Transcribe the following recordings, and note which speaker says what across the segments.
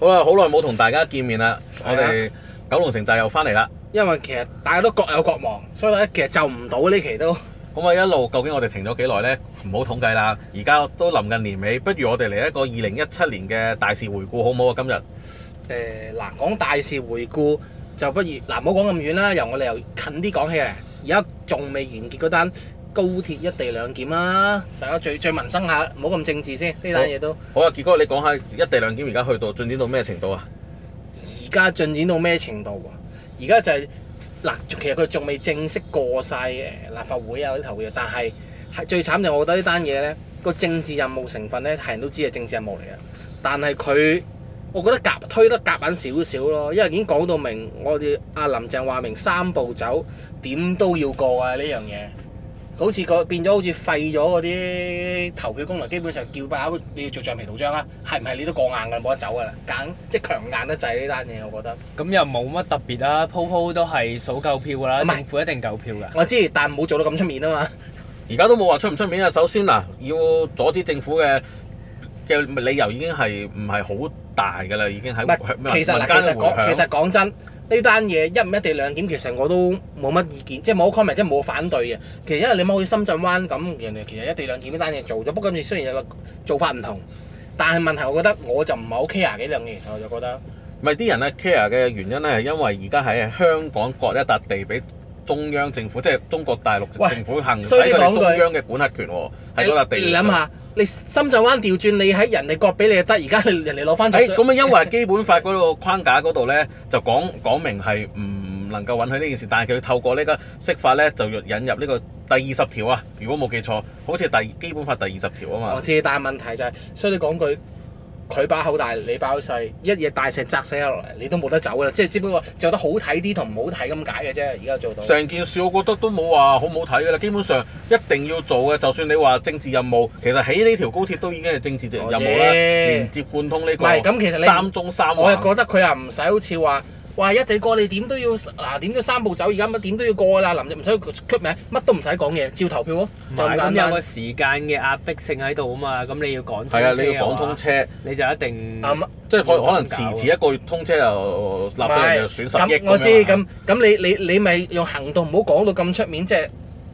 Speaker 1: 好啦，好耐冇同大家見面啦，我
Speaker 2: 啊
Speaker 1: 哋九龍城寨又翻嚟啦。
Speaker 2: 因為其實大家都各有各忙，所以咧其實就唔到呢期都
Speaker 1: 咁啊，一路究竟我哋停咗幾耐呢？唔好統計啦，而家都臨近年尾，不如我哋嚟一個二零一七年嘅大事回顧，好唔好啊？今日
Speaker 2: 誒嗱講大事回顧，就不如嗱唔好講咁遠啦，由我哋由近啲講起嚟。而家仲未完結嗰單高鐵一地兩檢啦，大家最最民生下，唔好咁政治先呢單嘢都。
Speaker 1: 好啊，結果你講下一地兩檢而家去到進展到咩程度啊？
Speaker 2: 而家進展到咩程度啊？而家就係、嗱，其實佢仲未正式過晒誒立法會啊嗰啲投票，但係係最慘就我覺得呢單嘢咧個政治任務成分咧係人都知係啊政治任務嚟嘅，但係佢我覺得夾推得夾硬少少咯，因為已經講到明我哋阿林鄭話明三步走點都要過啊呢樣嘢。好似個變咗，好似廢咗嗰啲投票功能，基本上叫把你要做橡皮圖章啦，係唔係你都過硬㗎，冇得走㗎啦，硬即係強硬得滯呢單嘢，我覺得。
Speaker 3: 咁又冇乜特別啦，鋪鋪都係數夠票噶啦，
Speaker 2: 唔係
Speaker 3: 政府一定夠票噶。
Speaker 2: 我知，但冇做到咁出面啊嘛。
Speaker 1: 而家都冇話出唔出面啊！首先嗱，要阻止政府嘅嘅理由已經係唔係好大㗎啦，已經喺
Speaker 2: 唔係
Speaker 1: 民，
Speaker 2: 其實
Speaker 1: 啊民
Speaker 2: 嗱，
Speaker 1: 間
Speaker 2: 其實
Speaker 1: 回響
Speaker 2: 講其實講真，呢單嘢一唔一地兩檢，其實我都冇乜意見，即係冇 comment，即係冇反對嘅。其實因為你咪好似深圳灣咁，人哋其實一地兩檢呢單嘢做咗，不過今次雖然有個做法唔同，但係問題我覺得我就唔係好 care 呢樣嘢，其實我就覺得。
Speaker 1: 唔係啲人咧 care 嘅原因咧，係因為而家喺香港割一笪地俾中央政府，即係中國大陸
Speaker 2: 喂
Speaker 1: 政府行使
Speaker 2: 衰
Speaker 1: 佢
Speaker 2: 啲
Speaker 1: 哋
Speaker 2: 講句
Speaker 1: 中央嘅管轄權喎，係嗰笪地。
Speaker 2: 你諗，下，你深圳灣調轉，你喺人哋割俾你就得，而家你人哋攞翻
Speaker 1: 誒咁啊，因為基本法嗰個框架嗰度咧，就講講明係唔能夠允許呢件事，但係佢透過呢個釋法咧，就引入呢個第二十條啊，如果冇記錯，好似係第基本法第二十條啊
Speaker 2: 我
Speaker 1: 嘛。
Speaker 2: 知，但係問題就係、所以你講句，佢把口大，你把口細，一嘢大石砸死咗落嚟，你都冇得走噶啦。即係只不過做得好睇啲同唔好睇咁解嘅啫。而家做到，
Speaker 1: 成件事我覺得都冇話好唔好睇㗎啦，基本上一定要做嘅。就算你話政治任務，其實起呢條高鐵都已經係政治任務
Speaker 2: 我知
Speaker 1: 啦，連接貫通呢
Speaker 2: 哦唔係
Speaker 1: 個
Speaker 2: 咁其實你
Speaker 1: 三中三
Speaker 2: 我又
Speaker 1: 橫。
Speaker 2: 覺得佢又唔使好似話。哇！一地過你點都要嗱，點都三步走，而家乜點都要過啦。林鄭唔使出名，乜都唔使講嘢，照投票咯，就咁
Speaker 3: 咁
Speaker 2: 簡
Speaker 3: 有
Speaker 2: 單
Speaker 3: 個。時間嘅壓迫性喺度啊嘛，咁你要趕通車
Speaker 1: 係啊，你要講
Speaker 3: 嘅話
Speaker 1: 通，車，
Speaker 3: 你就一定
Speaker 2: 啊乜
Speaker 1: 即係可可能
Speaker 3: 咁搞啊
Speaker 1: 遲遲一個月通車又納稅人就損十億
Speaker 2: 咁
Speaker 1: 咁
Speaker 2: 我知
Speaker 1: 樣啊
Speaker 2: 咁咁你你你咪用行動，唔好講到咁出面，即係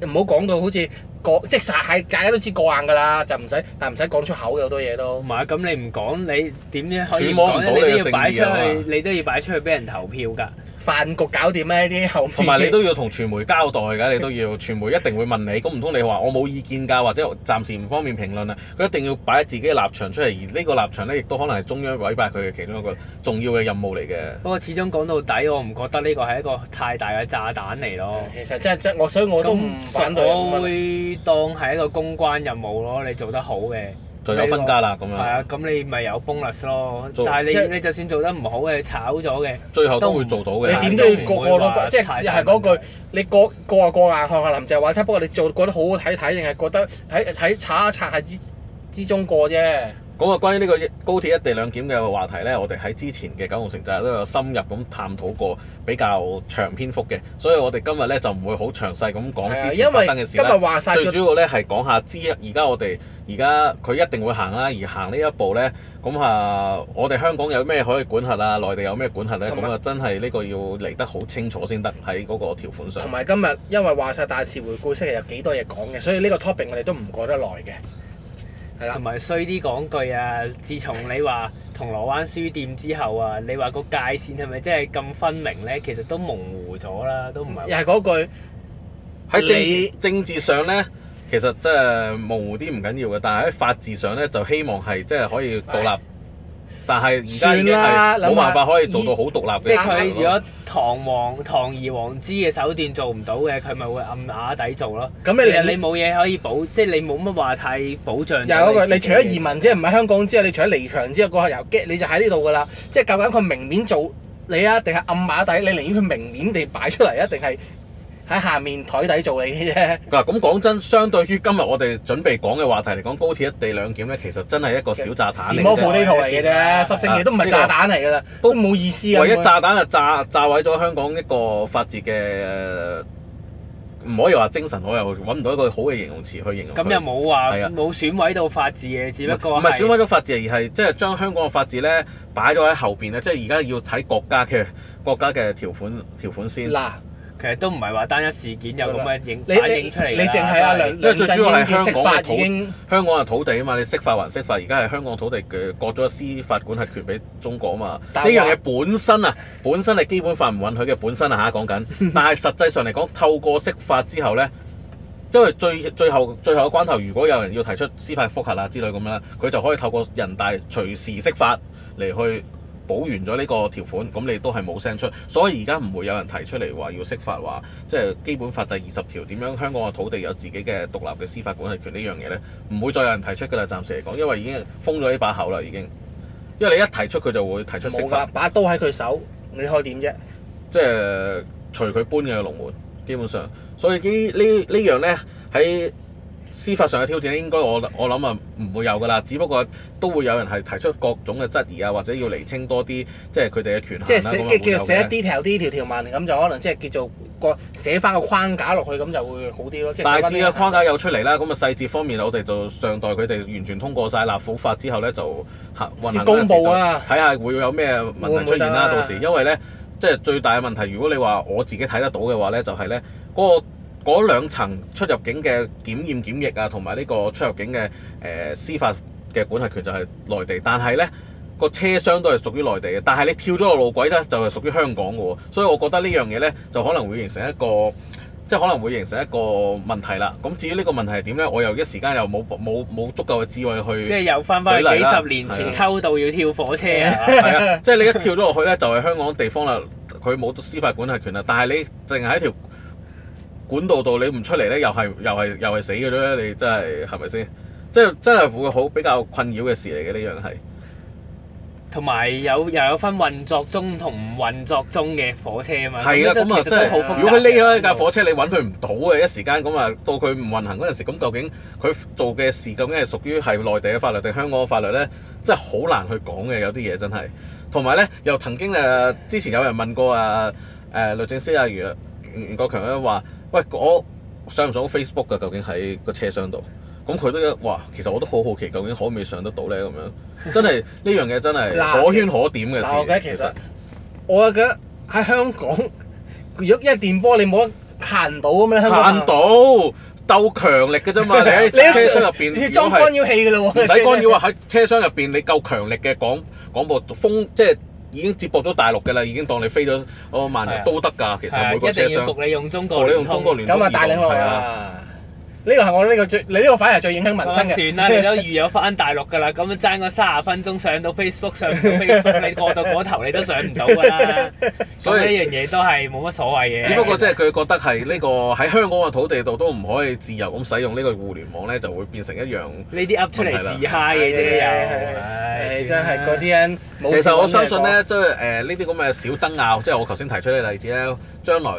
Speaker 2: 唔好講到好似過即係係大家都知過硬噶啦，就唔使但唔使講出口嘅好多嘢都
Speaker 3: 同。埋咁你唔講，你點樣可以
Speaker 1: 揣
Speaker 3: 唔
Speaker 1: 摩唔
Speaker 3: 講
Speaker 1: 到
Speaker 3: 咧？
Speaker 1: 你嘅
Speaker 3: 你都要擺
Speaker 1: 誠意啊
Speaker 3: 出去，你都要擺出去俾人投票㗎。
Speaker 2: 飯局搞掂咩呢啲後面
Speaker 1: 同埋你都要同傳媒交代㗎，你都要傳媒一定會問你，咁唔通你話我冇意見㗎，或者暫時唔方便評論啊？佢一定要擺自己嘅立場出嚟，而呢個立場咧，亦都可能係中央委派佢嘅其中一個重要嘅任務嚟嘅。
Speaker 3: 不過始終講到底，我唔覺得呢個係一個太大嘅炸彈嚟咯。
Speaker 2: 其實真係真我，所以我都唔
Speaker 3: 咁
Speaker 2: 反對。
Speaker 3: 我會當係一個公關任務咯。你做得好嘅，
Speaker 1: 就有分家啦咁
Speaker 3: 係
Speaker 1: 樣，
Speaker 3: 啊，咁你咪有 bonus 咯。
Speaker 1: 嗯做
Speaker 3: 但
Speaker 2: 即係
Speaker 3: 係你你就算做得唔好嘅，炒咗嘅，
Speaker 1: 最後都會做到嘅。
Speaker 2: 你點都要
Speaker 3: 個
Speaker 2: 個個都即係又係嗰句，你過過就過硬，學下林鄭話齋。不過你做過得好好睇睇，定係覺得喺喺查一擦係之之中過啫。
Speaker 1: 咁啊，關於呢個高鐵一地兩檢嘅話題呢，我哋喺之前嘅九龍城寨都有深入咁探討過，比較長篇幅嘅，所以我哋今日呢就唔會好詳細咁
Speaker 2: 係
Speaker 1: 講
Speaker 2: 啊，
Speaker 1: 之
Speaker 2: 因
Speaker 1: 前發生
Speaker 2: 為
Speaker 1: 嘅事
Speaker 2: 今日
Speaker 1: 啦。
Speaker 2: 話晒
Speaker 1: 最
Speaker 2: 個
Speaker 1: 主要呢係講下知，而家我哋而家佢一定會行啦，而行呢一步呢，咁啊，我哋香港有咩可以管轄啊，內地有咩管轄呢？
Speaker 2: 同
Speaker 1: 咁
Speaker 2: 埋
Speaker 1: 啊，真係呢個要嚟得好清楚先得喺嗰個條款上
Speaker 2: 同。埋今日因為話晒大事回顧，星期有幾多嘢講嘅，所以呢個 topic 我哋都唔過得耐嘅。係啦
Speaker 3: 同，埋衰啲講句啊！自從你話銅鑼灣書店之後啊，你話個界線係咪真係咁分明咧？其實都模糊咗啦，都唔
Speaker 2: 又係
Speaker 3: 係。
Speaker 2: 嗰句，
Speaker 1: 嗯喺政
Speaker 2: 你
Speaker 1: 治政治上咧，其實即係模糊啲唔緊要嘅，但係喺法治上咧就希望係即係可以獨立，但係而家已經係
Speaker 2: 算啦諗
Speaker 1: 冇
Speaker 2: 下
Speaker 1: 辦法可以做到好獨立嘅
Speaker 3: 即
Speaker 1: 時
Speaker 3: 係
Speaker 1: 候咯。
Speaker 3: 佢如果堂皇堂而皇之嘅手段做唔到嘅，佢咪會暗啞底做咯。
Speaker 2: 咁
Speaker 3: 其
Speaker 2: 你
Speaker 3: 實
Speaker 2: 離
Speaker 3: 你冇嘢可以保，即係你冇乜話太保障
Speaker 2: 又係
Speaker 3: 到自己嘅。
Speaker 2: 嗰句，你除咗移民之外，唔喺香港之外，你除咗離場之外，個遊擊你就喺呢度噶啦。即係究竟佢明面做你啊，定係暗馬底？你寧願佢明面地擺出嚟啊，定係喺下面台底做你嘅啫？
Speaker 1: 嗱咁講真，相對於今日我哋準備講嘅話題嚟講，高鐵一地兩檢咧，其實真係一個小炸彈
Speaker 2: 是
Speaker 1: 嚟嘅
Speaker 2: 魔布
Speaker 1: 啫。
Speaker 2: 呢套嚟嘅啫，十成嘢都唔係炸彈嚟噶啦，都冇意思啊。
Speaker 1: 唯一炸彈就炸炸毀咗香港一個法治嘅唔可以話精神可有，揾唔到一個好嘅形容詞去形容佢。
Speaker 3: 咁又冇話
Speaker 1: 係啊
Speaker 3: 冇損毀到法治嘅，只不過
Speaker 1: 唔係損毀咗法治，而係即係將香港嘅法治咧擺咗喺後邊咧，即係而家要睇國家嘅國家嘅條款條款先。
Speaker 2: 嗱，
Speaker 3: 其實都唔係話單一事件有咁嘅影
Speaker 2: 你
Speaker 3: 反
Speaker 2: 你
Speaker 3: 映出嚟㗎
Speaker 2: 你淨係阿
Speaker 3: 都係
Speaker 2: 梁
Speaker 1: 因為
Speaker 2: 梁
Speaker 1: 最
Speaker 2: 振
Speaker 1: 主要
Speaker 2: 英
Speaker 1: 係香
Speaker 2: 嘅釋
Speaker 1: 港
Speaker 2: 法
Speaker 1: 嘅
Speaker 2: 已經
Speaker 1: 香港嘅土地啊嘛，你釋法還釋法，而家係香港土地嘅割咗司法管轄權俾中國啊嘛。呢
Speaker 2: 但係話
Speaker 1: 樣嘢本身啊，本身係基本法唔允許嘅，本身啊嚇講緊，但係實際上嚟講，透過釋法之後咧。因為最最後最後嘅關頭，如果有人要提出司法覆核啊之類咁樣啦，佢就可以透過人大隨時釋法嚟去補完咗呢個條款，咁你都係冇聲出，所以而家唔會有人提出嚟話要釋法話，即係基本法第二十條點樣香港嘅土地有自己嘅獨立嘅司法管轄權呢樣嘢呢，唔會再有人提出㗎啦。暫時嚟講，因為已經封咗呢把口啦，已經。因為你一提出佢就會提出釋
Speaker 2: 冇
Speaker 1: 法
Speaker 2: 㗎，，把刀喺佢手，你可以點啫？
Speaker 1: 即係隨佢搬嘅龍門，基本上，所以呢呢呢樣呢，喺司法上嘅挑戰，應該我我諗啊唔會有噶啦，只不過都會有人係提出各種嘅質疑啊，或者要釐清多啲，即係佢哋嘅權
Speaker 2: 即
Speaker 1: 限啦。
Speaker 2: 係寫
Speaker 1: 咁啊
Speaker 2: 即係叫做
Speaker 1: 會
Speaker 2: 寫
Speaker 1: 有
Speaker 2: 一
Speaker 1: 嘅
Speaker 2: detail 啲條條文，咁就可能即係叫做個寫翻個框架落去，咁就會好啲咯。即係
Speaker 1: 大
Speaker 2: 寫返
Speaker 1: 致
Speaker 2: 啲
Speaker 1: 嘅框架有出嚟啦，咁啊細節方面我哋就尚待佢哋完全通過晒立法法之後咧，就行運行嗰陣時
Speaker 2: 公佈啊
Speaker 1: 就睇下會有咩問題出現啦。
Speaker 2: 會唔會得啊
Speaker 1: 到時因為咧，即係最大嘅問題，如果你話我自己睇得到嘅話咧，就係咧嗰個。嗰兩層出入境嘅檢驗檢疫啊，同埋呢個出入境嘅誒、呃司法嘅管轄權就係內地，但係咧個車廂都係屬於內地嘅，但係你跳咗落路軌咧就係屬於香港嘅喎，所以我覺得呢樣嘢咧就可能會形成一個。即係可能會形成一個問題啦。咁至於呢個問題係點咧，我又一時間又冇 冇冇足夠嘅智慧去。
Speaker 3: 即係又翻翻去幾十年
Speaker 1: 舉例
Speaker 3: 前
Speaker 2: 啊
Speaker 1: 啦
Speaker 3: 偷渡要跳火車啊！
Speaker 1: 係啊，即係你一跳咗落去咧，就係香港地方啦，佢冇司法管轄權啦。但係你淨係喺條管道度，你唔出嚟咧，又係又係又係死嘅啫。你真係係咪先？即係真係會好比較困擾嘅事嚟嘅呢樣係。
Speaker 3: 同埋有又有分運作中同唔運作中嘅火車啊嘛，
Speaker 1: 係啦，
Speaker 3: 都
Speaker 1: 咁啊
Speaker 3: 其實
Speaker 1: 真
Speaker 3: 都好
Speaker 1: 係
Speaker 3: 複雜嘅。
Speaker 1: 如果佢匿咗喺架火車，你揾佢唔到嘅，一時間咁啊，到佢唔運行嗰陣時，咁究竟佢做嘅事究竟係屬於係內地嘅法律定香港嘅法律咧？真係好難去講嘅，有啲嘢真係。同埋咧，又曾經誒、呃之前有人問過啊誒、呃律政司啊袁袁袁國強咧話：喂，我上唔上 Facebook 㗎？究竟喺個車廂度？咁佢都有哇，其實我都好好奇，究竟可唔可以上得到咧？咁樣真係呢樣嘢真係
Speaker 2: 嗱
Speaker 1: 可圈可點嘅
Speaker 2: 嗱，我覺得
Speaker 1: 事。
Speaker 2: 其實我覺得喺香港，如果一電波你冇得行到咁樣，香港
Speaker 1: 限到鬥強力嘅啫 嘛，你喺
Speaker 2: 你一
Speaker 1: 車廂入邊，
Speaker 2: 你
Speaker 1: 如
Speaker 2: 裝
Speaker 1: 果
Speaker 2: 干
Speaker 1: 係
Speaker 2: 擾器嘅咯
Speaker 1: 唔
Speaker 2: 喎，
Speaker 1: 使干擾啊！喺車廂入邊，你夠強力嘅廣廣播風，即係已經接駁咗大陸嘅啦，已經當你飛咗哦萬
Speaker 3: 係啊
Speaker 1: 人都得㗎。其
Speaker 3: 係啊
Speaker 1: 實每個
Speaker 3: 一
Speaker 1: 車
Speaker 3: 定要
Speaker 1: 廂，
Speaker 3: 焗你用中國
Speaker 1: 哦你用
Speaker 3: 聯通
Speaker 1: 中國 聯通
Speaker 2: 咁啊大你
Speaker 1: 移動
Speaker 2: 好
Speaker 1: 係啊，
Speaker 2: 啊！呢個係我呢個最，你呢個反而係最影響民
Speaker 3: 啊
Speaker 2: 生嘅。
Speaker 3: 算啦，你都預有翻大陸㗎啦，咁爭個三十分鐘上到 Facebook 上唔到 Facebook，你過到嗰頭你都上唔到㗎啦。所
Speaker 1: 所
Speaker 3: 以
Speaker 1: 以
Speaker 3: 呢樣嘢都係冇乜所謂嘅。
Speaker 1: 只不過即係佢覺得係呢個喺香港嘅土地度都唔可以自由咁使用呢個互聯網咧，就會變成一樣。
Speaker 3: 呢啲噏出嚟自嗨嘅啫又。唉
Speaker 2: 誒真係嗰啲人冇事
Speaker 1: 其實我
Speaker 2: 揾嘢
Speaker 1: 相信
Speaker 2: 講
Speaker 1: 咧，即係誒呢啲咁嘅小爭拗，即係我頭先提出嘅例子咧，將來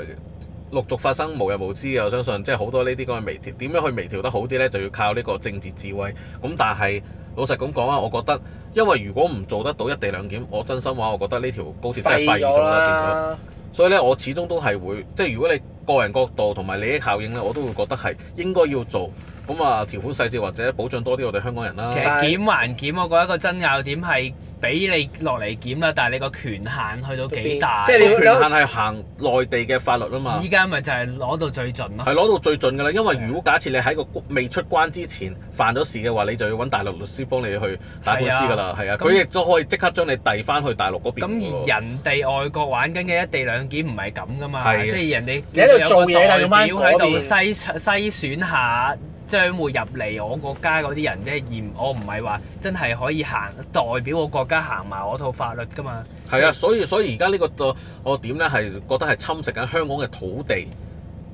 Speaker 1: 陸續發生無日無之嘅。我相信即係好多呢啲咁嘅微調，點樣去微調得好啲咧，就要靠呢個政治智慧。咁但係老實咁講啊，我覺得因為如果唔做得到一地兩檢，我真心話，我覺得呢條高鐵真係
Speaker 2: 廢
Speaker 1: 廢
Speaker 2: 咗
Speaker 1: 咗啦。點
Speaker 2: 啦。
Speaker 1: 所以咧，我始終都係會，即係如果你個人角度同埋利益效應咧，我都會覺得係應該要做。咁啊，條款細節或者保障多啲我哋香港人啦
Speaker 3: 其。實
Speaker 2: 但係
Speaker 3: 檢還檢，我覺得個爭拗點係俾你落嚟檢啦，但係你個權限去到幾大？
Speaker 2: 即係
Speaker 1: 個
Speaker 2: 你
Speaker 1: 權限係行內地嘅法律啊嘛
Speaker 3: 依。家咪就係攞到最盡咯。
Speaker 1: 係攞到最盡㗎啦，因為如果假設你喺個關未出關之前犯咗事嘅話，你就要揾大陸律師幫你去打官司㗎啦，係啊，
Speaker 3: 咁
Speaker 1: 佢亦都可以即刻將你遞翻去大陸嗰邊
Speaker 3: 咁
Speaker 1: 㗎喎。
Speaker 3: 而人哋外國玩緊嘅一地兩檢唔係咁噶嘛，
Speaker 1: 係
Speaker 3: 即係人哋
Speaker 2: 你喺度做嘢但係要
Speaker 3: 有個代
Speaker 2: 返
Speaker 3: 表
Speaker 2: 嗰
Speaker 3: 喺度
Speaker 2: 邊
Speaker 3: 篩篩選下將會入嚟我國家嗰啲人啫，而唔我唔係話真係可以行代表我國家行埋我套法律噶嘛。
Speaker 1: 係啊，所以所以而家呢個個我點咧係覺得係侵蝕緊香港嘅土地，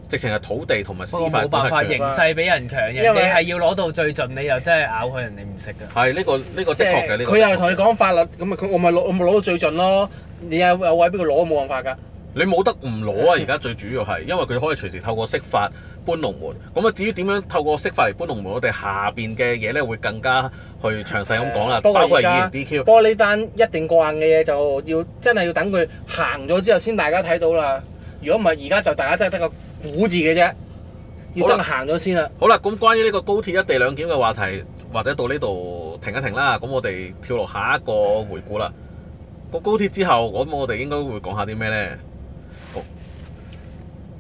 Speaker 1: 直情係土地同埋司
Speaker 3: 不過
Speaker 1: 法
Speaker 3: 冇辦法
Speaker 1: 管轄
Speaker 3: 形
Speaker 1: 權。
Speaker 3: 勢比人強，人
Speaker 2: 因為
Speaker 3: 哋係要攞到最盡，你又真係咬佢，人哋唔食噶。
Speaker 1: 係呢個呢個
Speaker 2: 即
Speaker 1: 的確嘅
Speaker 2: 係
Speaker 1: 呢
Speaker 2: 佢
Speaker 1: 個。
Speaker 2: 又同你講法律，咁咪佢我咪攞我咪攞到最盡咯。你有有位俾佢攞冇辦法㗎。
Speaker 1: 你冇得唔攞啊！而家最主要係，因為佢可以隨時透過釋法搬龍門。咁啊，至於點樣透過釋法嚟搬龍門，我哋下邊嘅嘢咧會更加去詳細咁講啦，
Speaker 2: 不過
Speaker 1: 包括係
Speaker 2: 而家
Speaker 1: 議員 DQ
Speaker 2: 不。過呢單一定過硬嘅嘢就要真係要等佢行咗之後先大家睇到啦。如果唔係而家就大家真係得個估字嘅啫。要
Speaker 1: 好啦
Speaker 2: 得行咗先啦。啊
Speaker 1: 好啦，咁關於呢個高鐵一地兩檢嘅話題，或者到呢度停一停啦。咁我哋跳落下一個回顧啦。個高鐵之後，咁我哋應該會講下啲咩呢？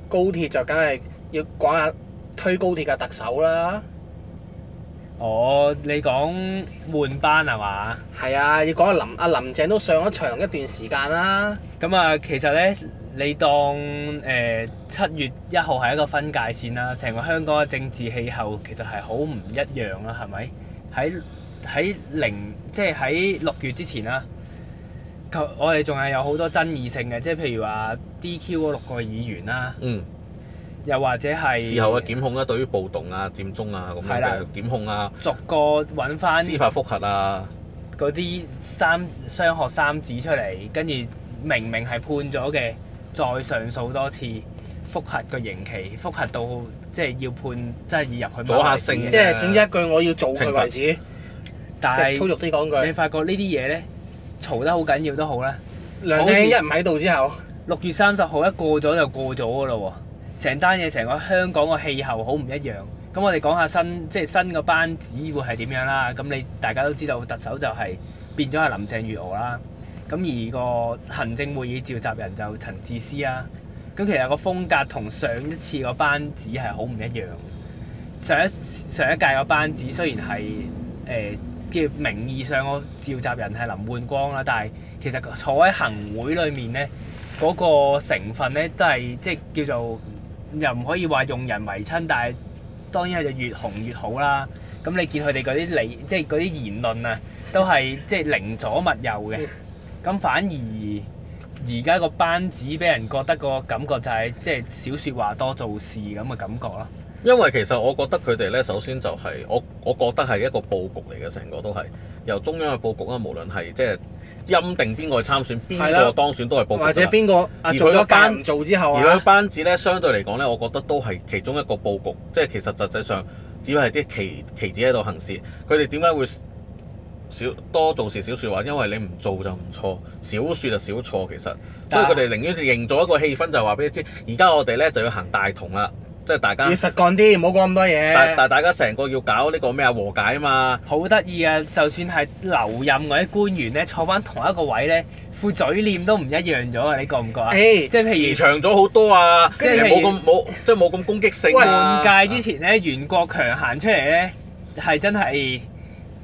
Speaker 2: 高鐵就梗係要講下推高鐵嘅特首啦，
Speaker 3: 哦，你講換班係嘛？
Speaker 2: 係啊，要講下林阿林鄭都上咗場一段時間啦，
Speaker 3: 咁啊，其實咧，你當誒七、月一號係一個分界線啦，成個香港嘅政治氣候其實係好唔一樣啊啦，係咪？喺喺零即係喺六月之前啦，求我哋仲係有好多爭議性嘅，即係譬如話 DQ 嗰六個議員啦，
Speaker 1: 嗯，
Speaker 3: 又或者係
Speaker 1: 事後嘅檢控啦，對於暴動啊、佔中啊咁
Speaker 3: 係
Speaker 1: 樣
Speaker 3: 啦
Speaker 1: 嘅檢控啊、
Speaker 3: 逐個揾翻
Speaker 1: 司法覆核啊，
Speaker 3: 嗰啲三雙學三子出嚟，跟住明明係判咗嘅，再上訴多次，覆核個刑期，覆核到即係要判，即係要入去
Speaker 1: 阻嚇
Speaker 3: 馬
Speaker 1: 性
Speaker 3: 嘅
Speaker 2: 即係總之一句我要做
Speaker 1: 懲
Speaker 2: 佢
Speaker 1: 罰
Speaker 2: 為止，即
Speaker 3: 但
Speaker 2: 係粗
Speaker 3: 係
Speaker 2: 俗啲講
Speaker 3: 你
Speaker 2: 句，
Speaker 3: 發覺呢啲嘢咧，嘈得好緊要都好啦。
Speaker 2: 梁振英一唔喺度之後，
Speaker 3: 六月三十號一過咗就過咗噶咯喎，成單嘢成個香港個氣候好唔一樣。咁我哋講下新即係新個班子會係點樣啦。咁你大家都知道特首就係變咗係林鄭月娥啦。咁而個行政會議召集人就陳智思啦。咁其實個風格同上一次個班子係好唔一樣。上一上一屆個班子雖然係誒叫名義上個召集人係林煥光啦，但係其實坐喺行會裏面咧。嗰個成分咧都係即係叫做又唔可以話用人為親，但係當然係就越紅越好啦。咁你見佢哋嗰啲理即係嗰啲言論啊，都係即係寧左勿右嘅。咁反而而家個班子俾人覺得個感覺就係即係少説話多做事咁嘅感覺咯。
Speaker 1: 因為其實我覺得佢哋咧，首先就係、我我覺得係一個佈局嚟嘅，成個都係由中央嘅佈局啦，啊無論係即係欽定邊個去參選，邊
Speaker 2: 係啦
Speaker 1: 個當選都係佈局㗎啦。
Speaker 2: 或者邊個啊
Speaker 1: 而佢
Speaker 2: 做
Speaker 1: 個
Speaker 2: 咗
Speaker 1: 班
Speaker 2: 間唔做之後
Speaker 1: 而佢
Speaker 2: 啊，
Speaker 1: 班子咧，相對嚟講咧，我覺得都係其中一個佈局，即係其實實際上只係啲棋棋子喺度行事。佢哋點解會少多做事少説話？因為你唔做就唔錯，少説就少錯。其實，所以
Speaker 3: 但
Speaker 1: 佢哋寧願營造一個氣氛，就係話俾你知，而家我哋咧就要行大同啦，即係大家
Speaker 2: 要，實幹啲，唔好講咁
Speaker 1: 但
Speaker 2: 多嘢。
Speaker 1: 但大家成個要搞呢個咩啊和解啊嘛。
Speaker 3: 好得意啊！就算係留任嗰啲官員咧，坐翻同一個位咧，副嘴臉都唔一樣咗啊！你覺唔覺啊？
Speaker 2: 誒，
Speaker 3: 即係譬如
Speaker 1: 延。長咗好多啊，即
Speaker 3: 即係
Speaker 1: 係冇咁冇，即係冇咁攻擊性啊。
Speaker 3: 換屆之前咧，袁國強行出嚟咧，係真係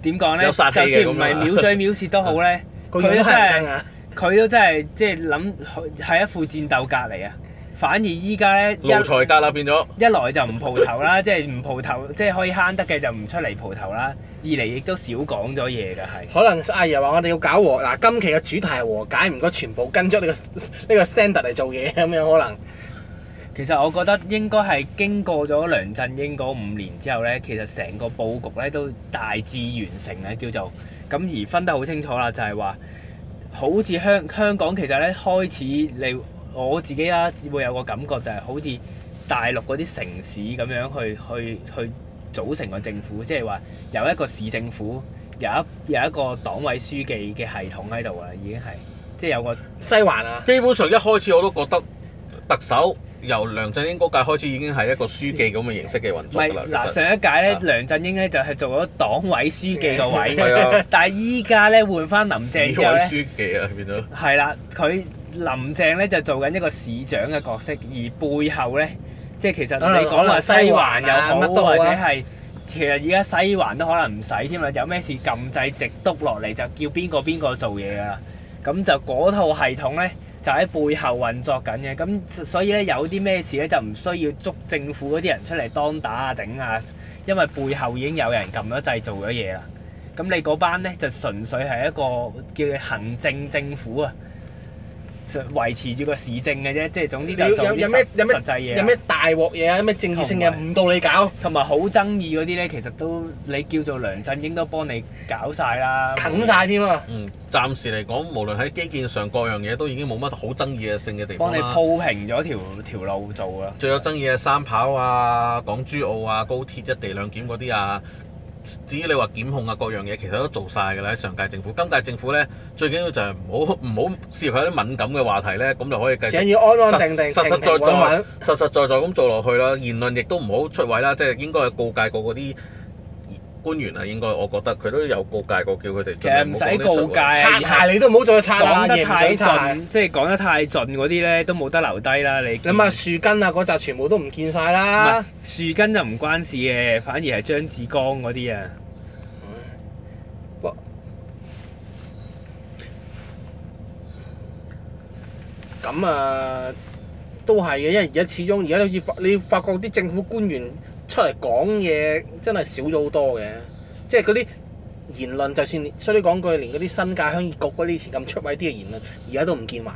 Speaker 3: 點講咧？
Speaker 1: 有
Speaker 3: 就
Speaker 1: 殺氣
Speaker 3: 算
Speaker 1: 嘅
Speaker 3: 唔係
Speaker 1: 咁啊
Speaker 3: 藐嘴藐舌都好 咧，
Speaker 2: 個樣都乞人憎啊！
Speaker 3: 佢都真係即係諗係一副戰鬥格嚟啊！反而依家咧一
Speaker 1: 奴才格啦變咗。
Speaker 3: 一來就唔蒲頭啦，即 係唔蒲頭，即係可以慳得嘅就唔出嚟蒲頭啦。二嚟亦都少講咗嘢㗎，係。
Speaker 2: 可能阿爺話我哋要搞和嗱，今期嘅主題係和解，唔該全部跟足呢個 呢個 standard 嚟做嘢咁樣可能。
Speaker 3: 其實我覺得應該係經過咗梁振英嗰五年之後呢，其實成個佈局呢都大致完成啦，叫做咁而分得好清楚啦，就係話好似香香港其實呢開始你我自己啦會有個感覺就係好似大陸嗰啲城市咁樣去去去組成個政府，即係話有一個市政府，有一有一個黨委書記嘅系統喺度啦，啊已經係即係有個。
Speaker 2: 西環啊，
Speaker 1: 基本上一開始我都覺得特首由梁振英嗰屆開始已經係一個書記咁嘅形式嘅運
Speaker 3: 唔
Speaker 1: 作
Speaker 3: 係
Speaker 1: 㗎啦。
Speaker 3: 嗱，
Speaker 1: 其實
Speaker 3: 上一屆咧
Speaker 1: 啊，
Speaker 3: 梁振英咧就係做咗黨委書記 個
Speaker 1: 係
Speaker 3: 位，
Speaker 1: 啊，
Speaker 3: 但係依家咧換 翻林
Speaker 1: 市
Speaker 3: 鄭
Speaker 1: 委
Speaker 3: 之後咧，
Speaker 1: 書記啊變咗。
Speaker 3: 係啦，佢林鄭咧就做緊一個市長嘅角色，而背後咧，即係其實
Speaker 2: 可能
Speaker 3: 你講話西環又
Speaker 2: 可
Speaker 3: 好，
Speaker 2: 能西環啊乜都好啊
Speaker 3: 或者係其實而家西環都可能唔使添啦，有咩事撳掣直篤落嚟就叫邊個邊個做嘢㗎啦。咁就嗰套系統咧就喺背後運作緊嘅，咁所以咧有啲咩事咧就唔需要捉政府嗰啲人出嚟當打啊頂啊，因為背後已經有人撳咗掣做咗嘢啦。咁你嗰班咧就純粹係一個叫行政政府啊，維持住個市政嘅啫，即係總之
Speaker 2: 你
Speaker 3: 就
Speaker 2: 要
Speaker 3: 做
Speaker 2: 有
Speaker 3: 啲
Speaker 2: 有咩
Speaker 3: 實
Speaker 2: 有咩
Speaker 3: 實際嘢
Speaker 2: 有
Speaker 3: 啦。
Speaker 2: 咩大鑊嘢啊，有咩政治性嘅
Speaker 3: 同
Speaker 2: 唔到你搞，
Speaker 3: 同埋好爭議嗰啲咧，其實都你叫做梁振英都幫你搞晒啦，
Speaker 2: 啃晒添啊！
Speaker 1: 嗯，暫時嚟講，無論喺基建上各樣嘢都已經冇乜好爭議嘅性嘅地
Speaker 3: 幫
Speaker 1: 方
Speaker 3: 你
Speaker 1: 啦。
Speaker 3: 鋪平咗條條路做啊。
Speaker 1: 最有爭議嘅三跑啊、港珠澳啊、高鐵一地兩檢嗰啲啊，至於你話檢控啊各樣嘢，其實都做晒㗎啦。喺上屆政府，今屆政府咧最緊要就係唔好唔好涉及一啲敏感嘅話題咧，咁就可以繼
Speaker 2: 想
Speaker 1: 續
Speaker 2: 要安安
Speaker 1: 實
Speaker 2: 定定、
Speaker 1: 實實
Speaker 2: 平
Speaker 1: 在
Speaker 2: 平穩穩
Speaker 1: 在、實實在在咁做落去啦。言論亦都唔好出位啦，即係應該係告戒過嗰啲官員啊。應該我覺得佢都有告戒過，叫佢哋
Speaker 3: 其實唔使告戒
Speaker 1: 戒。
Speaker 2: 擦鞋你都唔好再擦啦，嘢
Speaker 3: 講
Speaker 2: 啊唔
Speaker 3: 得
Speaker 2: 想
Speaker 3: 太
Speaker 2: 擦鞋。
Speaker 3: 盡，即係講得太盡嗰啲咧，都冇得留低啦。你
Speaker 2: 你咪啊樹根啊嗰扎全部都唔見晒啦。
Speaker 3: 樹根就唔關事嘅，反而係張志剛嗰啲啊。
Speaker 2: 咁啊，都係嘅，因為而家始終而家好似發你發覺啲政府官員出嚟講嘢真係少咗好多嘅，即係嗰啲言論，就算衰啲講句，連嗰啲新界鄉議局嗰啲以前咁出位啲嘅言論，而家都 唔見埋。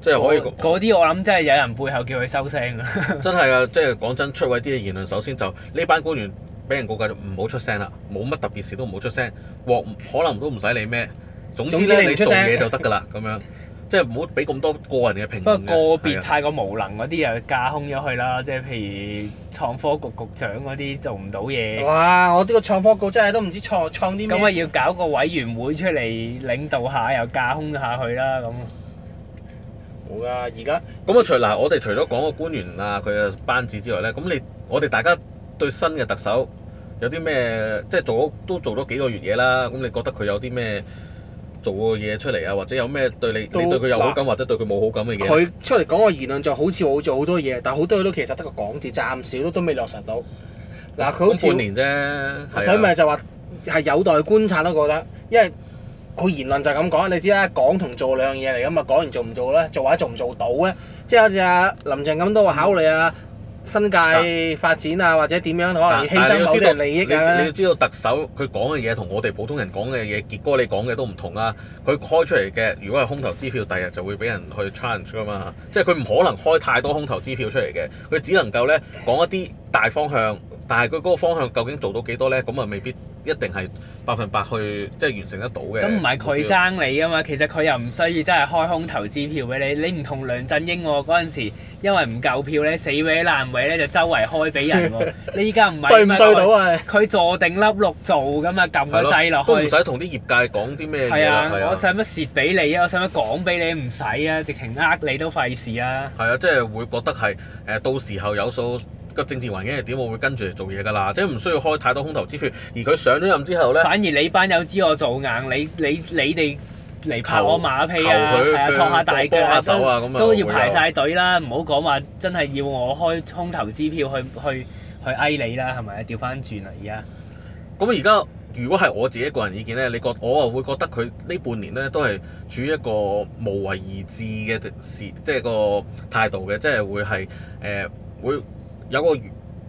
Speaker 1: 即係可以
Speaker 3: 嗰嗰啲我諗真係有人背後叫佢收聲啊！
Speaker 1: 真係啊！即係講真，出位啲嘅言論，首先就呢班官員俾人告戒就唔好出聲啦，冇乜特別事都唔好出聲，鑊可能都唔使理咩。總之
Speaker 2: 總之
Speaker 1: 咧，
Speaker 2: 你唔
Speaker 1: 你
Speaker 2: 出
Speaker 1: 做
Speaker 2: 聲
Speaker 1: 嘢就得㗎啦，咁樣即係唔好俾咁多個人嘅評論嘅。
Speaker 3: 不過個別
Speaker 1: 係啊
Speaker 3: 太過無能嗰啲又啊架空咗佢啦，即係譬如創科局局長嗰啲做唔到嘢，
Speaker 2: 哇！我呢個創科局真係都唔知創創啲
Speaker 3: 咁啊
Speaker 2: 咩。
Speaker 3: 要搞個委員會出嚟領導下，又架空下佢啦咁。
Speaker 2: 冇噶，而家
Speaker 1: 咁啊，除嗱，我哋除咗講個官員啊佢嘅班子之外咧，咁你我哋大家對新嘅特首有啲咩即係做咗都做咗幾個月嘢啦，咁你覺得佢有啲咩做過嘢出嚟啊，或者有咩對你
Speaker 2: 都
Speaker 1: 你對佢有好感或者對佢冇好感嘅嘢？啊
Speaker 2: 佢出嚟講個言論就好似我做好多嘢，但好多嘢都其實得個講字，暫時都都未落實到。嗱，佢好
Speaker 1: 咁
Speaker 2: 似
Speaker 1: 半年啫，係啊
Speaker 2: 所以咪就話係有待觀察咯，覺得，因為佢言論就係咁講，你知啦，講同做兩樣嘢嚟噶嘛，講完做唔做咧，做或者做唔做到咧，即係好似阿林鄭咁都話考慮啊新界發展啊，或者點樣可能要犧
Speaker 1: 但係你要
Speaker 2: 牲某啲
Speaker 1: 知道
Speaker 2: 人利益
Speaker 1: 你你
Speaker 2: 啊
Speaker 1: 要，知道特首佢講嘅嘢同我哋普通人講嘅嘢，傑哥你講嘅都唔同啦。佢開出嚟嘅，如果係空頭支票，第日就會俾人去 challenge 噶嘛。即係佢唔可能開太多空頭支票出嚟嘅，佢只能夠咧講一啲大方向，但係佢嗰個方向究竟做到幾多咧？咁啊未必一定係百分百去即係完成得到嘅。
Speaker 3: 咁唔係佢爭你啊嘛，其實佢又唔需要真係開空頭支票俾你。你唔同梁振英喎，嗰陣時因為唔夠票咧，死搲爛搲咧就周圍開俾人喎。 你依家唔係
Speaker 2: 對唔
Speaker 3: 嘛
Speaker 2: 對到？啊？
Speaker 3: 佢坐定粒六做噶嘛，撳
Speaker 1: 係
Speaker 3: 個
Speaker 1: 咯
Speaker 3: 掣落
Speaker 1: 都唔
Speaker 3: 去。
Speaker 1: 使同啲業界講啲咩
Speaker 3: 係
Speaker 1: 嘢
Speaker 3: 啊
Speaker 1: 啦。係，啊
Speaker 3: 我使乜蝕俾你啊？我使乜講俾你唔使啊？直情呃你都費事啊！
Speaker 1: 係啊，即係會覺得係誒、到時候有數個政治環境係點，我會跟住嚟做嘢㗎啦，即係唔需要開太多空頭支票。而佢上咗任之後咧，
Speaker 3: 反而你班友知我做硬，你你你哋嚟拍我馬屁啊，
Speaker 1: 求佢
Speaker 3: 係啊，
Speaker 1: 佢
Speaker 3: 拖下大腳
Speaker 1: 幫下手啊咁啊
Speaker 3: 都都要
Speaker 1: 會有
Speaker 3: 排晒隊啦，唔好講話真係要我開空頭支票去去去哀你啦，係咪啊？調翻轉啦，而家
Speaker 1: 咁而家如果係我自己個人意見咧，你覺我啊會覺得佢呢半年咧都係處於一個無為而治嘅事，即係個態度嘅，即係會係誒、會有個遠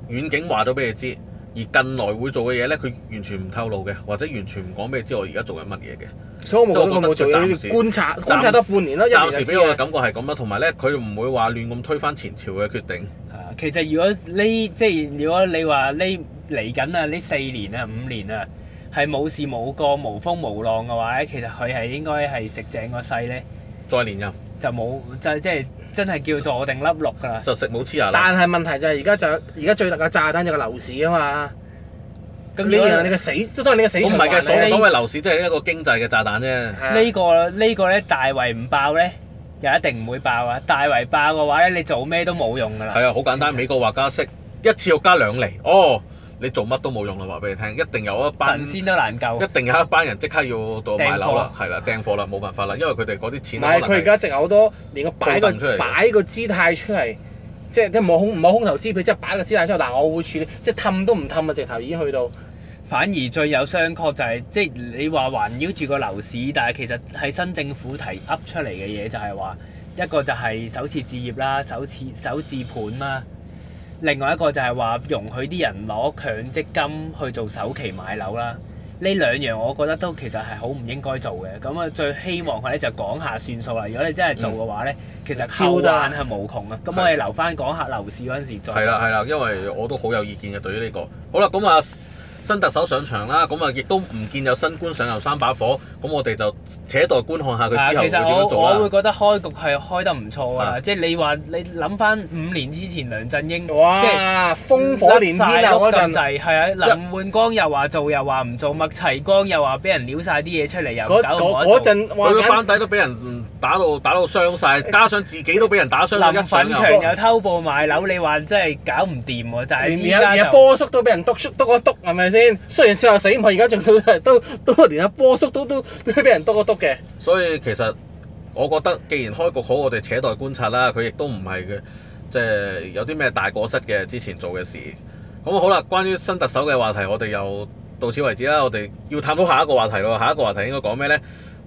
Speaker 1: 遠景話咗俾你知。而近來會做嘅嘢咧，佢完全唔透露嘅，或者完全唔講俾你知我而家做緊乜嘢嘅。
Speaker 2: 所以我冇覺得佢冇做，
Speaker 1: 即係
Speaker 2: 要
Speaker 1: 我覺得佢暫時
Speaker 2: 觀察觀察多半年咯，一
Speaker 1: 暫
Speaker 2: 年
Speaker 1: 時
Speaker 2: 就知
Speaker 1: 俾我嘅
Speaker 2: 嘅。
Speaker 1: 感覺係咁啦，啊同埋咧佢唔會話亂咁推翻前朝嘅決定。
Speaker 3: 啊其實如果呢即係如果你話呢嚟緊啊呢四年啊五年啊係冇事冇過無風無浪嘅話咧，其實佢係應該係食正個勢咧，
Speaker 1: 再連任，
Speaker 3: 就冇就即係真係叫坐定粒六㗎啦。
Speaker 1: 實食冇黐牙啦。
Speaker 2: 但係問題就係而家就而家最大嘅炸彈就係個樓市啊嘛，咁
Speaker 3: 咁
Speaker 2: 呢
Speaker 3: 如果
Speaker 2: 樣你個死都當係你個死
Speaker 1: 我唔
Speaker 2: 循
Speaker 1: 係嘅，
Speaker 2: 環
Speaker 1: 所
Speaker 2: 嚟
Speaker 1: 所謂樓市即係一個經濟嘅炸彈啫。
Speaker 2: 係啊
Speaker 3: 呢、個呢、個咧大圍唔爆咧，又一定唔會爆啊！大圍爆嘅話咧，你做咩都冇用噶啦。
Speaker 1: 係啊，好簡單，美國話加息一次要加兩厘，哦，你做乜都冇用啦，話俾你聽，一定有一班。
Speaker 3: 神仙都難救啊
Speaker 1: 一。定有一班人即刻要到買樓啦
Speaker 3: 訂，
Speaker 1: 係啦，訂貨啦，冇辦法啦，因為佢哋嗰啲錢
Speaker 2: 唔
Speaker 1: 可
Speaker 2: 係，
Speaker 1: 能
Speaker 2: 佢而家淨係好多連個擺
Speaker 1: 套
Speaker 2: 個
Speaker 1: 凳出嚟嘅
Speaker 2: 擺個姿態出嚟，即係即係冇空唔冇空頭支票，即係擺個姿態出嚟。嗱，我會處理，即係氹都唔氹啊！直頭已經去到
Speaker 3: 反而最有商榷就係、即係你話環繞住個樓市，但係其實係新政府提噏出嚟嘅嘢就係話，一個就係首次置業啦，首次首置盤啦，另外一個就係話容許啲人攞強積金去做首期買樓啦。呢兩樣我覺得都其實係好唔應該做嘅。咁啊，最希望佢咧就講下算數啦。如果你真係做嘅話咧，其實後患係無窮啊。咁我哋留翻講下樓市嗰陣時再。
Speaker 1: 係啦係啦，因為我都好有意見嘅對於呢個。好啦，咁啊，新特首上場啦，咁啊亦都唔見有新官上任三把火，咁我哋就且待觀看下
Speaker 3: 啊，
Speaker 1: 佢之後會點
Speaker 3: 其實我
Speaker 1: 樣
Speaker 3: 我
Speaker 1: 做
Speaker 3: 會
Speaker 1: 啦。
Speaker 3: 覺得開局係開得唔錯啊！
Speaker 1: 啊
Speaker 3: 即係你話你諗翻五年之前梁振英，即係
Speaker 2: 哇！烽火連天啊！嗰
Speaker 3: 甩晒
Speaker 2: 陣，
Speaker 3: 碌咁滯係啊！林換光又話做又話唔做，麥齊光又話俾人撩晒啲嘢出嚟，又
Speaker 2: 嗰
Speaker 3: 搞
Speaker 2: 嗰
Speaker 3: 我
Speaker 2: 嗰陣哇
Speaker 1: 佢個
Speaker 2: 簡
Speaker 1: 班底都俾人打到打到傷 晒，加上自己都俾人打傷，
Speaker 3: 林
Speaker 1: 一上
Speaker 3: 奮
Speaker 1: 又
Speaker 3: 強又偷步買樓，你話真係搞唔掂喎！但係
Speaker 2: 連
Speaker 3: 依
Speaker 2: 連阿
Speaker 3: 家
Speaker 2: 連阿
Speaker 3: 就
Speaker 2: 波叔都俾人篤篤篤一篤，係咪先？雖然笑下死我，而家仲都都都連阿波叔都都都俾人篤一篤嘅。
Speaker 1: 所以其實我覺得，既然開局好，我哋且待觀察啦。佢亦都唔係嘅，即係有啲咩大過失嘅之前做嘅事。咁好啦，關於新特首嘅話題，我哋又到此為止啦。我哋要探討下一個話題咯。下一個話題應該講咩呢？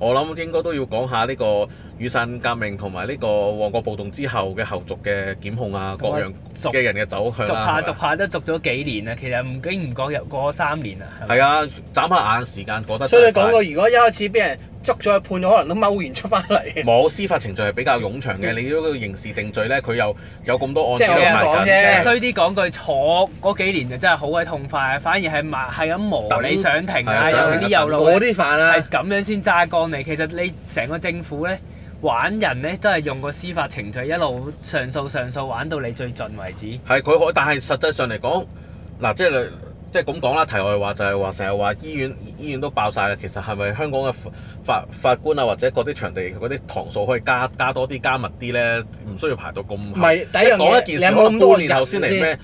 Speaker 1: 我諗應該都要講下呢個雨傘革命同埋呢個旺角暴動之後嘅後續嘅檢控啊，各樣
Speaker 3: 逐
Speaker 1: 嘅人嘅走向啊
Speaker 3: 逐
Speaker 1: 啦。
Speaker 3: 下
Speaker 1: 係咪
Speaker 3: 逐下都逐咗幾年啦，其實唔經唔覺又過咗三年啦。係咪
Speaker 1: 係啊，眨下眼時間過得
Speaker 2: 所以你
Speaker 1: 真係快
Speaker 2: 講過，如果一開始俾人捉咗去判咗，可能都踎完出翻嚟。
Speaker 1: 冇司法程序係比較冗長嘅，你嗰個刑事定罪咧，佢又有咁多案
Speaker 2: 嗯即
Speaker 1: 件
Speaker 2: 係我
Speaker 1: 喺度
Speaker 2: 講
Speaker 1: 埋
Speaker 2: 啫
Speaker 1: 緊。
Speaker 3: 衰啲講句，坐嗰幾年就真係好鬼痛快，啊反而係麻係咁磨你上庭啊，
Speaker 1: 係
Speaker 3: 又
Speaker 1: 上
Speaker 3: 呢
Speaker 1: 庭
Speaker 3: 又路
Speaker 2: 嗰啲飯
Speaker 3: 係
Speaker 2: 啊，
Speaker 3: 咁樣先揸乾你。其實你成個政府咧玩人咧，都係用個司法程序一路上訴上訴玩到你最盡為止。
Speaker 1: 係佢可，但係實際上嚟講，嗱，即係即係咁講啦。題外話就係話，成日話醫院醫院都爆晒啦。其實係咪香港嘅法法法官啊，或者嗰啲場地嗰啲堂數可以加加多啲、加密啲咧？唔需要排到咁
Speaker 2: 唔
Speaker 1: 後。
Speaker 2: 係第一樣
Speaker 1: 講
Speaker 2: 嘢
Speaker 1: 一，件
Speaker 2: 你
Speaker 1: 事，
Speaker 2: 有冇
Speaker 1: 可
Speaker 2: 咁
Speaker 1: 能
Speaker 2: 多
Speaker 1: 半
Speaker 2: 人
Speaker 1: 年後先嚟？咩？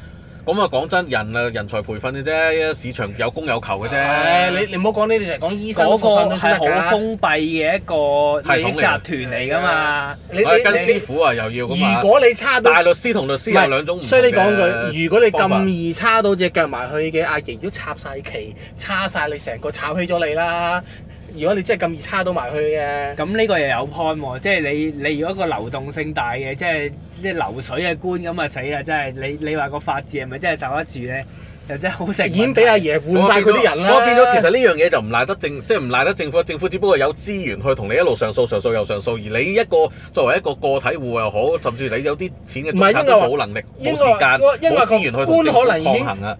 Speaker 1: 咁啊，講真，人啊，人才培訓嘅啫，市場有供有求嘅
Speaker 2: 誒，
Speaker 1: 啫。
Speaker 2: 你你唔好講呢啲，成日講醫生
Speaker 3: 嗰
Speaker 2: 訓
Speaker 3: 個
Speaker 2: 都先
Speaker 3: 係
Speaker 2: 得
Speaker 3: 好
Speaker 2: 㗎。
Speaker 3: 封閉嘅一個
Speaker 1: 系
Speaker 3: 利益
Speaker 1: 統嚟
Speaker 3: 集
Speaker 1: 嘅
Speaker 3: 團嚟㗎嘛。
Speaker 2: 你
Speaker 1: 我跟師
Speaker 2: 你
Speaker 1: 傅啊，又要
Speaker 2: 你，
Speaker 1: 咁啊
Speaker 2: 如。果你差到
Speaker 1: 大律師同律師有兩種唔同
Speaker 2: 所以你講
Speaker 1: 嘅
Speaker 2: 句，如果你
Speaker 1: 方法
Speaker 2: 咁易叉到只腳埋去嘅，阿爺都插晒旗，叉晒你成個炒起咗你啦。如果你真係咁易叉到埋去嘅，
Speaker 3: 咁呢個又有 point 喎，即係你你如果個流動性大嘅，即係即係流水嘅官咁啊死啦！真係你你話個法治係咪真係受得住咧？又真係好成
Speaker 2: 已經
Speaker 3: 問
Speaker 2: 俾阿
Speaker 3: 題。
Speaker 2: 爺換晒佢啲人啦。
Speaker 1: 我變咗其實呢樣嘢就唔賴得政，即係唔賴得政府，政府只不過有資源去同你一路上訴、上訴又上訴，而你一個作為一個個體戶又好，甚至你有啲錢嘅
Speaker 2: 唔係
Speaker 1: 中產
Speaker 2: 應該
Speaker 1: 都
Speaker 2: 話
Speaker 1: 冇能力、冇
Speaker 2: 應
Speaker 1: 時
Speaker 2: 該話
Speaker 1: 間、
Speaker 2: 因為
Speaker 1: 冇資源去同政府
Speaker 2: 個官可能已經
Speaker 1: 抗衡啊！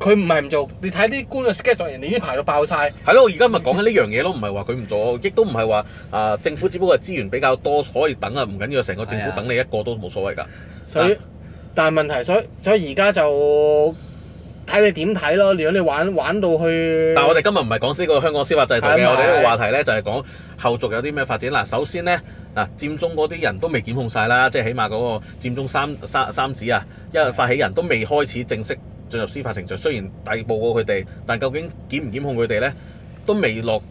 Speaker 2: 佢唔係唔做，你睇啲官嘅 schedule，人哋已經排到爆晒。
Speaker 1: 係咯，我而家咪講緊呢樣嘢咯，唔係話佢唔做，亦都唔係話啊政府只不過係資源比較多，可以等啊，唔緊要，成個政
Speaker 3: 係啊
Speaker 1: 府等你一個都冇所謂㗎。
Speaker 2: 所以但係問題，所以所以而家就睇你點睇咯。如果你玩玩到去，
Speaker 1: 但係我哋今日唔係講呢個香港司法制度
Speaker 2: 係
Speaker 1: 嘅，
Speaker 2: 啊
Speaker 1: 我哋呢個話題咧就係講後續有啲咩發展。嗱，首先咧，嗱佔中嗰啲人都未檢控晒啦，即係起碼嗰個佔中三三三子啊，因為發起人都未開始正式進入司法程序，雖然逮捕過佢哋，但究竟檢唔檢控佢哋咧，都未落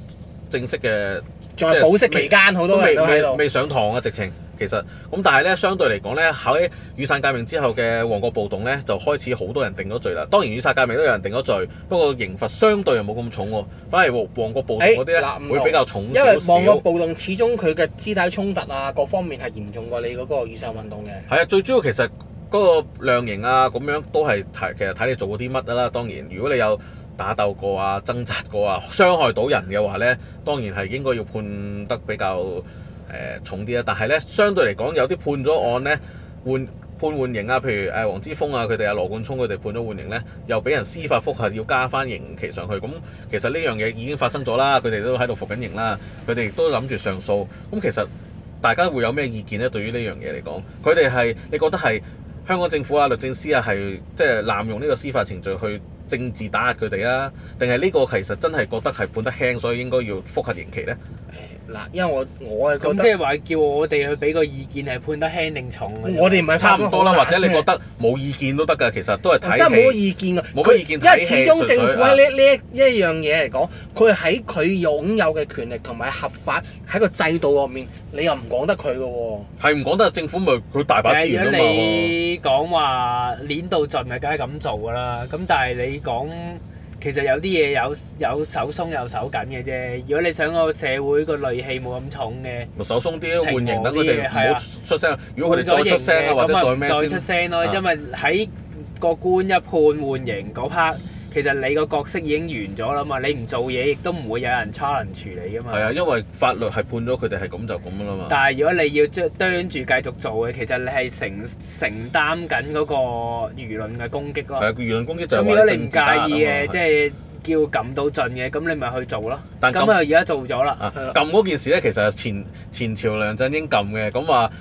Speaker 1: 正式嘅，
Speaker 2: 仲係保釋期間，好
Speaker 1: 都
Speaker 2: 多人
Speaker 1: 未
Speaker 2: 都喺
Speaker 1: 未
Speaker 2: 度。
Speaker 1: 未上堂啊，直情。其實咁，但係咧，相對嚟講咧，喺雨傘革命之後嘅旺角暴動咧，就開始好多人定咗罪啦。當然雨傘革命都有人定咗罪，不過刑罰相對又冇咁重喎，反而旺旺角暴動嗰啲咧
Speaker 2: 誒哎嗱唔同
Speaker 1: 會比較重
Speaker 2: 因為
Speaker 1: 少
Speaker 2: 望個
Speaker 1: 少。
Speaker 2: 暴動，始終佢嘅肢體衝突啊，各方面係嚴重過你嗰個雨傘運動嘅。
Speaker 1: 係啊，最主要其實嗰個量刑啊，咁樣都係睇其實睇你做過啲乜啦。當然，如果你有打鬥過啊、掙扎過啊、傷害到人嘅話咧，當然係應該要判得比較誒、呃重啲啦。但係咧，相對嚟講，有啲判咗案咧換。判緩刑啊，譬如誒黃之鋒啊，佢哋啊羅冠聰佢哋判咗緩刑咧，又俾人司法覆核要加翻刑期上去，咁其實呢樣嘢已經發生咗啦，佢哋都喺度服緊刑啦，佢哋亦都諗住上訴，咁其實大家會有咩意見咧？對於呢樣嘢嚟講，佢哋係你覺得係香港政府啊、律政司啊，係即係濫用呢個司法程序去政治打壓佢哋啊？定係呢個其實真係覺得係判得輕，所以應該要覆核刑期咧？
Speaker 2: 嗱，因為我我係覺
Speaker 3: 咁
Speaker 2: 得
Speaker 3: 即係話叫我哋去俾個意見係判得輕定重啊
Speaker 2: 我哋唔係
Speaker 1: 差唔多啦，或者你覺
Speaker 2: 覺
Speaker 1: 得冇意見都得㗎，其實都係
Speaker 3: 哦
Speaker 2: 真係冇乜
Speaker 1: 睇戲。
Speaker 2: 意見啊，
Speaker 1: 冇乜意見
Speaker 2: 佢因為
Speaker 1: 睇
Speaker 2: 始
Speaker 1: 戲
Speaker 2: 終
Speaker 1: 純粹
Speaker 2: 政府喺呢呢一呢一樣嘢嚟講，佢喺佢擁有嘅權力同埋合法喺個制度入面，你又唔講得佢嘅喎。
Speaker 1: 係唔講得，政府咪佢大把資
Speaker 3: 誒
Speaker 1: 源啊
Speaker 3: 如果
Speaker 1: 嘛。
Speaker 3: 你講話攣到盡啊，梗係咁做㗎啦。咁但係你講其實有啲嘢有有手鬆有手緊嘅啫。如果你想個社會個戾氣冇咁重嘅，
Speaker 1: 咪手鬆啲，換
Speaker 3: 平和
Speaker 1: 型等佢
Speaker 3: 啲
Speaker 1: 哋
Speaker 3: 嘅
Speaker 1: 唔
Speaker 3: 係
Speaker 1: 好
Speaker 3: 啊
Speaker 1: 出聲。如果佢哋再出聲啊，或者
Speaker 3: 咁啊
Speaker 1: 再
Speaker 3: 唔再
Speaker 1: 咩
Speaker 3: 出
Speaker 1: 先？
Speaker 3: 聲咯，
Speaker 1: 啊
Speaker 3: 因為喺個官一判緩刑嗰 part，其實你個角色已經完咗啦嘛，你唔做嘢亦都唔會有人 challenge 你噶嘛。
Speaker 1: 係啊，因為法律係判咗佢哋係咁就咁啦嘛。
Speaker 3: 但係如果你要將啄住繼續做嘅，其實你係承承擔緊嗰個輿論嘅攻擊
Speaker 1: 係啊，
Speaker 3: 咯。
Speaker 1: 輿論攻擊就
Speaker 3: 咁
Speaker 1: 係
Speaker 3: 如
Speaker 1: 話
Speaker 3: 果你
Speaker 1: 政
Speaker 3: 唔
Speaker 1: 治
Speaker 3: 介
Speaker 1: 打壓啊
Speaker 3: 意嘅，
Speaker 1: 嘛
Speaker 3: 即係叫撳到盡嘅，咁你咪去做咯。
Speaker 1: 但
Speaker 3: 咁
Speaker 1: 撳
Speaker 3: 啊，而家做咗啦。
Speaker 1: 啊
Speaker 2: 係啦
Speaker 1: 撳嗰件事咧，其實係前前朝梁振英撳嘅，咁話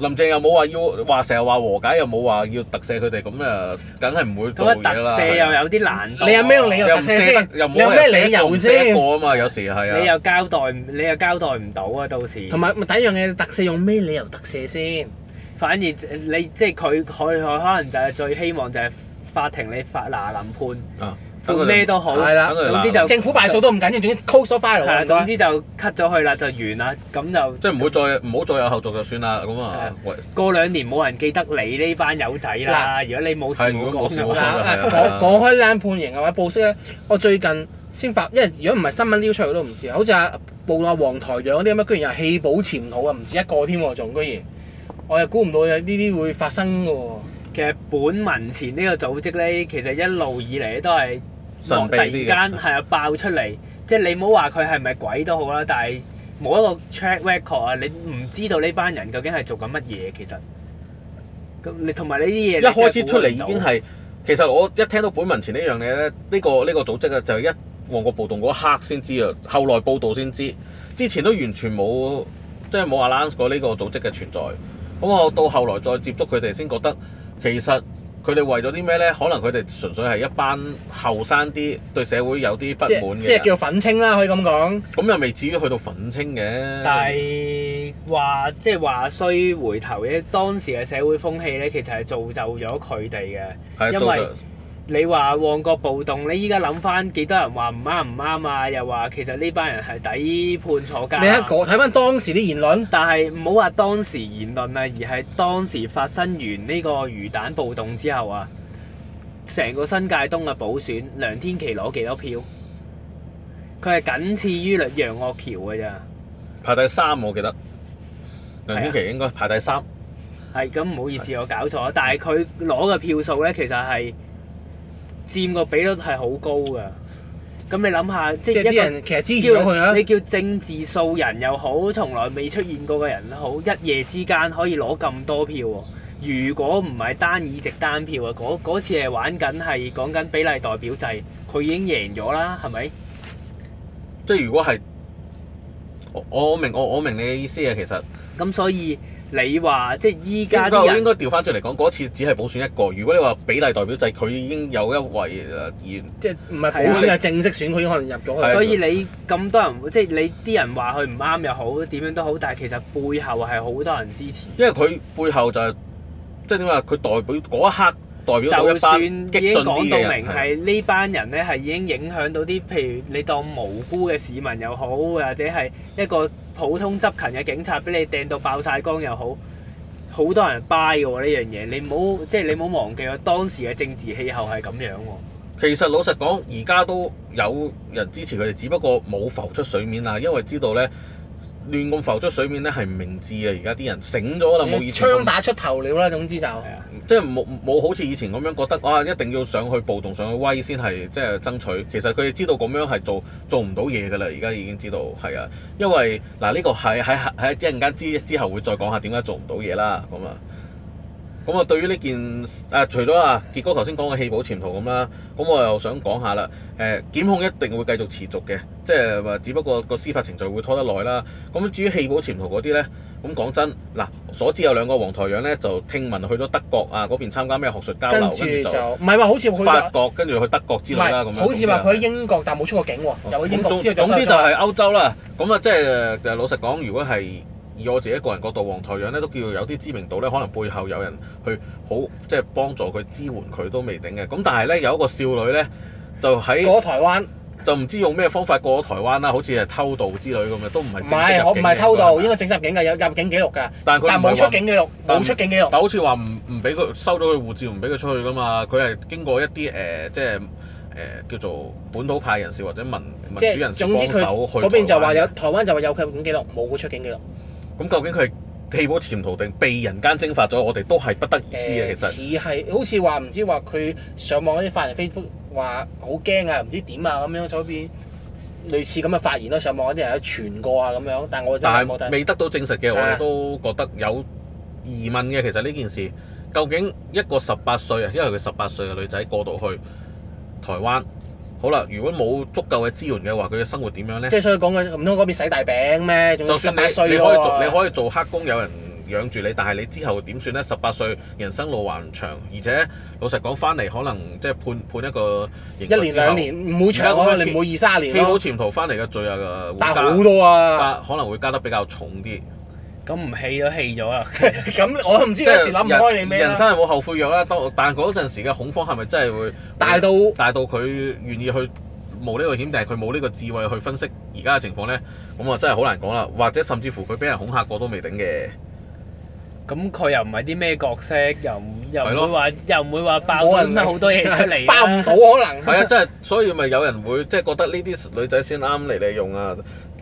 Speaker 1: 林鄭又冇話要話成日話和解，又冇話要特赦佢哋，咁啊，梗係唔會
Speaker 3: 咁啊
Speaker 1: 做，嘢啦。
Speaker 3: 特赦又有啲難度。
Speaker 2: 你有咩理由
Speaker 1: 又唔
Speaker 2: 特赦
Speaker 1: 捨
Speaker 2: 先
Speaker 1: 得，又冇
Speaker 2: 你有咩理由
Speaker 1: 寫
Speaker 2: 先
Speaker 1: 過啊嘛，有時係啊。
Speaker 3: 你又交代唔，你又交代唔到啊！到
Speaker 1: 嗯
Speaker 3: 時
Speaker 2: 同，埋咪第一樣嘢，特赦用咩理由特赦先？
Speaker 3: 反而你即係佢佢佢可能就係最希望就係法庭你發嗱臨判
Speaker 1: 啊
Speaker 3: 判咩都好，
Speaker 2: 係啦
Speaker 3: 總之就
Speaker 2: 政府敗訴都唔緊要，總之 close 咗 file
Speaker 3: 係
Speaker 2: 啊
Speaker 3: 啦，
Speaker 2: 唔該
Speaker 3: 總之就 cut 咗佢啦，就完啦，咁就。
Speaker 1: 即係唔好再唔好再有後續就算啦，咁
Speaker 3: 係
Speaker 1: 啊
Speaker 3: 啊，
Speaker 1: 喂，
Speaker 3: 過兩年冇人記得你呢班友仔啦。如果你冇事
Speaker 1: 係如
Speaker 3: 冇
Speaker 1: 果冇
Speaker 3: 講
Speaker 1: 事
Speaker 3: 嘅
Speaker 1: 冇講
Speaker 3: 話，
Speaker 1: 就
Speaker 2: 嗱，
Speaker 1: 係
Speaker 2: 誒
Speaker 1: 啊
Speaker 2: 講講開冷判刑嘅話，報息咧，我最近先發，因為如果唔係新聞撩出嚟，我都唔知啊。好似阿報阿黃台仰嗰啲咁樣，居然又棄保潛逃啊，唔止一個添喎，仲居然，我又估唔到有呢啲會發生嘅喎。
Speaker 3: 其實本民前呢個組織咧，其實一路以嚟都係
Speaker 1: 神秘
Speaker 3: 突然
Speaker 1: 啲嘅
Speaker 3: 間係啊爆出嚟，即係你唔好話佢係咪鬼都好啦，但係冇一個 check record 啊，你唔知道呢班人究竟係做緊乜嘢其實。咁你同埋呢啲嘢
Speaker 1: 一開始出嚟已
Speaker 3: 你真
Speaker 1: 經
Speaker 3: 係估唔到
Speaker 1: 係，其實我一聽到本文前呢樣嘢咧，呢、個呢、個組織啊，就一旺角暴動嗰一刻先知啊，後來報導先知，之前都完全冇即係冇 announce 過呢個組織嘅存在。咁我到後來再接觸佢哋，先覺得其實佢哋為咗啲咩咧？可能佢哋純粹係一班後生啲，對社會有 啲不
Speaker 2: 即
Speaker 1: 滿
Speaker 2: 係即
Speaker 1: 嘅
Speaker 2: 係
Speaker 1: 人，
Speaker 2: 叫粉青啦，可以咁講。
Speaker 1: 咁又未至於去到憤青嘅。
Speaker 3: 但係話即係話衰回頭嘅當時嘅社會風氣咧，其實係造就咗佢哋嘅。
Speaker 1: 係
Speaker 3: 因
Speaker 1: 到
Speaker 3: 為
Speaker 1: 就
Speaker 3: 你話旺角暴動，你依家諗翻幾多人話唔啱唔啱啊？又話其實呢班人係抵判坐
Speaker 2: 你一
Speaker 3: 監啊。
Speaker 2: 講睇翻當時啲言論，
Speaker 3: 但係唔好話當時言論啊，而係當時發生完呢個魚蛋暴動之後啊，成個新界東嘅補選，梁天琦攞幾多票？佢係僅次於楊岳橋嘅咋。
Speaker 1: 排第三，我記得梁天
Speaker 2: 啊
Speaker 1: 琦應該排第三。
Speaker 3: 係咁唔好意思，我搞錯，啊但係佢攞嘅票數咧，其實係佔個比率係好高㗎。咁你諗下，即
Speaker 2: 即係
Speaker 3: 係
Speaker 2: 啲
Speaker 3: 一個
Speaker 2: 人其實支持咗
Speaker 3: 叫
Speaker 2: 佢啊
Speaker 3: 你。叫政治素人又好，從來未出現過嘅人都好，一夜之間可以攞咁多票喎。如果唔係單議席單票啊，嗰嗰次係玩緊係講緊比例代表制，佢已經贏咗啦，係咪？
Speaker 1: 即係如果係我我明我我明你嘅意思嘅，其實
Speaker 3: 咁所以你話即係依
Speaker 1: 應
Speaker 3: 家
Speaker 1: 該
Speaker 3: 啲
Speaker 1: 我應
Speaker 3: 人
Speaker 1: 該調翻轉嚟講，嗰次只係補選一個。如果你話比例代表制，佢已經有一位呃誒議員，
Speaker 2: 即係唔係
Speaker 3: 係
Speaker 2: 補
Speaker 3: 啊
Speaker 2: 選係正式選，佢已經可能入咗去。
Speaker 3: 所以你咁多人，即係你啲人話佢唔啱又好，點樣都好，但係其實背後係好多人支持。
Speaker 1: 因為佢背後就係、即係點啊？佢代表嗰一刻代
Speaker 3: 就
Speaker 1: 表到一
Speaker 3: 算
Speaker 1: 班
Speaker 3: 已
Speaker 1: 激
Speaker 3: 經
Speaker 1: 進
Speaker 3: 講
Speaker 1: 啲嘅
Speaker 3: 到
Speaker 1: 人
Speaker 3: 明係呢班人咧，係已經影響到啲，譬如你當無辜嘅市民又好，或者係一個普通執勤嘅警察俾你掟到爆晒光又好，好多人 buy 嘅喎呢樣嘢。你唔好即係你唔好忘記喎，當時嘅政治氣候係咁樣喎。
Speaker 1: 其實老實講，而家都有人支持佢哋，只不過冇浮出水面啊啦。因為知道咧，亂咁浮出水面咧係唔明智嘅。而家啲人醒咗啦，冇以前咁
Speaker 2: 槍打出頭鳥啦，總之就
Speaker 3: 係啊，
Speaker 1: 即係冇冇好似以前咁樣覺得啊，一定要上去暴動上去威先係即係爭取。其實佢哋知道咁樣係做做唔到嘢㗎啦，而家已經知道係啊。因為嗱呢、個係喺喺一陣間之之後會再講下點解做唔到嘢啦。咁啊，咁啊對於呢件啊除咗啊傑哥頭先講嘅棄保潛逃咁啦，咁我又想講下啦。誒、檢控一定會繼續持續嘅，即係話只不過個司法程序會拖得耐啦。咁至於棄保潛逃嗰啲咧。咁講真，嗱，所知有兩個黃台仰咧，就聽聞去咗德國啊嗰邊參加咩學術交
Speaker 2: 跟
Speaker 1: 流，
Speaker 2: 住
Speaker 1: 跟住
Speaker 2: 就
Speaker 1: 就
Speaker 2: 唔係話好似佢
Speaker 1: 法
Speaker 2: 話
Speaker 1: 國，跟住去德國之類
Speaker 2: 唔
Speaker 1: 啦，
Speaker 2: 係
Speaker 1: 咁樣。
Speaker 2: 好似話佢喺英國，但冇出過境喎，又去英
Speaker 1: 哦
Speaker 2: 國
Speaker 1: 總
Speaker 2: 之後
Speaker 1: 總之就
Speaker 2: 上咗
Speaker 1: 係歐洲啦。咁啊，即係誒老實講，如果係以我自己個人角度，黃台仰咧都叫有啲知名度咧，可能背後有人去好即係幫助佢支援佢都未定嘅。咁但係咧有一個少女咧。就喺
Speaker 2: 過台灣，
Speaker 1: 就唔知用咩方法過咗台灣啦，好似係偷渡之類咁嘅，都唔係
Speaker 2: 唔
Speaker 1: 正式
Speaker 2: 係
Speaker 1: 入
Speaker 2: 我唔
Speaker 1: 境
Speaker 2: 係
Speaker 1: 嘅
Speaker 2: 偷
Speaker 1: 係
Speaker 2: 渡，
Speaker 1: 嘛
Speaker 2: 應該整入境嘅，有入境記錄㗎，
Speaker 1: 但係佢
Speaker 2: 但
Speaker 1: 唔係
Speaker 2: 冇
Speaker 1: 話
Speaker 2: 出境記錄，
Speaker 1: 但
Speaker 2: 冇出境記錄。
Speaker 1: 但好似話唔唔俾佢收咗佢護照，唔俾佢出去噶嘛。佢係經過一啲誒、呃即係誒、呃叫做本土派人士或者民民主
Speaker 2: 即係
Speaker 1: 人士
Speaker 2: 總之
Speaker 1: 幫
Speaker 2: 佢
Speaker 1: 手去
Speaker 2: 嗰邊就話
Speaker 1: 台灣
Speaker 2: 有台灣就話有佢入境記錄，冇出境記錄。
Speaker 1: 咁，究竟佢係棄保潛逃定被人間蒸發咗？我哋都係不得而知嘅。啊
Speaker 2: 誒
Speaker 1: 其實
Speaker 2: 似係好似話唔知話佢上網嗰啲發人 Facebook 話好驚啊，唔知點啊咁樣，左邊類似咁嘅發言咯，上網有啲人有傳過啊咁樣，但我真係
Speaker 1: 但
Speaker 2: 冇
Speaker 1: 係
Speaker 2: 睇。
Speaker 1: 未得到證實嘅，我
Speaker 2: 係啊
Speaker 1: 哋都覺得有疑問嘅。其實呢件事究竟一個十八歲啊，因為佢十八歲嘅女仔過到去台灣，好啦，如果冇足夠嘅資源嘅話，佢嘅生活點樣呢
Speaker 2: 即？係所以講嘅唔通嗰邊洗大餅咩？仲要
Speaker 1: 就
Speaker 2: 十
Speaker 1: 算你
Speaker 2: 八歲
Speaker 1: 你
Speaker 2: 喎
Speaker 1: 可以做你可以做黑工，有人養住你，但係你之後點算呢？十八歲人生路還長，而且老實講翻嚟，可能即係判判一個刑
Speaker 2: 一年
Speaker 1: 之後
Speaker 2: 兩，年唔會長咯，
Speaker 1: 而家咁樣
Speaker 2: 你唔會二三年
Speaker 1: 漂
Speaker 2: 咯
Speaker 1: 好，潛逃翻嚟嘅罪啊，呃會
Speaker 2: 但
Speaker 1: 加
Speaker 2: 好多啊！
Speaker 1: 加可能會加得比較重啲。
Speaker 3: 咁唔氣都氣咗啦。啊
Speaker 2: 咁我都唔知
Speaker 1: 即
Speaker 2: 嗰
Speaker 1: 係
Speaker 2: 時諗唔
Speaker 1: 人
Speaker 2: 開你咩
Speaker 1: 人
Speaker 2: 啦。
Speaker 1: 生有冇後悔藥啦？當但嗰陣時嘅恐慌係咪真係會
Speaker 2: 大到
Speaker 1: 大到佢願意去冒呢個險，但係佢冇呢個智慧去分析而家嘅情況咧？咁啊真係好難講啦。或者甚至乎佢俾人恐嚇過都未頂 嘅。
Speaker 3: 咁佢又唔係啲咩角色，又唔又
Speaker 1: 係
Speaker 3: 唔
Speaker 1: 咯
Speaker 3: 會話又唔會話爆
Speaker 2: 冇
Speaker 3: 到
Speaker 2: 人
Speaker 3: 咁好多嘢出嚟啊啦。
Speaker 2: 爆唔到可能。
Speaker 1: 係啊，真係所以咪有人會即係覺得呢啲女仔先啱嚟利用啊。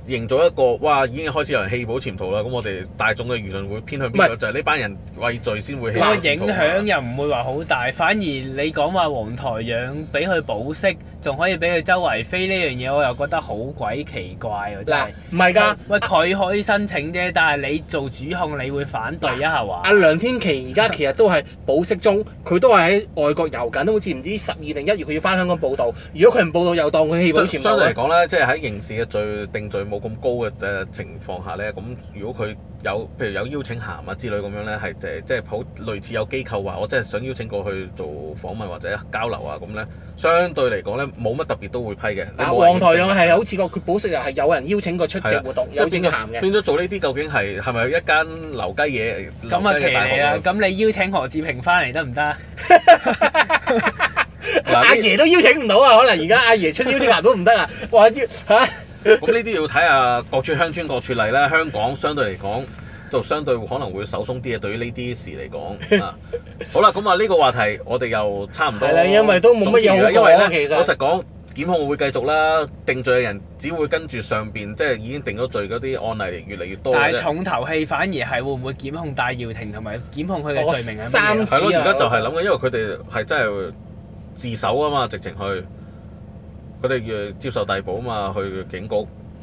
Speaker 1: 營造一個哇，已經開始有人棄保潛逃啦。咁我哋大眾嘅輿論會偏向邊
Speaker 2: 唔
Speaker 1: 個？就係呢班人畏罪先會棄
Speaker 3: 個
Speaker 1: 保
Speaker 3: 影
Speaker 1: 潛逃啊
Speaker 3: 響又唔會話好大，反而你講話黃台養俾佢保釋，仲可以俾佢周圍飛呢樣嘢，我又覺得好鬼奇怪喎！真
Speaker 2: 嗱啊
Speaker 3: 係。，
Speaker 2: 唔係㗎。
Speaker 3: 喂，佢可以申請啫，但係你做主控，你會反對一下話
Speaker 2: 阿？梁天琪而家其實都係保釋中，佢都係喺外國遊緊，好似唔知十二定一月佢要翻香港報道。如果佢唔報道，又當佢棄保
Speaker 1: 相
Speaker 2: 潛
Speaker 1: 相對嚟
Speaker 2: 逃。
Speaker 1: 講咧，即係喺刑事嘅罪定罪冇咁高嘅誒情況下咧，咁如果佢有譬如有邀請函啊之類咁樣咧，係誒即係好類似有機構話我真係想邀請過去做訪問或者交流啊咁咧，相對嚟講咧冇乜特別都會批嘅。你
Speaker 2: 啊，
Speaker 1: 冇人
Speaker 2: 黃台
Speaker 1: 認
Speaker 2: 養
Speaker 1: 證
Speaker 2: 係好似個佢保釋又係有人邀請佢出
Speaker 1: 係
Speaker 2: 席
Speaker 1: 啊
Speaker 2: 活動，
Speaker 1: 即
Speaker 2: 有
Speaker 1: 係變
Speaker 2: 正
Speaker 1: 咗
Speaker 2: 函嘅。
Speaker 1: 變咗做呢啲究竟係係咪一間留雞嘢？
Speaker 3: 咁啊，
Speaker 1: 留
Speaker 3: 騎
Speaker 1: 雞嘢大
Speaker 3: 你
Speaker 1: 學
Speaker 3: 啦！
Speaker 1: 啊
Speaker 3: 咁你邀請何志平翻嚟得唔
Speaker 2: 啊
Speaker 3: 得？
Speaker 1: 嗱
Speaker 2: 阿
Speaker 1: 呢
Speaker 2: 爺都邀請唔到啊，可能而家阿爺出邀請函都 唔得啊！哇，邀嚇
Speaker 1: 咁呢啲要睇下各處鄉村各處例啦。香港相對嚟講，就相對可能會手鬆啲嘅。啊對於呢啲事嚟 講，啊，好啦，咁啊呢個話題我哋又差唔多。
Speaker 2: 係啦因為都冇乜嘢好
Speaker 1: 總
Speaker 2: 講啊
Speaker 1: 結啦因為咧
Speaker 2: 其實
Speaker 1: 老實講，檢控會繼續啦，定罪嘅人只會跟住上邊即係已經定咗罪嗰啲案例越嚟越多
Speaker 3: 但
Speaker 1: 嘅
Speaker 3: 係
Speaker 1: 啫。
Speaker 3: 重頭戲反而係會唔會檢控戴耀廷同埋檢控佢嘅罪名係
Speaker 2: 我
Speaker 3: 乜嘢
Speaker 2: 三
Speaker 3: 啊？
Speaker 1: 係咯，而家就係
Speaker 2: 我
Speaker 1: 諗緊，因為佢哋係真係自首啊嘛，直情去佢哋要接受逮捕啊嘛，去警局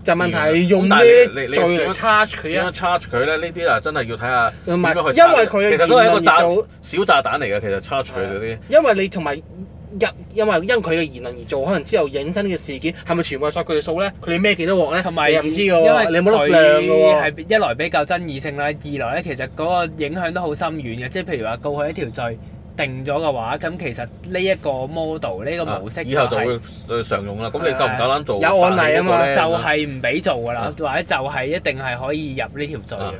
Speaker 2: 就問題
Speaker 1: 咁
Speaker 2: 用咩
Speaker 1: 但係你你
Speaker 2: 罪
Speaker 1: 你
Speaker 2: 嚟
Speaker 1: 點樣
Speaker 2: charge 佢
Speaker 1: 點
Speaker 2: 啊
Speaker 1: 樣？charge 佢咧？呢啲啊真係要睇下
Speaker 2: 唔
Speaker 1: 點樣
Speaker 2: 係
Speaker 1: 去
Speaker 2: 因
Speaker 1: charge
Speaker 2: 為佢嘅
Speaker 1: 其實都係一個炸
Speaker 2: 言論而做
Speaker 1: 小炸彈嚟嘅，其實 charge 佢
Speaker 2: 啊
Speaker 1: 嗰啲。
Speaker 2: 因為你同埋因因為因佢嘅言論而做，可能之後引申嘅事件係咪全部係索佢哋數咧？佢哋孭幾多鑊咧？
Speaker 3: 同埋
Speaker 2: 你又唔知嘅
Speaker 3: 因為
Speaker 2: 喎，你冇得量嘅喎。
Speaker 3: 佢係一來比較爭議性啦，二來咧其實嗰個影響都好深遠嘅，即係譬如話告佢一條罪定咗嘅話，咁其實呢一個 model 呢個模式
Speaker 1: 啊以後就
Speaker 3: 就係啊
Speaker 1: 會呃常用啦。咁你夠唔夠膽做？
Speaker 2: 有案例啊嘛
Speaker 1: 反
Speaker 3: 就
Speaker 1: 起嗰個咧
Speaker 3: 係唔俾做
Speaker 1: 啊
Speaker 3: 噶啦，或者就係一定係可以入呢條罪啦。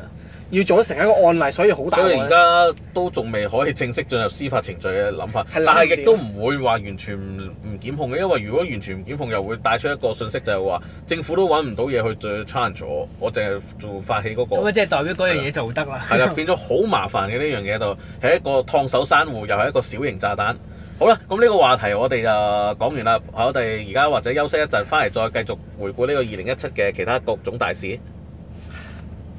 Speaker 2: 要做成一個案例，所以好大
Speaker 1: 所以而
Speaker 2: 鑊。
Speaker 1: 家都仲未可以正式進入司法程序嘅諗法，
Speaker 2: 係啊
Speaker 1: 但
Speaker 2: 諗
Speaker 1: 係亦都唔會話完全唔唔檢控嘅，因為如果完全唔檢控，又會帶出一個信息就係話政府都揾唔到嘢去再 challenge 我，我淨係做發起嗰個
Speaker 3: 咁啊，即係代表嗰樣嘢做得啦。
Speaker 1: 係啦，變咗好麻煩嘅呢樣嘢就係一個燙手山芋，又係一個小型炸彈。好啦，咁呢個話題我哋就講完啦。我哋而家或者休息一陣，翻嚟再繼續回顧呢個二零一七嘅其他各種大事。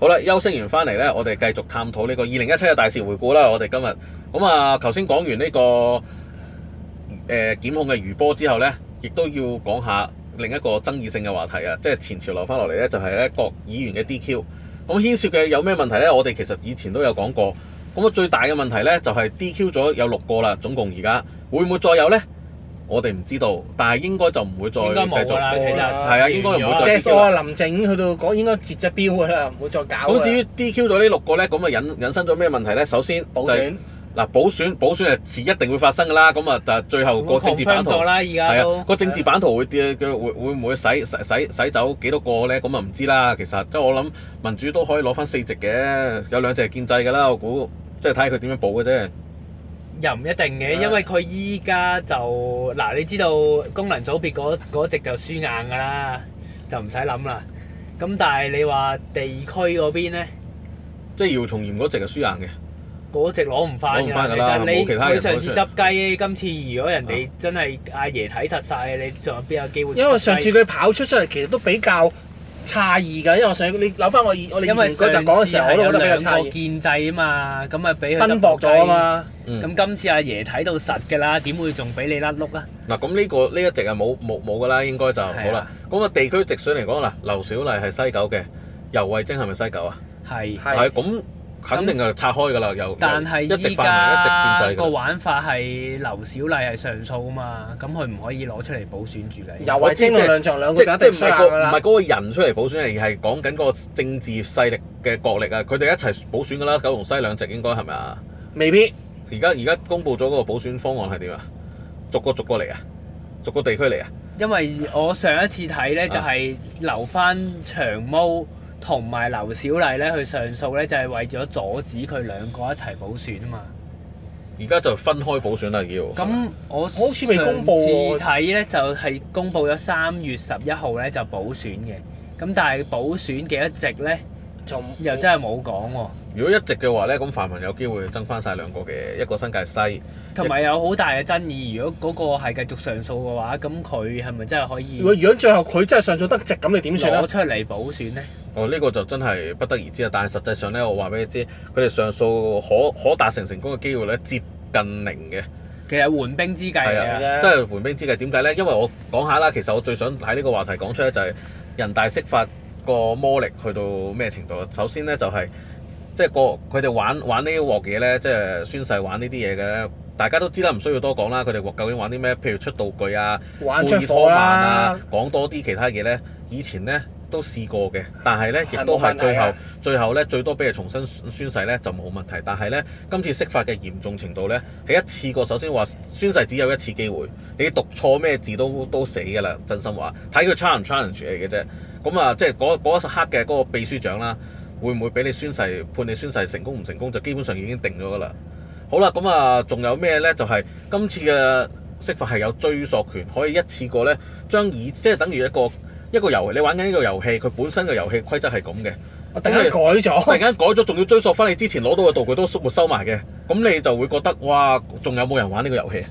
Speaker 1: 好啦，休息完翻嚟呢，我哋繼續探討呢個二零一七嘅大事回顧啦。我哋今日咁啊，頭先講完呢、個誒、呃、檢控嘅餘波之後呢，亦都要講下另一個爭議性嘅話題啊，即係前潮流翻落嚟呢，就係呢各議員嘅 DQ。咁牽涉嘅有咩問題呢？我哋其實以前都有講過。咁啊，最大嘅問題呢，就係 DQ 咗有六個啦，總共而家會唔會再有呢？我哋唔知道，但係應該就唔會再
Speaker 3: 應該冇
Speaker 1: 繼續
Speaker 3: 㗎啦，其實
Speaker 2: 係
Speaker 1: 啊應該唔會再
Speaker 3: 完咗啦
Speaker 2: d e s 啊，林鄭去到講應該截咗標㗎啦，唔好再搞啦。
Speaker 1: 咁至於 DQ 咗呢六個呢，咁啊引引申咗咩問題呢？首先就
Speaker 2: 補
Speaker 1: 係
Speaker 2: 選，
Speaker 1: 嗱，補選補選係事一定會發生㗎啦，咁啊，但係最後個政治版圖
Speaker 3: 咗啦，而家
Speaker 1: 係
Speaker 3: 都
Speaker 1: 啊，個政治版圖會跌嘅會會唔會洗洗洗洗走幾多個咧？咁啊唔知啦。其實即係我諗民主都可以攞翻四席嘅，有兩隻係建制㗎啦。我估即係睇下佢點樣補嘅啫。
Speaker 3: 又唔一定嘅，
Speaker 2: 係
Speaker 3: 因為佢依家就嗱，你知道功能組別嗰嗰席就輸硬㗎啦，就唔使諗啦。咁但係你話地區嗰邊咧，
Speaker 1: 即係姚松炎嗰席係輸硬嘅，
Speaker 3: 嗰席攞唔翻
Speaker 1: 攞唔
Speaker 3: 㗎
Speaker 1: 返
Speaker 3: 啦。
Speaker 1: 㗎啦
Speaker 3: 其實你
Speaker 1: 冇其他人
Speaker 3: 佢上次
Speaker 1: 攞出嚟
Speaker 3: 執雞，今次如果人哋真係阿爺睇實晒，你仲有邊有機會？
Speaker 2: 因為上次佢跑出出嚟，其實都比較詫異㗎，因為我想你扭翻我以我哋以
Speaker 3: 因為
Speaker 2: 前嗰集
Speaker 3: 上
Speaker 2: 講嘅
Speaker 3: 次
Speaker 2: 時候，我
Speaker 3: 係
Speaker 2: 都覺
Speaker 3: 有
Speaker 2: 得比較
Speaker 3: 兩
Speaker 2: 詫
Speaker 3: 個
Speaker 2: 異，
Speaker 3: 建制啊嘛，咁啊俾佢
Speaker 2: 分薄咗啊嘛。
Speaker 1: 嗯
Speaker 3: 執到雞。咁今次阿爺睇到實嘅啦，點會仲俾你甩碌啊？
Speaker 1: 嗱，咁呢個呢一席啊冇冇冇噶啦，應該就
Speaker 3: 係啊
Speaker 1: 好啦。咁啊，地區直選嚟講嗱，劉小麗係西九嘅，游慧晶係咪西九啊？
Speaker 3: 係。
Speaker 2: 係
Speaker 1: 係咁，肯定係拆開噶啦，又
Speaker 3: 但係
Speaker 1: 又一直
Speaker 3: 依
Speaker 1: 泛民
Speaker 3: 家
Speaker 1: 一直建制
Speaker 3: 個
Speaker 1: 㗎。
Speaker 3: 玩法係劉小麗係上訴啊嘛，咁佢唔可以攞出嚟補選住嘅。
Speaker 2: 尤為精同兩場兩
Speaker 1: 即
Speaker 2: 啊個就一
Speaker 1: 即唔
Speaker 2: 定衰
Speaker 1: 係
Speaker 2: 硬
Speaker 1: 個
Speaker 2: 㗎
Speaker 1: 唔係
Speaker 2: 啦。
Speaker 1: 嗰個人出嚟補選，而係講緊個政治勢力嘅角力啊！佢哋一齊補選噶啦，九龍西兩席應該係咪啊？
Speaker 2: 未必
Speaker 1: 而家而家公布咗嗰個補選方案係點啊？逐個逐個嚟啊，逐個地區嚟啊！
Speaker 3: 因為我上一次睇咧，
Speaker 1: 啊
Speaker 3: 就係留翻長毛同埋劉小麗咧去上訴咧，就係為咗阻止佢兩個一齊補選啊嘛。哦
Speaker 1: 而家就分開補選啦，要
Speaker 3: 咁我
Speaker 2: 好似未公佈喎
Speaker 3: 上次睇咧就係公佈咗三月十一號咧就補選嘅，咁但係補選幾多席咧
Speaker 2: 就
Speaker 3: 又真係冇講喎，
Speaker 1: 如果一直嘅話咧，咁泛民有機會爭翻晒兩個嘅，一個新界西。
Speaker 3: 同埋有好大嘅爭議。如果嗰個係繼續上訴嘅話，咁佢係咪真係可以
Speaker 2: 如果如果最後佢真係上訴得直，咁你點算
Speaker 3: 攞
Speaker 1: 啊
Speaker 2: 咧？
Speaker 3: 出嚟補選咧？
Speaker 1: 哦，呢、個就真係不得而知啊！但係實際上咧，我話俾你知，佢哋上訴可可達成成功嘅機會咧，接近零嘅，
Speaker 3: 其實緩兵之計嚟
Speaker 1: 係
Speaker 3: 嘅
Speaker 1: 啊，
Speaker 2: 嘅啫
Speaker 1: 真係緩兵之計。點解咧？因為我講下啦，其實我最想喺呢個話題講出咧，就係人大釋法個魔力去到咩程度啊？首先咧就係、即係個佢哋玩玩呢鑊嘢咧，即係宣誓玩呢啲嘢嘅咧，大家都知啦，唔需要多講啦。佢哋究竟玩啲咩？譬如出道具啊。
Speaker 2: 玩
Speaker 1: 故
Speaker 2: 出
Speaker 1: 意拖
Speaker 2: 火
Speaker 1: 慢
Speaker 2: 啦
Speaker 1: 啊，，講多啲其他嘢咧，以前咧都試過嘅，但係咧亦
Speaker 2: 係
Speaker 1: 都
Speaker 2: 冇
Speaker 1: 係
Speaker 2: 問題
Speaker 1: 最後
Speaker 2: 啊
Speaker 1: 最後咧最多俾人重新宣宣誓咧就冇問題，但係咧今次釋法嘅嚴重程度咧係一次過，首先話宣誓只有一次機會，你讀錯咩字都都死㗎啦，真心話睇佢 challenge 唔 challenge 嚟嘅啫。咁啊，即係嗰嗰一刻嘅嗰個秘書長啦，會唔會俾你宣誓判你宣誓成功唔成功，就基本上已經定咗㗎啦。好啦，咁啊，仲有咩呢？就係、今次嘅釋法係有追溯權，可以一次過呢將以即係等於一個一個遊，你玩緊呢個遊戲，佢本身嘅遊戲規則係咁嘅，
Speaker 3: 哦
Speaker 2: 我突然間改
Speaker 1: 突然
Speaker 2: 咗，
Speaker 1: 間改咗，仲要追溯翻你之前攞到嘅道具都沒收埋嘅，咁你就會覺得哇，仲有冇人玩呢個遊戲啊？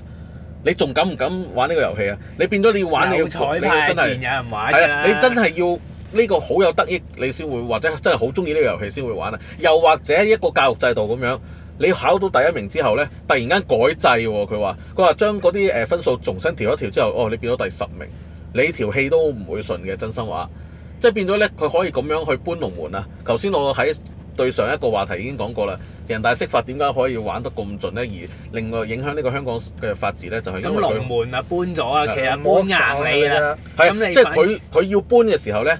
Speaker 1: 你仲敢唔敢玩呢個遊戲啊？你變咗你要玩，你要
Speaker 3: 有彩
Speaker 1: 你要
Speaker 3: 排
Speaker 1: 真
Speaker 3: 自
Speaker 1: 係
Speaker 3: 然。有人玩
Speaker 1: 係
Speaker 3: 㗎
Speaker 1: 啊，
Speaker 3: 啦。
Speaker 1: 你真係要呢個好有得益，你先會或者真係好中意呢個遊戲先會玩啊。又或者一個教育制度咁樣，你考到第一名之後呢，突然間改制喎，佢話佢話將嗰啲呃誒分數重新調一調之後，哦，你變咗第十名，你條氣都唔會順嘅，真心話。啊即係變咗呢，佢可以咁樣去搬龍門啊！頭先我喺對上一個話題已經講過啦，人大釋法點解可以玩得咁盡呢？而另外影響呢個香港嘅法治呢，就係、
Speaker 3: 咁
Speaker 1: 因為佢
Speaker 3: 龍門啊搬咗啊，其實
Speaker 2: 唔好
Speaker 3: 搬硬你
Speaker 2: 走
Speaker 3: 啦。
Speaker 2: 啦。
Speaker 1: 係
Speaker 3: 咁
Speaker 1: 啊，
Speaker 3: 你
Speaker 1: 即係
Speaker 3: 反
Speaker 1: 佢佢要搬嘅時候咧，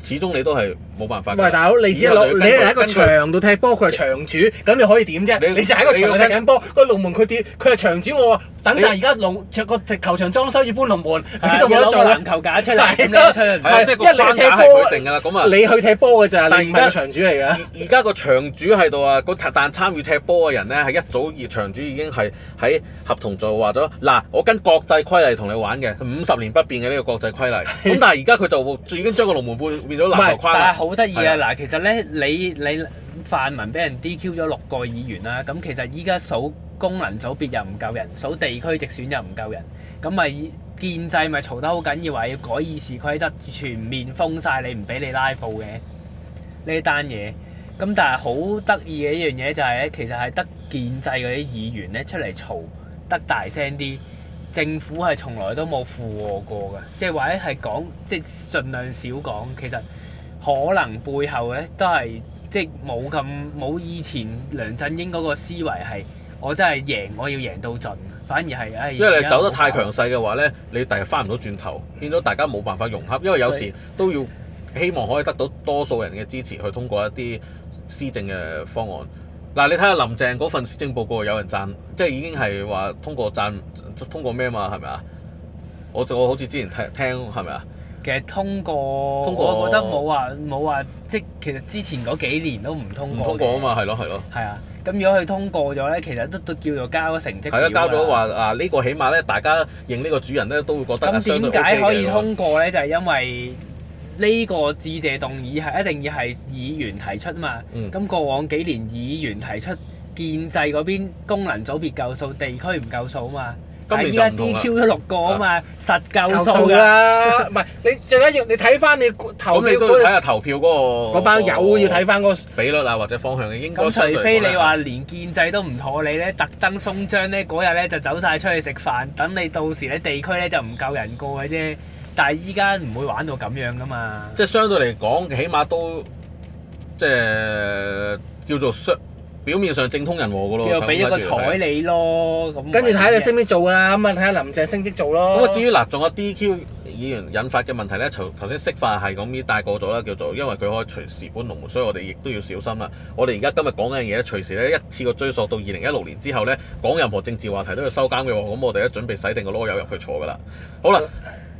Speaker 1: 始終你都係冇辦法㗎。
Speaker 2: 喂，大佬，你只係
Speaker 1: 以後就
Speaker 2: 攞
Speaker 1: 要
Speaker 2: 你
Speaker 1: 根據
Speaker 2: 係喺個
Speaker 1: 根據
Speaker 2: 場度踢波，佢係場主，咁你可以點啫？
Speaker 1: 你
Speaker 2: 你就喺個場度
Speaker 1: 你
Speaker 2: 踢
Speaker 1: 要
Speaker 2: 緊波，個龍門佢點？佢係場主，我話等陣
Speaker 1: 你
Speaker 2: 而家龍個球場裝修要搬龍門，
Speaker 3: 係啊
Speaker 2: 呢度冇
Speaker 3: 要
Speaker 2: 得
Speaker 3: 攞
Speaker 2: 做
Speaker 3: 個
Speaker 2: 啦
Speaker 3: 籃。球架出嚟，咁
Speaker 2: 係
Speaker 3: 你
Speaker 2: 啦
Speaker 3: 都出嚟唔
Speaker 1: 係啊，
Speaker 3: 到
Speaker 1: 即係個
Speaker 2: 因為你
Speaker 1: 框架係
Speaker 2: 踢波
Speaker 1: 佢定㗎啦。咁啊，
Speaker 2: 你去踢波嘅咋，
Speaker 1: 但係
Speaker 2: 你唔係
Speaker 1: 而家
Speaker 2: 個場主嚟㗎。
Speaker 1: 而而家個場主喺度啊，個但參與踢波嘅人咧係一早而場主已經係喺合同就話咗嗱，我跟國際規例同你玩嘅，五十年不變嘅呢個國際規 例。咁但係而家佢就已經將個龍門變變咗籃球框
Speaker 3: 但係
Speaker 1: 啦。
Speaker 3: 好得意
Speaker 1: 係
Speaker 3: 啊！嗱，其實咧，你你泛民俾人 DQ 咗六個議員啦，咁其實依家數功能組別又唔夠人，數地區直選又唔夠人，咁咪建制咪嘈得好緊要，話要改議事規則，全面封晒你，唔俾你拉布嘅呢單嘢。咁但係好得意嘅一樣嘢就係咧，其實係得建制嗰啲議員咧出嚟嘈得大聲啲。政府係從來都冇附和過嘅，即係或者係講，即係盡量少講。其實可能背後咧都係即係冇咁冇以前梁振英嗰個思維係，我真係贏我要贏到盡，啊反而係唉。
Speaker 1: 因為你走得
Speaker 3: 而
Speaker 1: 太
Speaker 3: 家冇
Speaker 1: 強勢嘅話咧，你第日翻唔到轉頭，變咗大家冇辦法融合，因為有時都要希望可以得到多數人嘅支持去通過一啲施政嘅方案。嗱，你睇下林鄭嗰份施政報告有人讚，即係已經係話通過讚通過咩嘛，係咪啊？我我好似之前聽聽係咪啊？
Speaker 3: 其實通過，
Speaker 1: 通過
Speaker 3: 我覺得冇話冇話，即係其實之前嗰幾年都唔通
Speaker 1: 唔
Speaker 3: 過。
Speaker 1: 通過啊。嘛，係咯係咯。
Speaker 3: 係啊，咁如果佢通過咗咧，其實都都叫做交咗成績
Speaker 1: 係啦，
Speaker 3: 表
Speaker 1: 交咗
Speaker 3: 啦
Speaker 1: 話啊，呢個起碼咧，大家認呢個主人咧，都會覺得啊相對
Speaker 3: 咁
Speaker 1: OK
Speaker 3: 點解可以
Speaker 1: 嘅
Speaker 3: 通過咧？就係、因為呢個致謝動議係一定要係議員提出嘛。
Speaker 1: 嗯
Speaker 3: 咁、過往幾年議員提出建制嗰邊功能組別夠數，地區唔夠數嘛。
Speaker 1: 今
Speaker 3: 但係
Speaker 1: 年
Speaker 3: 依
Speaker 1: 就唔同
Speaker 3: 家
Speaker 1: 啦
Speaker 3: DQ 咗六個啊嘛，實夠數
Speaker 2: 數
Speaker 3: 㗎。
Speaker 2: 啦，唔係你最緊要你睇翻你
Speaker 1: 咁
Speaker 2: 投票
Speaker 1: 你都要睇
Speaker 2: 嗰
Speaker 1: 下投票嗰個
Speaker 2: 嗰班友要睇翻嗰個
Speaker 1: 比率啊，或者方向嘅應該
Speaker 3: 咁
Speaker 1: 相對嚟講呢。
Speaker 3: 除非你話連建制都唔妥你咧，特登鬆張咧，嗰日咧就走晒出去食飯，等你到時咧地區咧就唔夠人過嘅啫。但係依家唔會玩到咁樣噶嘛。
Speaker 1: 即係相對嚟講，起碼都即係叫做相表面上正通人和嘅咯。
Speaker 3: 叫做俾一個彩
Speaker 1: 哦咁
Speaker 3: 你咯，咁
Speaker 2: 跟住睇你識唔識做㗎啦，咁啊睇下林鄭識唔識做
Speaker 1: 咁
Speaker 2: 咯
Speaker 1: 啊，。至於嗱，仲有 DQ 議員引發嘅問題咧，頭頭先釋法係咁已帶過咗啦，叫做因為佢可以隨時搬龍門，所以我哋亦都要小心啦。我哋而家今日講緊嘅嘢咧，隨時咧一次過追溯到二零一六年之後咧，講任何政治話題都要收監嘅喎。咁我哋咧準備洗定個籮柚入去坐噶啦。好啦，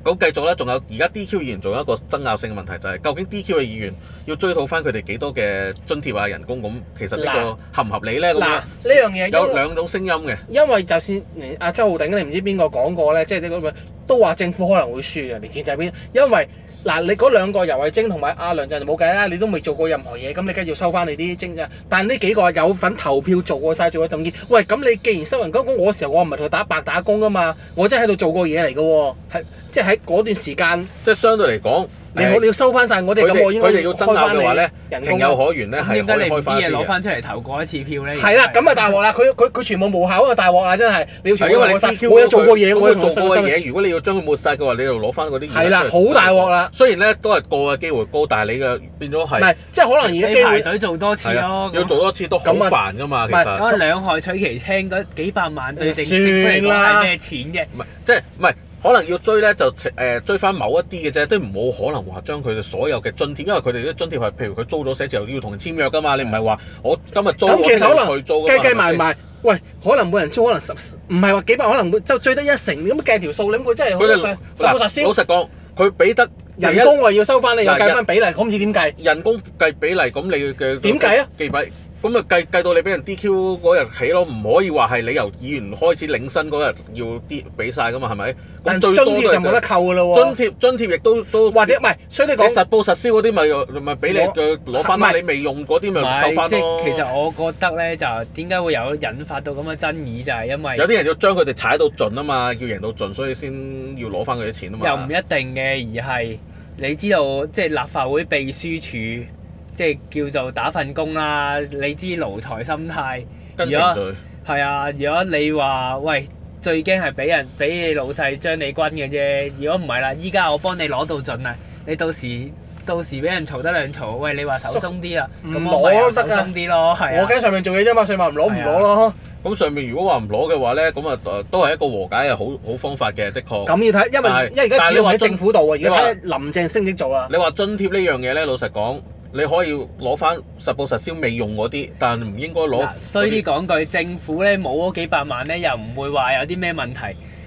Speaker 1: 咁繼續咧，仲有而家 DQ 議員仲有一個爭拗性嘅問題，就係、究竟 DQ 嘅議員要追討翻佢哋幾多嘅津貼啊、人工咁，其實呢
Speaker 2: 嗱
Speaker 1: 個合唔合理咧？咁
Speaker 2: 嗱
Speaker 1: 樣
Speaker 2: 呢樣嘢因
Speaker 1: 有
Speaker 2: 為
Speaker 1: 兩種聲音嘅。
Speaker 2: 因為就算連阿周浩鼎，你唔知邊個講過咧，即係你咁樣都話政府可能會輸嘅，連建制邊，因為嗱你嗰兩個游蕙禎同埋阿梁振就冇計啦，你都未做過任何嘢，咁你梗係要收翻你啲精啫。但呢幾個有份投票做過晒，做過動議，喂咁你既然收人工，咁我嗰時候我唔係同佢打白打工噶嘛，我真係喺度做過嘢嚟嘅喎，係即係喺嗰段時間，
Speaker 1: 即係相對嚟講，
Speaker 2: 你
Speaker 1: 誒
Speaker 2: 好你要收翻晒我哋
Speaker 1: 佢
Speaker 2: 咁，我
Speaker 1: 哋
Speaker 2: 應該
Speaker 1: 佢哋要爭
Speaker 2: 開
Speaker 1: 拗
Speaker 2: 翻
Speaker 1: 嘅話咧
Speaker 2: 你，人
Speaker 1: 情
Speaker 2: 工啊
Speaker 1: 有
Speaker 2: 啦。
Speaker 1: 可原咧
Speaker 3: 咁
Speaker 1: 係
Speaker 3: 點解
Speaker 1: 可
Speaker 3: 你
Speaker 1: 以
Speaker 3: 唔
Speaker 1: 開
Speaker 3: 啲
Speaker 1: 翻
Speaker 3: 嘢
Speaker 1: 啲
Speaker 3: 攞
Speaker 1: 嘅。
Speaker 3: 翻出嚟投過一次票咧？
Speaker 2: 係啦，咁啊大鑊啦！佢佢佢全部無效啊！大鑊啊，真係你要全
Speaker 1: 係
Speaker 2: 部
Speaker 1: 因為你
Speaker 2: 冇晒
Speaker 1: DQ
Speaker 2: 我有啊做過嘢，
Speaker 1: 佢
Speaker 2: 我有
Speaker 1: 佢做過
Speaker 2: 過
Speaker 1: 嘅。嘢，如果你要將佢抹晒嘅話，你就攞翻嗰啲。
Speaker 2: 係啦好大鑊啦
Speaker 1: 雖然咧都係過嘅機會高，但係你嘅變咗
Speaker 2: 唔
Speaker 1: 係
Speaker 2: 係，即係可能而家
Speaker 3: 你
Speaker 2: 機
Speaker 3: 排
Speaker 2: 會
Speaker 3: 隊做多次
Speaker 1: 係
Speaker 3: 咯
Speaker 1: 啊，，要做多次都好
Speaker 2: 咁啊
Speaker 1: 煩噶嘛，其
Speaker 2: 唔係
Speaker 1: 實
Speaker 3: 咁。啊兩害取其輕，嗰幾百萬對政府嚟講
Speaker 2: 算啦
Speaker 3: 係咩錢啫？
Speaker 1: 唔係，即係唔係？可能要追咧，就誒、呃追翻某一啲嘅啫，都冇可能話將佢哋所有嘅津貼，因為佢哋啲津貼係譬如佢租咗寫字樓要同人簽約噶嘛，你唔係話我今日租，
Speaker 2: 咁其實可能
Speaker 1: 我聽日去租㗎嘛
Speaker 2: 計計埋，
Speaker 1: 係咪
Speaker 2: 埋，喂，可能每人租可能十，唔係話幾百，可能每就最低一成咁計條數，你咁佢真係好
Speaker 1: 先佢哋
Speaker 2: 實實報實
Speaker 1: 嗱老
Speaker 2: 銷。
Speaker 1: 實講，佢俾得
Speaker 2: 人工我又要收翻你，又
Speaker 1: 嗱
Speaker 2: 計翻比例，我唔知點計。
Speaker 1: 人工計比例，咁你嘅
Speaker 2: 點計啊？
Speaker 1: 計比咁啊計計到你俾人 DQ 嗰日起咯，唔可以話係你由議員開始領薪嗰日要啲俾晒噶嘛，係咪？
Speaker 2: 但
Speaker 1: 咁
Speaker 2: 津
Speaker 1: 最
Speaker 2: 貼
Speaker 1: 多
Speaker 2: 就
Speaker 1: 都
Speaker 2: 冇得
Speaker 1: 係
Speaker 2: 扣噶咯
Speaker 1: 就
Speaker 2: 喎，
Speaker 1: 津貼，津貼亦都都
Speaker 2: 或者唔係，所以你
Speaker 1: 你實
Speaker 2: 講
Speaker 1: 報實銷嗰啲咪咪俾你
Speaker 2: 我
Speaker 1: 嘅攞翻
Speaker 2: 唔
Speaker 1: 啦，
Speaker 2: 係
Speaker 1: 你未用嗰啲
Speaker 3: 唔
Speaker 1: 咪啊扣
Speaker 3: 係
Speaker 1: 翻
Speaker 3: 即
Speaker 1: 咯
Speaker 3: 係。其實我覺得咧，就點解會有引發到咁嘅爭議，就係因為
Speaker 1: 有啲人要將佢哋踩到盡啊嘛，要贏到盡，所以先要攞翻佢啲錢啊嘛。
Speaker 3: 又唔一定嘅，而係你知道，即係立法會秘書處，即係叫做打份工啦。你知奴才心態，
Speaker 2: 啊
Speaker 1: 跟程序，
Speaker 3: 係啊。如果你話喂，最驚係俾人俾你老細將你軍嘅啫。如果唔係啦，依家我幫你攞到盡啦，你到時到時俾人嘈得兩嘈，喂，你話手鬆啲啊，
Speaker 2: 唔
Speaker 3: 咁我咪
Speaker 2: 攞
Speaker 3: 又
Speaker 2: 得
Speaker 3: 手
Speaker 2: 啊
Speaker 3: 鬆啲咯，係
Speaker 2: 我
Speaker 3: 啊。
Speaker 2: 喺上面做嘢啫嘛，上面唔攞唔攞
Speaker 1: 啊
Speaker 2: 咯。
Speaker 1: 咁上面如果話唔攞嘅話咧，咁啊呃都係一個和解嘅好好方法嘅，的確。
Speaker 2: 咁要睇，因
Speaker 1: 但
Speaker 2: 為
Speaker 1: 係
Speaker 2: 因為而家
Speaker 1: 但係
Speaker 2: 只
Speaker 1: 你
Speaker 2: 用
Speaker 1: 話
Speaker 2: 喺
Speaker 1: 津
Speaker 2: 政府度啊，而家
Speaker 1: 你話
Speaker 2: 睇下林鄭升唔升做啊啦。
Speaker 1: 你話津貼呢樣嘢咧，老實講，你可以攞翻實報實銷未用嗰啲，但唔應該攞
Speaker 3: 嗱，衰啲講句，政府咧冇嗰幾百萬咧，又唔會話有啲咩問題。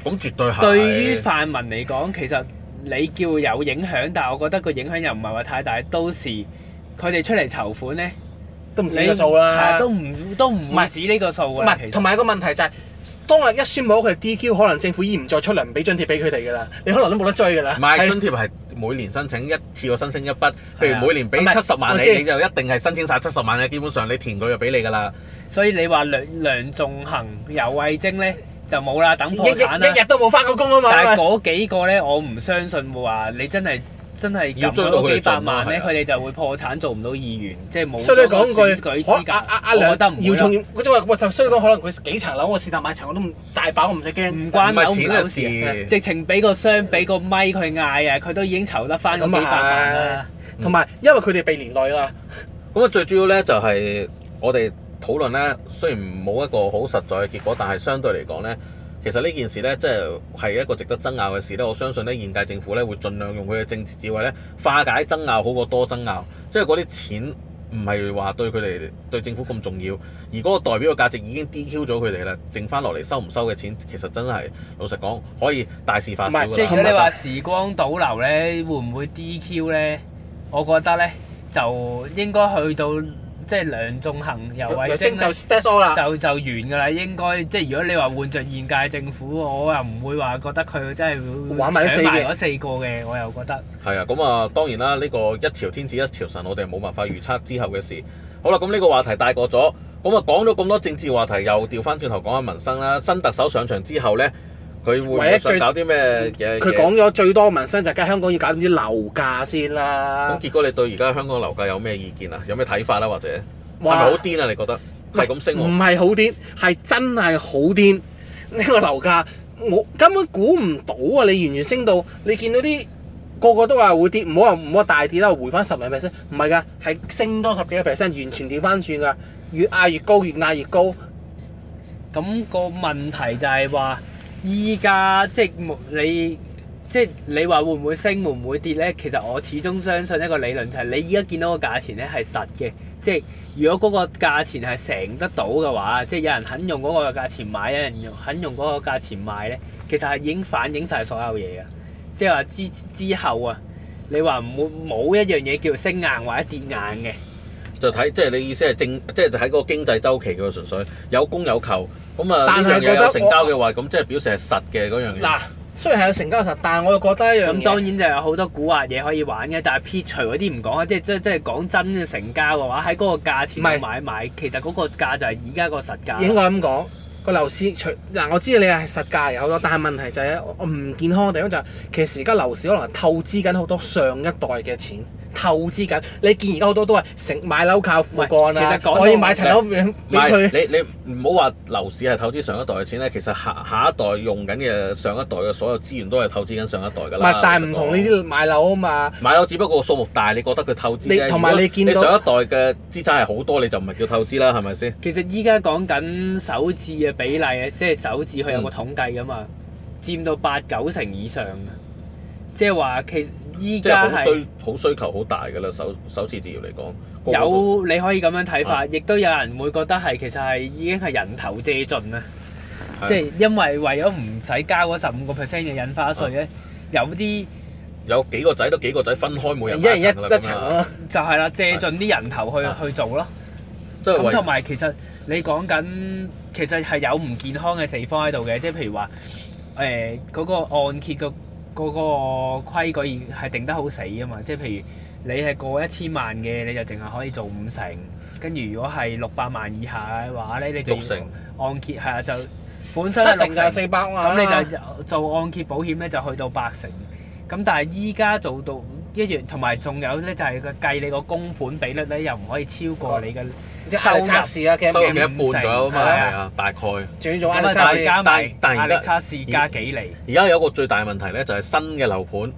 Speaker 1: 嗰啲，咁絕對係。
Speaker 3: 對於泛民嚟講，其實你叫有影響，但係我覺得個影響又唔係話太大。到時佢哋出嚟籌款咧，
Speaker 2: 都唔
Speaker 3: 你
Speaker 2: 止個數
Speaker 3: 係
Speaker 2: 啦
Speaker 3: 啊。都唔都唔
Speaker 2: 唔
Speaker 3: 會
Speaker 2: 係
Speaker 3: 止呢個數
Speaker 2: 唔
Speaker 3: 㗎啦。其
Speaker 2: 係，同
Speaker 3: 實
Speaker 2: 埋一個問題就係、當日一宣布佢哋 DQ，可能政府已經唔再出糧，唔俾津貼俾佢哋㗎啦，你可能都冇得追㗎啦。
Speaker 1: 唔係
Speaker 2: 係
Speaker 1: 津貼係每年申請一次過申請一筆，
Speaker 3: 係
Speaker 1: 譬
Speaker 3: 啊
Speaker 1: 如每年俾
Speaker 2: 唔係
Speaker 1: 七十萬
Speaker 2: 我
Speaker 1: 你，
Speaker 2: 知
Speaker 1: 你就一定係申請晒七十萬嘅，基本上你填佢就俾你㗎啦。
Speaker 3: 所以你話梁梁仲恒、游蕙禎咧就冇啦，等破
Speaker 2: 一
Speaker 3: 產啦
Speaker 2: 一一。日都冇翻過工啊嘛。
Speaker 3: 但係
Speaker 2: 係咪
Speaker 3: 嗰幾個咧，我唔相信會話你真係。真係
Speaker 1: 要
Speaker 3: 撳
Speaker 1: 追到
Speaker 3: 咗
Speaker 1: 佢哋
Speaker 3: 幾百萬咧，
Speaker 1: 盡
Speaker 3: 佢
Speaker 1: 咯
Speaker 3: 哋就會破產，做唔到議員，即係冇
Speaker 2: 啊所以你
Speaker 3: 咗個
Speaker 2: 講
Speaker 3: 選
Speaker 2: 句
Speaker 3: 舉，資
Speaker 2: 可
Speaker 3: 格。
Speaker 2: 阿阿阿
Speaker 3: 我
Speaker 2: 梁
Speaker 3: 覺得唔
Speaker 2: 姚
Speaker 3: 會
Speaker 2: 松
Speaker 3: 咯
Speaker 2: 炎嗰種話，喂，就所以講可能佢幾層樓，我是但買層我都唔大把，我唔使驚。
Speaker 3: 唔關
Speaker 1: 唔係
Speaker 3: 樓唔
Speaker 1: 錢嘅
Speaker 3: 樓
Speaker 1: 事
Speaker 3: 事，啊直情俾個箱俾個咪佢嗌啊，佢都已經籌得翻嗰
Speaker 2: 啊
Speaker 3: 幾百萬啦。
Speaker 2: 同埋因為佢哋被連累啊嘛，
Speaker 1: 咁啊，最主要咧就係我哋討論咧，雖然冇一個好實在嘅結果，但係相對嚟講咧，其實呢件事咧，即係係一個值得爭拗嘅事咧。我相信咧，現屆政府咧會盡量用佢嘅政治智慧咧化解爭拗，好過多爭拗。即係嗰啲錢唔係話對佢哋對政府咁重要，而嗰個代表嘅價值已經 DQ 咗佢哋啦，剩翻落嚟收唔收嘅錢，其實真係老實講，可以大事化小
Speaker 2: 唔係
Speaker 1: 㗎
Speaker 3: 即係
Speaker 1: 啦
Speaker 3: 如。果你話時光倒流咧，會唔會 DQ 咧？我覺得咧就應該去到即係梁仲恒、游蕙禎
Speaker 2: 升就
Speaker 3: 咧
Speaker 2: stats all 啦。
Speaker 3: 就就完㗎啦。應該即係如果你話換着現屆政府，我又唔會話覺得佢真係會
Speaker 2: 玩埋呢四
Speaker 3: 搶
Speaker 2: 個
Speaker 3: 埋嗰四個嘅，我又覺得。
Speaker 1: 係啊，咁啊當然啦，呢、個一朝天子一朝臣，我哋冇辦法預測之後嘅事。好啦，咁呢個話題大過咗，咁啊講咗咁多政治話題，又調翻轉頭講下民生啦。新特首上場之後呢，佢會唔
Speaker 2: 唯一
Speaker 1: 會想
Speaker 2: 最
Speaker 1: 搞啲咩嘢？
Speaker 2: 佢講咗最多民生就梗係香港要搞掂啲樓價先啦
Speaker 1: 咁，結果你對而家香港樓價有咩意見啊？有咩睇法啦？或者係咪
Speaker 2: 哇嗯
Speaker 1: 好癲啊？你覺得係咁升
Speaker 2: 唔
Speaker 1: 喎？
Speaker 2: 係好癲，係真係好癲。呢、個樓價我根本估唔到啊！你完全升到，你見到啲個個都話會跌，唔好話唔好話大跌啦，回翻十零 percent，唔係㗎，係升多十幾個 percent，完全調翻轉㗎，越壓越高，越壓越高。
Speaker 3: 咁個問題就係話，依家即係冇你，即係你話會唔會升，會唔會跌咧？其實我始終相信一個理論就係，你依家見到個價錢咧係實嘅，即係如果嗰個價錢係成得到嘅話，即係有人肯用嗰個價錢買，有人用肯用嗰個價錢賣咧，其實係已經反映晒所有嘢啊！即係話之之後啊，你話唔會冇一樣嘢叫升硬或者跌硬嘅。
Speaker 1: 就睇即係你意思係正，即係睇嗰個經濟周期嘅純粹有供有求。咁啊，
Speaker 2: 但
Speaker 1: 呢
Speaker 2: 係
Speaker 1: 樣嘢
Speaker 2: 覺得
Speaker 1: 有成交嘅話，咁即係表示係實嘅嗰樣嘢。
Speaker 2: 嗱，雖然係有成交實，但係我又覺得一樣
Speaker 3: 咁
Speaker 2: 嘢。
Speaker 3: 當然就有好多古惑嘢可以玩嘅，但係撇除嗰啲唔講啊，即係即係即係講真嘅成交嘅話，喺嗰個價錢
Speaker 2: 唔係
Speaker 3: 度買買，其實嗰個價就係而家個實
Speaker 2: 應
Speaker 3: 價。
Speaker 2: 該咁講，個樓市除嗱，我知你係實價有好多，但係問題就係、我唔健康嘅地方就係、其實而家樓市可能係透支緊好多上一代嘅錢。透支緊，你見而家好多都係成買樓靠父幹
Speaker 3: 唔係
Speaker 2: 啊
Speaker 3: 其實講！到
Speaker 2: 我要買層樓俾
Speaker 1: 唔
Speaker 2: 俾
Speaker 1: 係
Speaker 2: 佢，
Speaker 1: 你你唔好話樓市係投資上一代嘅錢咧，其實下下一代用緊嘅上一代嘅所有資源都係投資緊上一代㗎
Speaker 2: 唔
Speaker 1: 啦。
Speaker 2: 係但係唔同呢
Speaker 1: 老實講
Speaker 2: 啲買樓啊嘛。
Speaker 1: 買樓只不過數目大，你覺得佢透支
Speaker 2: 你
Speaker 1: 啫。
Speaker 2: 同埋
Speaker 1: 如果
Speaker 2: 你見
Speaker 1: 你
Speaker 2: 到
Speaker 1: 上一代嘅資產係好多，你就唔係叫透支啦，係咪先？
Speaker 3: 其實依家講緊首置嘅比例啊，即係首置佢有個統計噶嘛，佔到八九成以上嘅，即係話其實依
Speaker 1: 即係
Speaker 3: 家
Speaker 1: 好
Speaker 3: 係
Speaker 1: 需好需求好大㗎啦，首首次置業嚟講，個個都
Speaker 3: 有你可以咁樣睇法，亦都有人會覺得係其實係已經係人頭借盡啦。
Speaker 1: 係
Speaker 3: 即係因為為咗唔使交嗰十五個 percent 嘅印花税咧，有啲
Speaker 1: 有幾個仔都幾個仔分開每人
Speaker 2: 一人一
Speaker 1: 買層㗎啦
Speaker 2: 一
Speaker 1: 咁
Speaker 2: 層
Speaker 1: 樣
Speaker 2: 啊嘛，
Speaker 3: 就係啦，借盡啲人頭去
Speaker 1: 啊
Speaker 3: 去做咯。
Speaker 1: 即係
Speaker 3: 咁
Speaker 1: 為
Speaker 3: 同埋其實你講緊其實係有唔健康嘅地方喺度嘅，即係譬如話誒嗰個按揭個嗰個規矩係定得好死啊嘛，即係譬如你係過一千萬嘅，你就淨係可以做五成，跟住如果係六百萬以下嘅話咧，你就要
Speaker 1: 六成
Speaker 3: 按揭係啊就本
Speaker 2: 七
Speaker 3: 身係六
Speaker 2: 成就係四百萬啊嘛。
Speaker 3: 咁你就做按揭保險咧就去到八成，咁但係依家做到一樣，同埋仲有咧就係個計你個供款比率咧又唔可以超
Speaker 1: 哦
Speaker 3: 過你嘅，
Speaker 2: 啲壓力測試啊，嘅
Speaker 1: 收入嘅
Speaker 3: 嘅
Speaker 1: 一半左右啊嘛，
Speaker 2: 五成係啊
Speaker 1: 係啊，大概。
Speaker 2: 仲要做壓
Speaker 3: 咁
Speaker 2: 力測
Speaker 3: 啊大
Speaker 2: 試。
Speaker 3: 加埋
Speaker 1: 但係
Speaker 3: 壓
Speaker 1: 而
Speaker 3: 力
Speaker 1: 家
Speaker 3: 測試加幾厘，
Speaker 1: 而家有一個最大問題咧，就係新嘅樓盤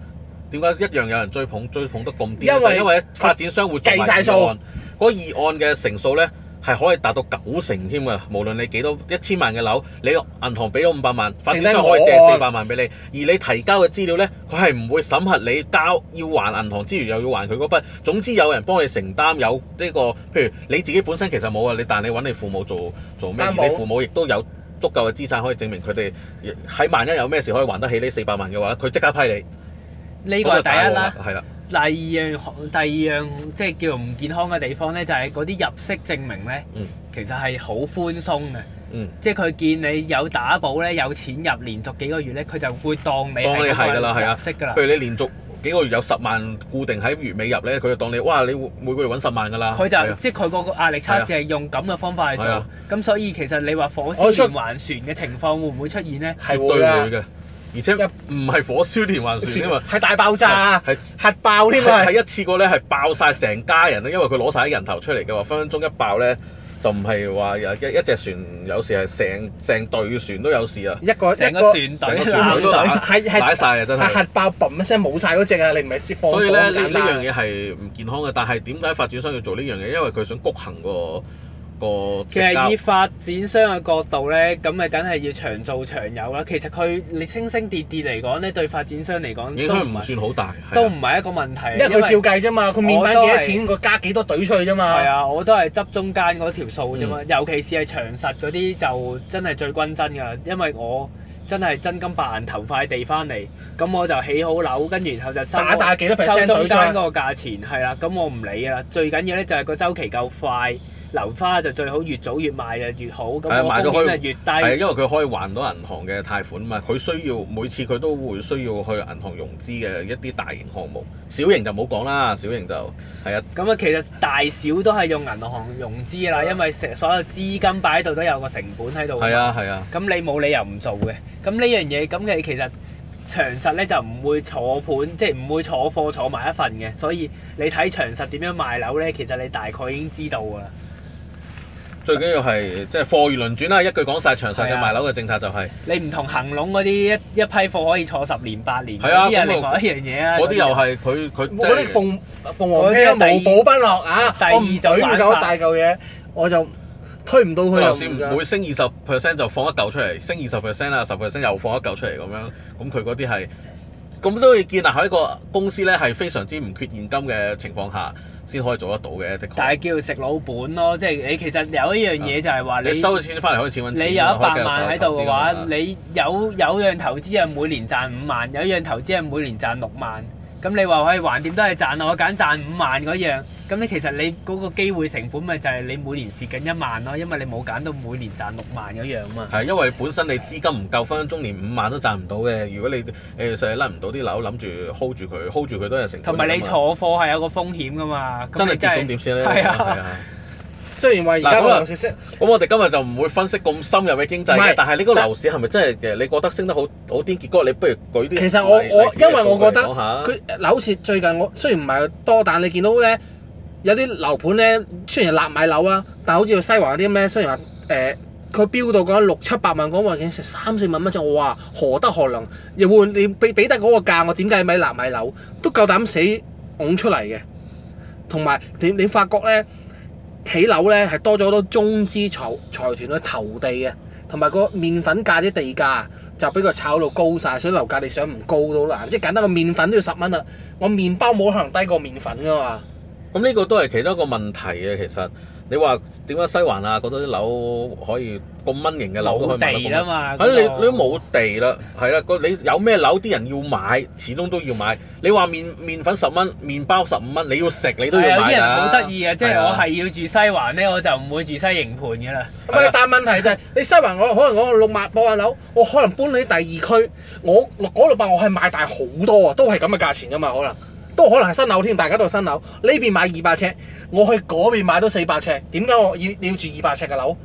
Speaker 1: 點解一樣有人追捧，追捧得咁癲？
Speaker 2: 因為
Speaker 1: 就係因為發展商會做埋
Speaker 2: 計晒數
Speaker 1: 二按，嗰二按嘅成數咧係可以達到九成添㗎。無論你幾多一千萬嘅樓，你銀行俾咗五百萬，發展商可以借
Speaker 2: 剩低我按
Speaker 1: 四百萬俾你，而你提交嘅資料咧，佢係唔會審核你交要還銀行之餘又要還佢嗰筆。總之有人幫你承擔有呢、個，譬如你自己本身其實冇啊，你但你揾你父母做做咩？而
Speaker 2: 擔保
Speaker 1: 你父母亦都有。足夠嘅資產可以證明佢哋喺萬一有咩事可以還得起呢四百萬嘅話，佢即刻批你。
Speaker 3: 呢個係
Speaker 1: 啊
Speaker 3: 第一啦。
Speaker 1: 係啦，
Speaker 3: 第二樣第二樣即係叫唔健康嘅地方咧，就係嗰啲入息證明咧
Speaker 1: 嗯，
Speaker 3: 其實係好寬鬆嘅。
Speaker 1: 嗯，
Speaker 3: 即係佢見你有打保咧，有錢入，連續幾個月咧，佢就會當你
Speaker 1: 當你
Speaker 3: 係
Speaker 1: 係㗎啦，係
Speaker 3: 嗰個
Speaker 1: 啊，
Speaker 3: 入息㗎啦
Speaker 1: 譬。如你連續幾個月有十萬固定喺月尾入咧，佢就當你哇，你每個月揾十萬㗎啦。
Speaker 3: 佢
Speaker 1: 係
Speaker 3: 就
Speaker 1: 啊
Speaker 3: 即係佢個壓力測試係用咁嘅方法去
Speaker 1: 係
Speaker 3: 做
Speaker 1: 啊，
Speaker 3: 咁所以其實你話火
Speaker 2: 我
Speaker 3: 燒
Speaker 2: 出
Speaker 3: 連環船嘅情況會唔會出現咧？
Speaker 1: 絕
Speaker 2: 係
Speaker 1: 對
Speaker 2: 會
Speaker 1: 會
Speaker 2: 啊，
Speaker 1: 嘅，而且唔係火燒連環船啊嘛，
Speaker 2: 係大爆炸啊，
Speaker 1: 係
Speaker 2: 核爆添
Speaker 1: 係！
Speaker 2: 啊
Speaker 1: 係一次過咧係爆晒成家人啊咧，因為佢攞晒啲人頭出嚟嘅話，分分鐘一爆咧就唔係話有一一隻船有事，係成成隊船都有事啊！
Speaker 2: 一個
Speaker 3: 成
Speaker 2: 一
Speaker 3: 個
Speaker 2: 個
Speaker 3: 船
Speaker 1: 成
Speaker 3: 隊
Speaker 1: 個船隊都
Speaker 3: 鬧
Speaker 1: 打
Speaker 3: 到
Speaker 2: 係係
Speaker 1: 打晒啊！真
Speaker 2: 係
Speaker 1: 係
Speaker 2: 核。爆嘣一聲冇晒嗰只啊！你唔係釋放
Speaker 1: 所以
Speaker 2: 火
Speaker 1: 咧
Speaker 2: 咁
Speaker 1: 呢
Speaker 2: 簡
Speaker 1: 呢
Speaker 2: 單
Speaker 1: 樣嘢係唔健康嘅，但係點解發展商要做呢樣嘢？因為佢想谷行個個
Speaker 3: 其
Speaker 1: 成交
Speaker 3: 實以發展商嘅角度咧，咁咪梗係要長做長有啦。其實佢你升升跌跌嚟講咧，對發展商嚟講
Speaker 1: 影
Speaker 3: 都
Speaker 1: 響
Speaker 3: 唔
Speaker 1: 唔
Speaker 3: 係
Speaker 1: 算好大，係啊
Speaker 3: 都唔係一個問題，
Speaker 2: 因為佢照計啫嘛，佢面板幾
Speaker 3: 我
Speaker 2: 多
Speaker 3: 都係
Speaker 2: 錢，佢加幾多隊出去啫嘛
Speaker 3: 係。啊，我都係執中間嗰條數啫
Speaker 2: 嗯
Speaker 3: 嘛。尤其是係長實嗰啲就真係最均真㗎啦，因為我真係真金白銀投塊地翻嚟，咁我就起好樓，跟住然後就收
Speaker 2: 打打幾多
Speaker 3: 收
Speaker 2: percent
Speaker 3: 中
Speaker 2: 隊啊出
Speaker 3: 間
Speaker 2: 去？
Speaker 3: 嗰個價錢係啦，咁我唔理㗎啦。最緊要咧就係個周期夠快，樓花就最好越早越賣就越好，咁
Speaker 1: 係
Speaker 2: 啊
Speaker 1: 啊
Speaker 3: 個
Speaker 1: 買咗
Speaker 3: 風險
Speaker 1: 可
Speaker 3: 就
Speaker 1: 以
Speaker 3: 越
Speaker 1: 係啊
Speaker 3: 低。
Speaker 1: 因為佢可以還到銀行嘅貸款嘛，佢需要每次佢都會需要去銀行融資嘅一啲大型項目，小型就唔好講啦，小型就係啊，
Speaker 3: 咁啊，其實大小都係用銀行融資
Speaker 2: 啊
Speaker 3: 啦，因為成所有資金擺喺度都有個成本喺度㗎嘛。
Speaker 1: 係啊，係啊，
Speaker 3: 咁你冇理由唔做嘅。咁呢樣嘢咁你其實長實咧就唔會坐盤，即係唔會坐貨坐埋一份嘅。所以你睇長實點樣賣樓咧，其實你大概已經知道㗎啦。
Speaker 1: 最緊要係即係貨如輪轉啦，一句講晒長實嘅
Speaker 3: 係啊
Speaker 1: 賣樓嘅政策就係、
Speaker 3: 你唔同恒隆嗰啲一一批貨可以坐十年八年，
Speaker 1: 係啊
Speaker 3: 嗰
Speaker 1: 咁
Speaker 3: 啲係
Speaker 1: 啊
Speaker 3: 另外一樣嘢啊。
Speaker 1: 嗰啲又係佢佢
Speaker 2: 我啲
Speaker 1: 即係
Speaker 2: 鳳鳳凰啤
Speaker 3: 我呢個第
Speaker 2: 無寶不落啊！
Speaker 3: 第二
Speaker 2: 我唔
Speaker 3: 就
Speaker 2: 懟唔
Speaker 3: 玩
Speaker 2: 夠
Speaker 3: 法
Speaker 2: 大嚿嘢，我就推唔到
Speaker 3: 啊
Speaker 2: 佢
Speaker 1: 樓
Speaker 2: 又
Speaker 1: 市
Speaker 2: 唔
Speaker 1: 啊唔
Speaker 2: 㗎
Speaker 1: 會升二十 percent 就放一嚿出嚟，升二十 percent 啊十 percent 又放一嚿出嚟咁樣，咁佢嗰啲係咁都要建立喺一個公司咧係非常之唔缺現金嘅情況下先可以做得到嘅，的確。
Speaker 3: 但係叫食老本咯，即係你其實有一樣嘢就係話
Speaker 1: 啊你
Speaker 3: 你。
Speaker 1: 收咗錢翻嚟可以錢揾錢，
Speaker 3: 你有一
Speaker 1: 可以繼
Speaker 3: 百
Speaker 1: 續
Speaker 3: 萬喺
Speaker 1: 投
Speaker 3: 度
Speaker 1: 資
Speaker 3: 嘅
Speaker 1: 㗎嘛
Speaker 3: 話，你有有樣投資係每年賺五萬，有一樣投資係每年賺六萬。咁你話喂，橫掂都係賺，我揀賺五萬嗰樣。咁你其實你嗰個機會成本咪就係你每年蝕緊一萬咯，因為你冇揀到每年賺六萬嗰樣嘛。
Speaker 1: 係因為本身你資金唔夠，分分鐘連五萬都賺唔到嘅。如果你誒成日甩唔到啲樓，諗住 hold 住佢，hold 住佢都係成本㗎
Speaker 3: 同
Speaker 1: 啊嘛。
Speaker 3: 埋你坐貨係有個風險噶嘛。咁
Speaker 1: 真
Speaker 3: 你
Speaker 1: 係結咁點先咧？
Speaker 3: 係啊。
Speaker 1: 係。
Speaker 2: 雖然話而
Speaker 1: 嗱
Speaker 2: 家
Speaker 1: 咁
Speaker 2: 個
Speaker 1: 啊
Speaker 2: 樓市升，
Speaker 1: 咁我哋今日就唔會分析咁深入嘅經濟
Speaker 2: 唔係
Speaker 1: 嘅，但係呢個樓市係咪真係嘅？你覺得升得好好啲結果，你不如舉啲
Speaker 2: 其實我
Speaker 1: 例
Speaker 2: 我
Speaker 1: 例子嘅
Speaker 2: 因為
Speaker 1: 數
Speaker 2: 我
Speaker 1: 據
Speaker 2: 覺得
Speaker 1: 講下
Speaker 2: 佢樓市最近我雖然唔係多，但你見到咧有啲樓盤咧，雖然係納米樓啊，但好似西環嗰啲咩，雖然話誒佢標到講六七百萬講話已經成三四萬蚊張，我話何德何能？又換你俾俾得嗰個價，我點解買納米樓都夠膽死拱出嚟嘅？同埋你你發覺咧起樓咧係多咗好多中資財財團去投地嘅，同埋個麵粉價啲地價就俾佢炒到高晒，所以樓價你想唔高都難。即係簡單個麵粉都要十蚊啦，我麵包冇可能低過麵粉噶嘛。
Speaker 1: 咁呢個都係其中一個問題嘅，其實你話點解西環啊嗰度啲樓可以咁蚊型嘅樓都可以賣得
Speaker 3: 冇地啦
Speaker 1: 咁
Speaker 3: 嘛
Speaker 1: 係你
Speaker 3: 嗰度
Speaker 1: 你都冇地啦，係啦，個你有咩樓啲人要買，始終都要買。你話麵麵粉十蚊，麵包十五蚊，你要食你都
Speaker 3: 係啊
Speaker 1: 要
Speaker 3: 有啲
Speaker 1: 買
Speaker 3: 人
Speaker 1: 㗎。
Speaker 3: 好得意嘅，即係
Speaker 1: 啊
Speaker 3: 我係要住西環咧，我就唔會住西營盤嘅啦。
Speaker 2: 唔
Speaker 1: 啊
Speaker 2: 係，啊但問題就係、你西環我可能我六萬八萬樓，我可能搬你第二區，我嗰六百我係買大好多啊，都係咁嘅價錢噶嘛，可能都可能係新樓添，大家都係新樓。呢邊買二百尺，我去嗰邊買都四百尺，點解我要你要住二百尺嘅樓？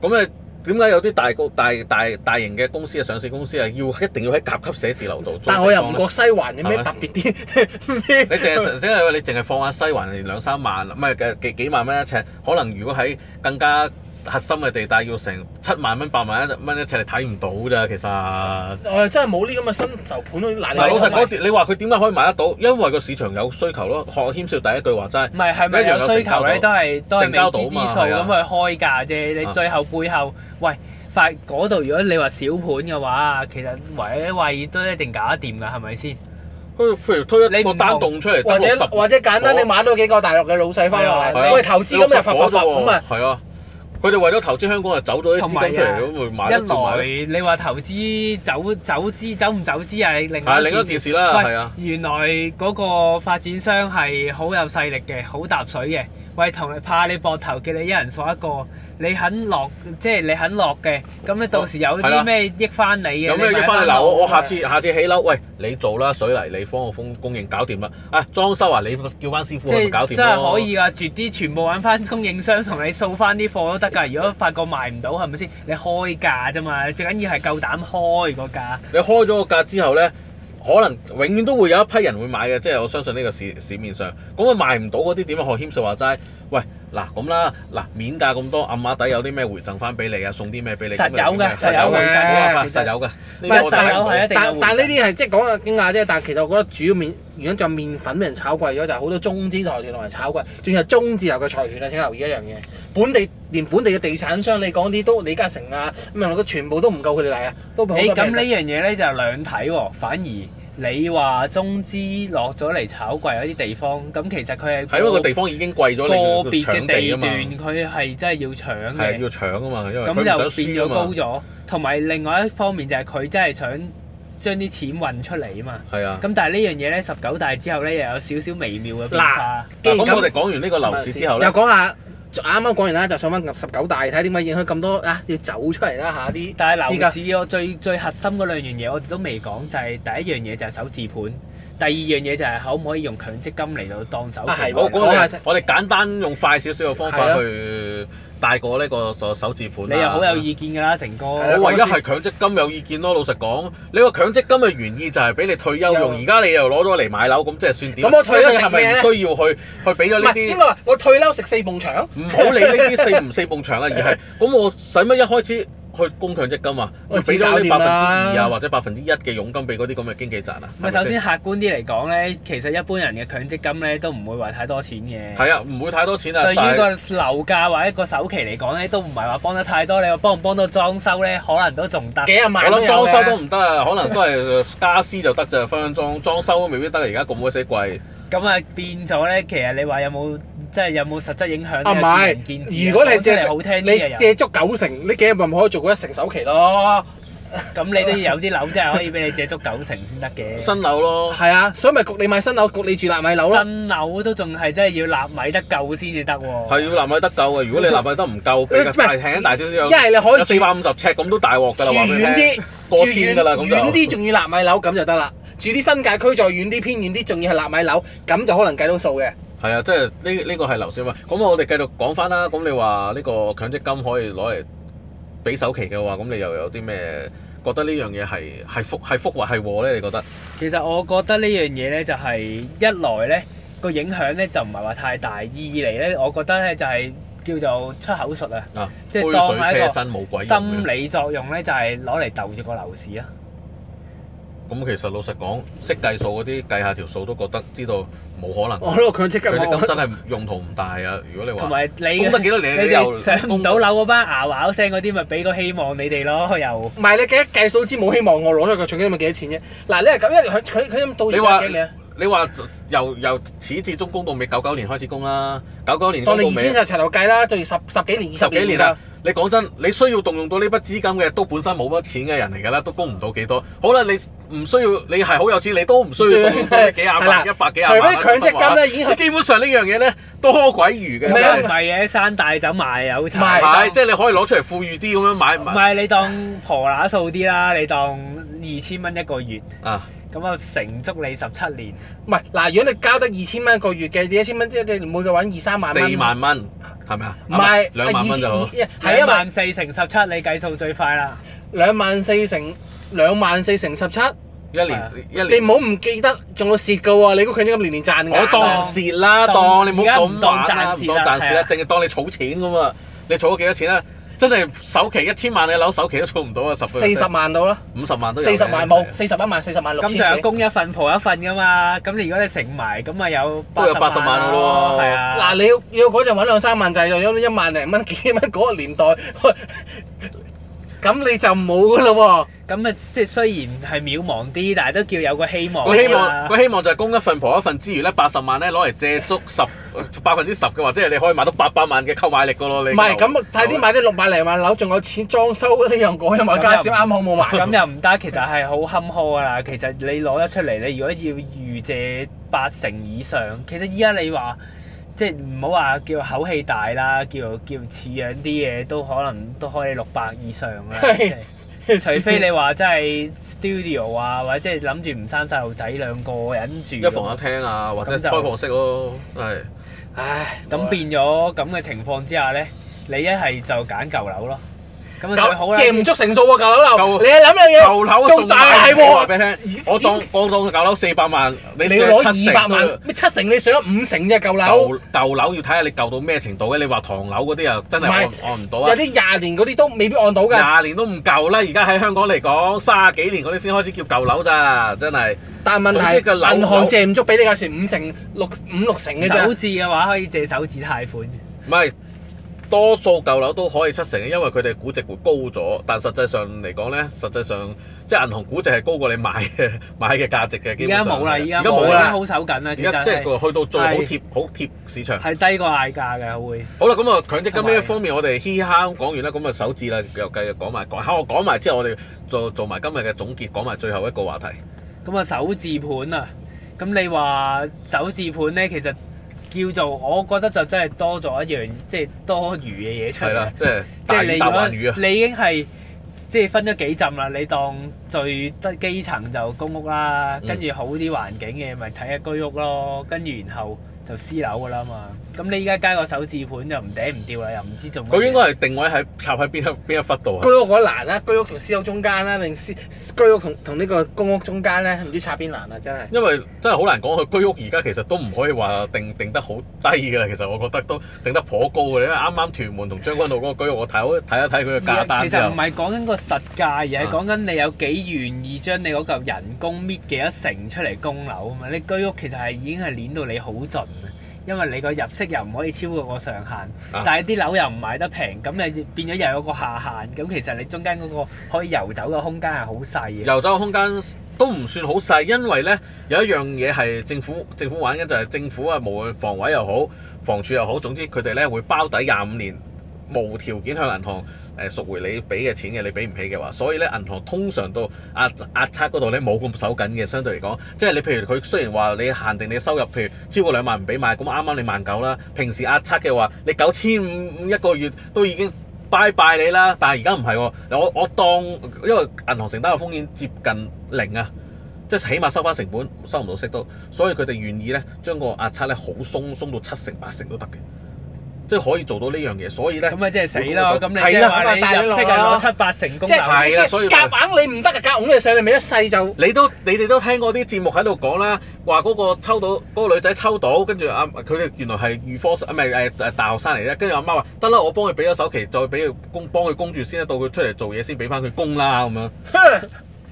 Speaker 1: 咁誒點解有啲大公大大大型嘅公司啊，上市公司啊，要一定要喺甲級寫字樓度租地方呢？
Speaker 2: 但我又唔覺西環有咩
Speaker 1: 係咪
Speaker 2: 特別啲。
Speaker 1: 你淨係即係你淨係放下西環兩三萬，唔係嘅幾幾萬蚊一尺，可能如果喺更加核心嘅地帶要成七萬蚊、八萬一蚊一尺，你睇唔到咋其實。
Speaker 2: 我又真係冇呢咁嘅新樓盤去嗱，
Speaker 1: 但係老實
Speaker 2: 講
Speaker 1: 講，你話佢點解可以買得到？因為個市場有需求咯。學我謙少第一句話齋
Speaker 3: 唔，係係咪
Speaker 1: 一樣有
Speaker 3: 有需求咧？
Speaker 1: 成交到
Speaker 3: 都係都係
Speaker 1: 成交到
Speaker 3: 未知之
Speaker 1: 嘛
Speaker 3: 數
Speaker 1: 係
Speaker 3: 咁
Speaker 1: 啊
Speaker 3: 去開價啫。你
Speaker 1: 啊
Speaker 3: 最後背後，喂，發嗰度如果你話小盤嘅話，其實位位都一定搞得掂㗎，係咪先？
Speaker 1: 佢譬如推
Speaker 3: 你
Speaker 1: 一
Speaker 3: 唔
Speaker 1: 個
Speaker 3: 同
Speaker 1: 單棟出嚟，
Speaker 2: 或
Speaker 1: 得
Speaker 2: 者
Speaker 1: 60
Speaker 2: 或者簡單，
Speaker 1: 火
Speaker 2: 你買多幾個大陸嘅老細翻落
Speaker 3: 係
Speaker 1: 係
Speaker 2: 嚟，
Speaker 1: 啊
Speaker 2: 我哋投資咁就發發
Speaker 1: 60
Speaker 2: 發咁啊！
Speaker 1: 係啊！佢哋為咗投資香港，就走咗啲資金出嚟，咁咪買得啊照買咯。
Speaker 3: 一來你話投資走走資走唔走資係另
Speaker 1: 係
Speaker 3: 外
Speaker 1: 另一
Speaker 3: 一
Speaker 1: 件
Speaker 3: 件事。
Speaker 1: 事啦，係啊。
Speaker 3: 喂，原來嗰個發展商係好有勢力嘅，好搭水嘅。喂，同你怕你膊頭，叫你一人索一個，你肯落，即係你肯落嘅，咁你到時有
Speaker 1: 係啦
Speaker 3: 啲咩益翻你嘅？
Speaker 1: 有咩
Speaker 3: 你
Speaker 1: 要
Speaker 3: 買啊
Speaker 1: 翻嚟
Speaker 3: 落
Speaker 1: 嗱？我我
Speaker 3: 嘅
Speaker 1: 下次下次起樓，喂，你做啦，水泥你方個供供應搞掂啦。啊，裝修啊，你叫班師傅
Speaker 3: 即
Speaker 1: 去搞
Speaker 3: 係
Speaker 1: 掂
Speaker 3: 真係
Speaker 1: 咯
Speaker 3: 可。以㗎，啊絕啲全部揾翻供應商同你掃翻啲貨都得㗎。如果發覺賣唔到，係咪先？你開價啫嘛，最緊要係夠膽開個價。
Speaker 1: 你開咗個價之後咧，可能永遠都會有一批人會買嘅，即係我相信呢個市市面上。咁啊賣唔到嗰啲點啊？何謙術話齋，喂嗱咁啦，嗱面價咁多，暗碼底有啲咩回贈翻俾你啊？送啲咩俾你？
Speaker 3: 實有嘅
Speaker 1: 實
Speaker 3: 實
Speaker 1: 有
Speaker 3: 有
Speaker 1: 嘅，
Speaker 3: 嘅
Speaker 1: 冇辦法，
Speaker 2: 其實
Speaker 1: 實有嘅。呢
Speaker 2: 唔係
Speaker 1: 啲我睇唔
Speaker 2: 實有
Speaker 1: 到
Speaker 3: 係一定啊有
Speaker 2: 但
Speaker 3: 回
Speaker 2: 但呢
Speaker 3: 贈
Speaker 2: 啲係即係講下驚訝啫，但其實我覺得主要面原因就係麵粉俾人炒貴咗，就係、好多中資財團同人炒貴，仲要係中字頭嘅財團啊！請留意一樣嘢，本地連本地嘅地產商，你講啲都李嘉誠啊，咁樣全部都唔夠佢哋嚟啊，都好多
Speaker 3: 誒咁呢
Speaker 2: 俾人
Speaker 3: 樣嘢咧就兩睇喎，反而你話中資落咗嚟炒貴一啲地方，咁其實佢係
Speaker 1: 係因為個地方已經貴咗，
Speaker 3: 個
Speaker 1: 你要
Speaker 3: 別嘅
Speaker 1: 搶地啊
Speaker 3: 地
Speaker 1: 嘛，
Speaker 3: 段，佢係真係要搶
Speaker 1: 係要
Speaker 3: 嘅，
Speaker 1: 搶啊嘛，因為佢
Speaker 3: 咁
Speaker 1: 唔想
Speaker 3: 就變
Speaker 1: 輸啊
Speaker 3: 咗高
Speaker 1: 嘛。
Speaker 3: 咗。同埋另外一方面就係佢真係想將啲錢運出嚟啊嘛。
Speaker 1: 係啊。
Speaker 3: 咁但係呢樣嘢咧，十九大之後咧又有少少微妙嘅變化。
Speaker 1: 嗱，
Speaker 2: 既然
Speaker 1: 咁
Speaker 2: 咁
Speaker 1: 我哋講完呢個樓市之後咧
Speaker 2: 又。講下啱啱講完啦，就上翻十九大睇下點解影響咁多啊，要走出嚟啦嚇啲。
Speaker 3: 但係
Speaker 2: 私
Speaker 3: 樓
Speaker 2: 家
Speaker 3: 市我最最核心嗰兩樣嘢，我哋都未講，就係、第一樣嘢就係首置盤，第二樣嘢就係可唔可以用強積金嚟到當首期
Speaker 2: 啊係
Speaker 1: 好，
Speaker 2: 喎
Speaker 3: 還
Speaker 1: 咁
Speaker 2: 講
Speaker 1: 我
Speaker 2: 下
Speaker 1: 哋
Speaker 2: 先
Speaker 1: 我哋簡單用快少少嘅方
Speaker 2: 係啊
Speaker 1: 法
Speaker 2: 咯
Speaker 1: 去帶過呢個手手指盤啦啊
Speaker 3: 你又好有意見㗎啦，成哥。
Speaker 2: 係啊
Speaker 1: 我唯一係強積金有意見咯，老實講，你個強積金嘅原意就係俾你退休用，
Speaker 2: 有
Speaker 1: 而家你又攞咗嚟買樓，咁即係算點？啊
Speaker 2: 咁我退休食
Speaker 1: 係咪唔
Speaker 2: 咩呢
Speaker 1: 需要去去俾咗
Speaker 2: 唔
Speaker 1: 呢
Speaker 2: 係應
Speaker 1: 啲？
Speaker 2: 該話我退休食四埲牆。
Speaker 1: 唔好理呢啲四唔 四埲牆啊，而 係咁我使乜一開始去供強積金啊？
Speaker 2: 我
Speaker 1: 要
Speaker 2: 自
Speaker 1: 俾
Speaker 2: 己
Speaker 1: 咗呢
Speaker 2: 搞
Speaker 1: 百分
Speaker 2: 掂啦
Speaker 1: 之二啊，或者百分之一嘅佣金俾嗰啲咁嘅經紀賺啊？
Speaker 3: 咪首先客觀啲嚟講咧，其實一般人嘅強積金咧都唔會話太多錢嘅。
Speaker 1: 係啊，唔會太多錢啊，
Speaker 3: 對於
Speaker 1: 但
Speaker 3: 個
Speaker 1: 係
Speaker 3: 樓價或者個首期嚟講咧，都唔係話幫得太多。你話幫唔幫到裝修咧，可能都仲得。
Speaker 2: 幾廿萬
Speaker 1: 我
Speaker 2: 都
Speaker 1: 諗
Speaker 2: 有
Speaker 1: 裝
Speaker 2: 嘅
Speaker 1: 修都唔得啊，可能都係家私就得咋，分分鐘裝修都未必得啊，而家咁鬼死貴。
Speaker 3: 咁啊變咗咧，其實你話有冇即係有冇實質影響
Speaker 2: 啊
Speaker 3: 呢
Speaker 2: 唔
Speaker 3: 見仁見智
Speaker 2: 係，
Speaker 3: 啊
Speaker 2: 如果你
Speaker 3: 講出
Speaker 2: 借
Speaker 3: 嚟好聽啲嘅
Speaker 2: 你
Speaker 3: 又
Speaker 2: 借足九成，呢幾日咪可以做過一成首期咯。
Speaker 3: 咁你都要有啲樓真係可以俾你借足九成先得嘅。
Speaker 1: 新樓咯，
Speaker 2: 係啊，所以咪焗你買新樓，焗你住納米樓啊咯。
Speaker 3: 新樓都仲係真係要納米得夠先至得喎。
Speaker 1: 係
Speaker 2: 啊
Speaker 1: 要納米得夠嘅。如果你納米得唔夠，俾
Speaker 2: 誒
Speaker 1: 個
Speaker 2: 呃唔係
Speaker 1: 大廳大少少有
Speaker 2: 一係你可以
Speaker 1: 有四百五十尺咁都大鑊㗎啦，
Speaker 2: 住
Speaker 1: 話俾你
Speaker 2: 遠
Speaker 1: 聽。
Speaker 2: 啲，
Speaker 1: 過
Speaker 2: 住
Speaker 1: 千
Speaker 2: 遠
Speaker 1: 㗎啦咁就
Speaker 2: 遠啲仲要納米樓咁就得啦。住啲新界區再遠啲，偏遠啲，仲要係納米樓，咁就可能計到數嘅。
Speaker 1: 係啊，即係呢呢個係樓市啊嘛。咁我哋繼續講翻啦。咁你話呢個強積金可以攞嚟俾首期嘅話，咁你又有啲咩覺得呢樣嘢係係福係福或係禍咧？你覺得？
Speaker 3: 其實我覺得呢樣嘢咧，就係一來咧個影響咧就唔係話太大，二嚟咧我覺得咧就係叫做出口術啊，
Speaker 1: 啊，
Speaker 3: 即係
Speaker 1: 杯
Speaker 3: 當係一
Speaker 1: 水
Speaker 3: 個
Speaker 1: 車薪冇鬼用嘅
Speaker 3: 心理作用咧就係攞嚟鬥住個樓市啊。
Speaker 1: 咁其實老實講，識計數嗰啲計下條數都覺得知道冇可能。
Speaker 2: 我呢個強積金
Speaker 1: 強積金
Speaker 2: 哦我
Speaker 1: 真係用途唔大啊！如果你
Speaker 3: 同
Speaker 1: 話
Speaker 3: 埋
Speaker 2: 哎
Speaker 3: 你
Speaker 1: 供得幾多
Speaker 3: 你
Speaker 1: 年，你又
Speaker 3: 哋上唔
Speaker 1: 供
Speaker 3: 到樓嗰班牙咬聲嗰啲，咪俾個希望你哋咯，又
Speaker 2: 唔係你計一計數知冇希望，我攞咗個強積金咪幾多錢啫？嗱，你係咁，因為佢佢佢咁到
Speaker 1: 你
Speaker 2: 而
Speaker 1: 話
Speaker 2: 家幾多年啊？
Speaker 1: 你話由由始至終供到尾，九九年開始供啦，九九年
Speaker 2: 當
Speaker 1: 供
Speaker 2: 哦你
Speaker 1: 到
Speaker 2: 二千
Speaker 1: 尾啊
Speaker 2: 就齊頭計啦，到十十幾年、二
Speaker 1: 十
Speaker 2: 十
Speaker 1: 幾
Speaker 2: 年
Speaker 1: 年啦。你講真，你需要動用到呢筆資金嘅，都本身冇乜錢嘅人嚟㗎啦，都供唔到幾多。好啦，你唔需要，你係好有錢，你都唔需要動用到呢幾廿
Speaker 2: 係啦
Speaker 1: 萬、一百幾廿萬啦。
Speaker 2: 除非強積金咧已經
Speaker 1: 即係基本上呢樣嘢咧，都呵鬼魚嘅。
Speaker 3: 唔
Speaker 2: 係啊
Speaker 3: 係嘅，山大酒賣有
Speaker 2: 唔係
Speaker 3: 柴。
Speaker 1: 係，即係你可以攞出嚟富裕啲咁樣買
Speaker 3: 唔
Speaker 1: 買
Speaker 3: 係你當婆乸數啲啦，你當二千蚊一個月，
Speaker 1: 啊！
Speaker 3: 咁啊成足你十七年，
Speaker 2: 唔係嗱，如果你交得二千蚊一個月嘅，你一千蚊即係你每個揾二三萬蚊。啊
Speaker 1: 四萬蚊係咪啊？
Speaker 2: 唔係
Speaker 1: 兩萬蚊就好。
Speaker 2: 係啊
Speaker 3: 兩
Speaker 2: 嘛
Speaker 3: 萬，四乘十七，你計數最快啦。
Speaker 2: 兩萬四乘兩萬四乘十七，
Speaker 1: 一年一
Speaker 2: 啊你
Speaker 1: 年
Speaker 2: 唔好唔記得，仲有蝕嘅喎，你嗰個強積金年年賺㗎。
Speaker 1: 我當蝕啦，當你唔好咁玩啦，
Speaker 3: 而家
Speaker 1: 唔當賺
Speaker 3: 唔當賺
Speaker 1: 蝕
Speaker 3: 蝕
Speaker 1: 啦
Speaker 2: 啊
Speaker 3: 啦，
Speaker 1: 淨係當你儲錢咁啊！你儲咗幾多錢啊？真係首期一千萬，你樓首期都儲唔到啊！十
Speaker 2: 四十萬到啦，
Speaker 1: 五十萬都有
Speaker 2: 四
Speaker 1: 嘅
Speaker 2: 十萬冇，四十一萬，四十萬六
Speaker 3: 咁
Speaker 2: 千
Speaker 3: 就有
Speaker 2: 幾。
Speaker 3: 供一份婆一份噶嘛，咁你如果你乘埋，咁咪有
Speaker 1: 都有
Speaker 3: 80
Speaker 1: 80萬
Speaker 3: 萬
Speaker 1: 咯
Speaker 3: 咯，係
Speaker 2: 嗱，
Speaker 3: 啊。
Speaker 2: 你要要嗰陣揾兩三萬就係有一萬零蚊、 幾千蚊嗰個年代，咁你就冇㗎啦
Speaker 3: 咁啊，即係雖然係渺茫啲，但係都叫有個希望啊。
Speaker 1: 佢希望佢希望就係供一份婆一份之餘咧，八十萬咧攞嚟借足十 百分之十嘅話，即係你可以買到八百萬嘅購買力噶咯。
Speaker 2: 喎。
Speaker 1: 你
Speaker 2: 唔係咁睇啲買啲六萬零萬樓，仲有錢裝修嗰啲樣嗰樣買家先啱好冇買。
Speaker 3: 啊 咁又唔得，其實係好坎坷噶啦。其實你攞得出嚟，你如果要預借八成以上，其實依家你話即係唔好話叫口氣大啦，叫叫似樣啲嘢都可能都可以六百以上啦。
Speaker 2: 係
Speaker 3: 即係除非你話真係 studio 啊，或者係諗住唔生細路仔兩個人住，
Speaker 1: 一房一廳啊，或者
Speaker 3: 咁就
Speaker 1: 開放式咯，係
Speaker 2: 唉，
Speaker 3: 咁變咗咁嘅情況之下咧，你一係就揀舊樓咯。咁啊最好
Speaker 2: 咁
Speaker 3: 啦，
Speaker 2: 借唔足成數喎，舊
Speaker 1: 舊
Speaker 2: 樓樓，你係諗樣嘢
Speaker 1: 舊樓
Speaker 2: 做大
Speaker 1: 我話
Speaker 2: 鑊。
Speaker 1: 俾你聽，我當我當舊樓四百萬，你
Speaker 2: 你
Speaker 1: 借
Speaker 2: 要
Speaker 1: 七
Speaker 2: 攞
Speaker 1: 成
Speaker 2: 二百
Speaker 1: 都要
Speaker 2: 萬，咩七成你上咗五成啫，舊樓
Speaker 1: 舊舊樓要睇下你舊到咩程度嘅，你話唐樓嗰啲又真係
Speaker 2: 唔係
Speaker 1: 按按唔到
Speaker 2: 有
Speaker 1: 啊！
Speaker 2: 啲廿年嗰啲都未必按到㗎。
Speaker 1: 廿年都唔夠啦，而家喺香港嚟講，三十幾年嗰啲先開始叫舊樓咋，真係
Speaker 2: 但問題
Speaker 1: 總之個樓
Speaker 2: 係銀行借唔足俾你嗰時五成六五六成嘅
Speaker 3: 首
Speaker 2: 啫。
Speaker 3: 置嘅話可以借首置貸款。
Speaker 1: 唔係多數舊樓都可以七成，因為佢哋估值會高咗，但實際上嚟講咧，實際上即係銀行估值係高過你買嘅 買嘅價值嘅，基本
Speaker 3: 而家
Speaker 1: 上
Speaker 3: 冇啦，而家
Speaker 1: 而家冇
Speaker 3: 冇啦，而家
Speaker 1: 啦。
Speaker 3: 好手緊啦，
Speaker 1: 而
Speaker 3: 其
Speaker 1: 家
Speaker 3: 實
Speaker 1: 即係
Speaker 3: 係
Speaker 1: 佢去到最好
Speaker 3: 係
Speaker 1: 貼好貼市場。
Speaker 3: 係低過嗌價嘅會。
Speaker 1: 好啦，咁啊強積金
Speaker 3: 同
Speaker 1: 呢
Speaker 3: 埋
Speaker 1: 一方面，我哋嘻哈講完啦，咁啊手指啦，又繼續講埋講下，我講埋之後，我哋做做埋今日嘅總結，講埋最後一個話題。
Speaker 3: 咁啊，首置盤啊，咁你話首置盤咧，其實叫做我覺得就真係多咗一樣即係多餘嘅嘢出
Speaker 1: 係啦
Speaker 3: 嚟，。
Speaker 1: 即係
Speaker 3: 即
Speaker 1: 大
Speaker 3: 係你
Speaker 1: 魚
Speaker 3: 如
Speaker 1: 大
Speaker 3: 果
Speaker 1: 環魚啊，
Speaker 3: 你已經係即係分咗幾浸啦，你當最低基層就公屋啦，
Speaker 1: 嗯
Speaker 3: 跟住好啲環境嘅咪睇下居屋咯，跟住然後就私樓噶啦嘛。咁你依家加個首置盤就唔嗲唔掉啦，又唔知做乜嘢。
Speaker 1: 佢應該係定位喺插喺邊一邊一忽度啊
Speaker 2: 居。屋嗰欄啦，居屋同私樓中間啦，定私居屋同同呢個公屋中間咧，唔知插邊欄啦，真係。
Speaker 1: 因為真係好難講，佢居屋而家其實都唔可以話定定得好低嘅啦。其實我覺得都定得頗高嘅，因為啱啱屯門同將軍澳嗰個居屋，我睇好睇一睇佢嘅價單
Speaker 3: 其
Speaker 1: 之
Speaker 3: 實
Speaker 1: 後啊
Speaker 3: 唔，係講緊個實價，而係講緊你有幾願意將你嗰嚿人工搣幾多成出嚟供樓啊嘛。你居屋其實係已經係攣到你好盡啊，因為你個入息又唔可以超過個上限，
Speaker 1: 啊
Speaker 3: 但係啲樓又唔賣得平，咁你變咗又有個下限。咁其實你中間嗰個可以遊走嘅空間係好細嘅。
Speaker 1: 遊走空間都唔算好細，因為咧有一樣嘢係政府政府玩緊就係政府啊，無論房委又好，房署又好，總之佢哋咧會包底廿五年無條件向銀行。誒贖回你俾嘅錢嘅，你俾唔起嘅話，所以咧銀行通常到壓壓測嗰度咧冇咁手緊嘅，相對嚟講，即係你譬如佢雖然話你限定你收入，譬如超過兩萬唔俾買，咁啱啱你萬九啦，平時壓測嘅話，你九千五一個月都已經拜拜你啦，但係而家唔係喎，我我當因為銀行承擔嘅風險接近零啊。即係起碼收翻成本，收唔到息都，所以佢哋願意咧將個壓測咧好鬆，鬆到七成八成都得嘅，即係可以做到呢樣嘢。所以咧，
Speaker 3: 咁咪啊即係死咯！咁你即
Speaker 1: 係
Speaker 3: 係
Speaker 1: 啦
Speaker 3: 話你
Speaker 2: 咁啊
Speaker 3: 入息係
Speaker 2: 大佬
Speaker 3: 攞
Speaker 2: 啊
Speaker 3: 七八成供
Speaker 2: 即係
Speaker 3: 樓。
Speaker 1: 係啊所以咪
Speaker 2: 夾硬你唔得嘅，夾硬你上你咪一世就
Speaker 1: 你都你哋都聽過啲節目喺度講啦，話嗰個抽到嗰、個女仔抽到，跟住啊佢哋原來係預科生啊唔係誒誒大學生嚟啫，跟住阿媽話得啦，我幫佢俾咗首期，再俾佢供幫佢供住先啦，到佢出嚟做嘢先俾翻佢供啦咁樣。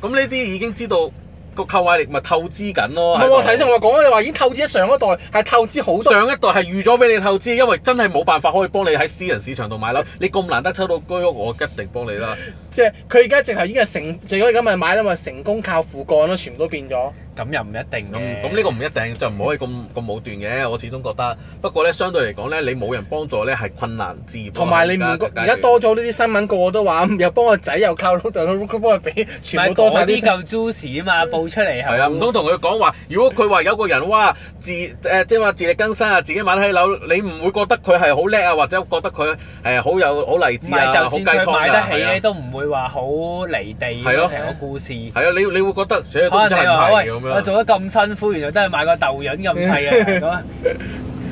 Speaker 1: 咁呢啲已經知道個購買力咪透支緊
Speaker 2: 唔
Speaker 1: 咯。
Speaker 2: 係
Speaker 1: 喺度
Speaker 2: 喎，頭先我講咗你話已經透支咗上一代，係透支好多。
Speaker 1: 上一代係預咗俾你透支，因為真係冇辦法可以幫你喺私人市場度買樓。你咁難得抽到居屋，我一定幫你啦。
Speaker 2: 即係佢而家直頭已經係成，最果而家咪買啦嘛，成功靠父幹咯，全部都變咗。
Speaker 3: 咁又唔一定
Speaker 1: 咁
Speaker 3: 嘅。
Speaker 1: 咁呢個唔一定，就唔可以咁咁武斷嘅。我始終覺得，不過咧相對嚟講咧，你冇人幫助咧係困難之業。
Speaker 2: 同埋你
Speaker 3: 哦
Speaker 2: 唔覺而家多咗呢啲新聞，個個都話嗯又幫個仔又靠老豆，佢幫佢俾，全部多晒
Speaker 3: 嗰
Speaker 2: 啲
Speaker 3: 啲
Speaker 2: 新
Speaker 3: 夠 juicy 啊嘛，報出嚟
Speaker 1: 係啊，唔通同佢講話？如果佢話有個人哇自誒、即係話自力更生啊，自己買得起樓，你唔會覺得佢係好叻啊，或者覺得佢誒好有好勵
Speaker 3: 唔
Speaker 1: 志
Speaker 3: 係，
Speaker 1: 啊，
Speaker 3: 就
Speaker 1: 好
Speaker 3: 算
Speaker 1: 雞
Speaker 3: 佢
Speaker 1: 湯
Speaker 3: 買
Speaker 1: 啊
Speaker 3: 得起
Speaker 1: 係
Speaker 3: 咧，
Speaker 1: 啊，
Speaker 3: 都唔會話好離地
Speaker 1: 係咯
Speaker 3: 咯。成個故事。
Speaker 1: 係啊，你你會覺得，寫
Speaker 3: 可
Speaker 1: 都
Speaker 3: 能
Speaker 1: 真
Speaker 3: 你
Speaker 1: 係唔
Speaker 3: 話
Speaker 1: 係
Speaker 3: 喂，啊
Speaker 1: 咁樣。
Speaker 3: 我做得咁辛苦，原來都係買個豆潤咁細 嘅，咁啊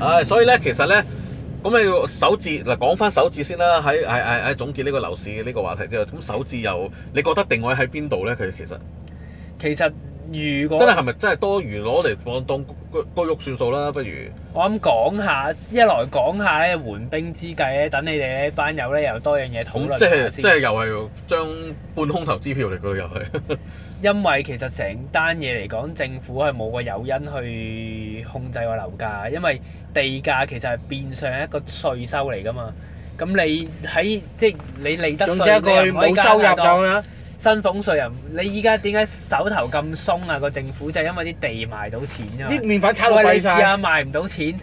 Speaker 1: 唉、所以咧，其實咧，咁你首置嗱講翻首置先啦，喺喺喺喺總結呢個樓市嘅呢個話題之後，咁首置又你覺得定位喺邊度咧？佢其實
Speaker 3: 其實如
Speaker 1: 真係
Speaker 3: 果
Speaker 1: 係咪真係多餘攞嚟當當居居屋算數啦？不如
Speaker 3: 我咁講下，一來講下咧緩兵之計咧，等你哋呢班友咧又多樣嘢討
Speaker 1: 咁
Speaker 3: 論
Speaker 1: 即
Speaker 3: 下
Speaker 1: 係即
Speaker 3: 先
Speaker 1: 係。又係將半空頭支票嚟㗎咯，又 係
Speaker 3: 因為其實成單嘢嚟講，政府係冇個誘因去控制個樓價，因為地價其實係變相一個稅收嚟噶嘛。咁你喺即係你利得
Speaker 2: 總之一
Speaker 3: 稅，
Speaker 2: 句
Speaker 3: 啊你又唔可以
Speaker 2: 冇
Speaker 3: 加
Speaker 2: 收入
Speaker 3: 太多啊
Speaker 2: 咁樣。
Speaker 3: 薪俸税又唔啊你依家點解手頭咁鬆啊？個政府就係因為啲地賣到錢啫
Speaker 2: 啲
Speaker 3: 嘛。
Speaker 2: 麵粉炒到
Speaker 3: 喂，
Speaker 2: 貴
Speaker 3: 你試
Speaker 2: 晒，
Speaker 3: 下賣唔到錢，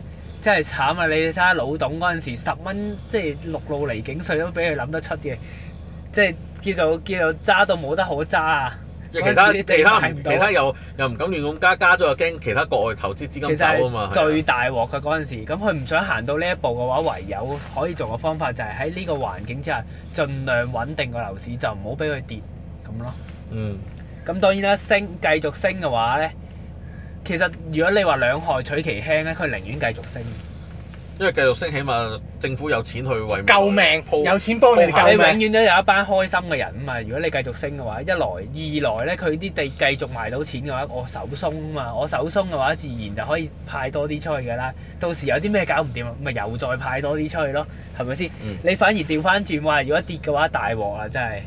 Speaker 3: 真係慘啊！你睇下老董嗰陣時十蚊，即係陸路離境税都俾佢諗得出嘅，即係叫做叫做揸到冇得好揸啊！
Speaker 1: 即係其他
Speaker 3: 嗰陣時啲地
Speaker 1: 其他
Speaker 3: 賣唔
Speaker 1: 唔
Speaker 3: 到啊
Speaker 1: 其他又又唔敢亂咁加，加咗又驚其他國外投資資
Speaker 3: 其
Speaker 1: 金
Speaker 3: 實
Speaker 1: 走啊嘛係
Speaker 3: 係，
Speaker 1: 啊
Speaker 3: 最大鑊嘅嗰陣時，咁佢唔想行到呢一步嘅話，唯有可以做嘅方法就係喺呢個環境之下，盡量穩定個樓市，就唔好俾佢跌咁咯。
Speaker 1: 嗯。
Speaker 3: 咁當然啦，升繼續升嘅話咧，其實如果你話兩害取其輕咧，佢寧願繼續升。
Speaker 1: 因為繼續升，起碼政府有錢去為
Speaker 2: 救命！有
Speaker 1: 有
Speaker 2: 錢幫你哋
Speaker 3: 你
Speaker 2: 救
Speaker 3: 永
Speaker 2: 命。
Speaker 3: 遠都有一班開心嘅人啊嘛！如果你繼續升嘅話，一來二來咧，佢啲地繼續賣到錢嘅話，我手鬆啊嘛，我手鬆嘅話，自然就可以派多啲出去㗎啦。到時有啲咩搞唔掂啊，咪又再派多啲出去咯，係咪先？
Speaker 1: 嗯
Speaker 3: 你反而調翻轉話，如果跌嘅話，大鑊啦，真係。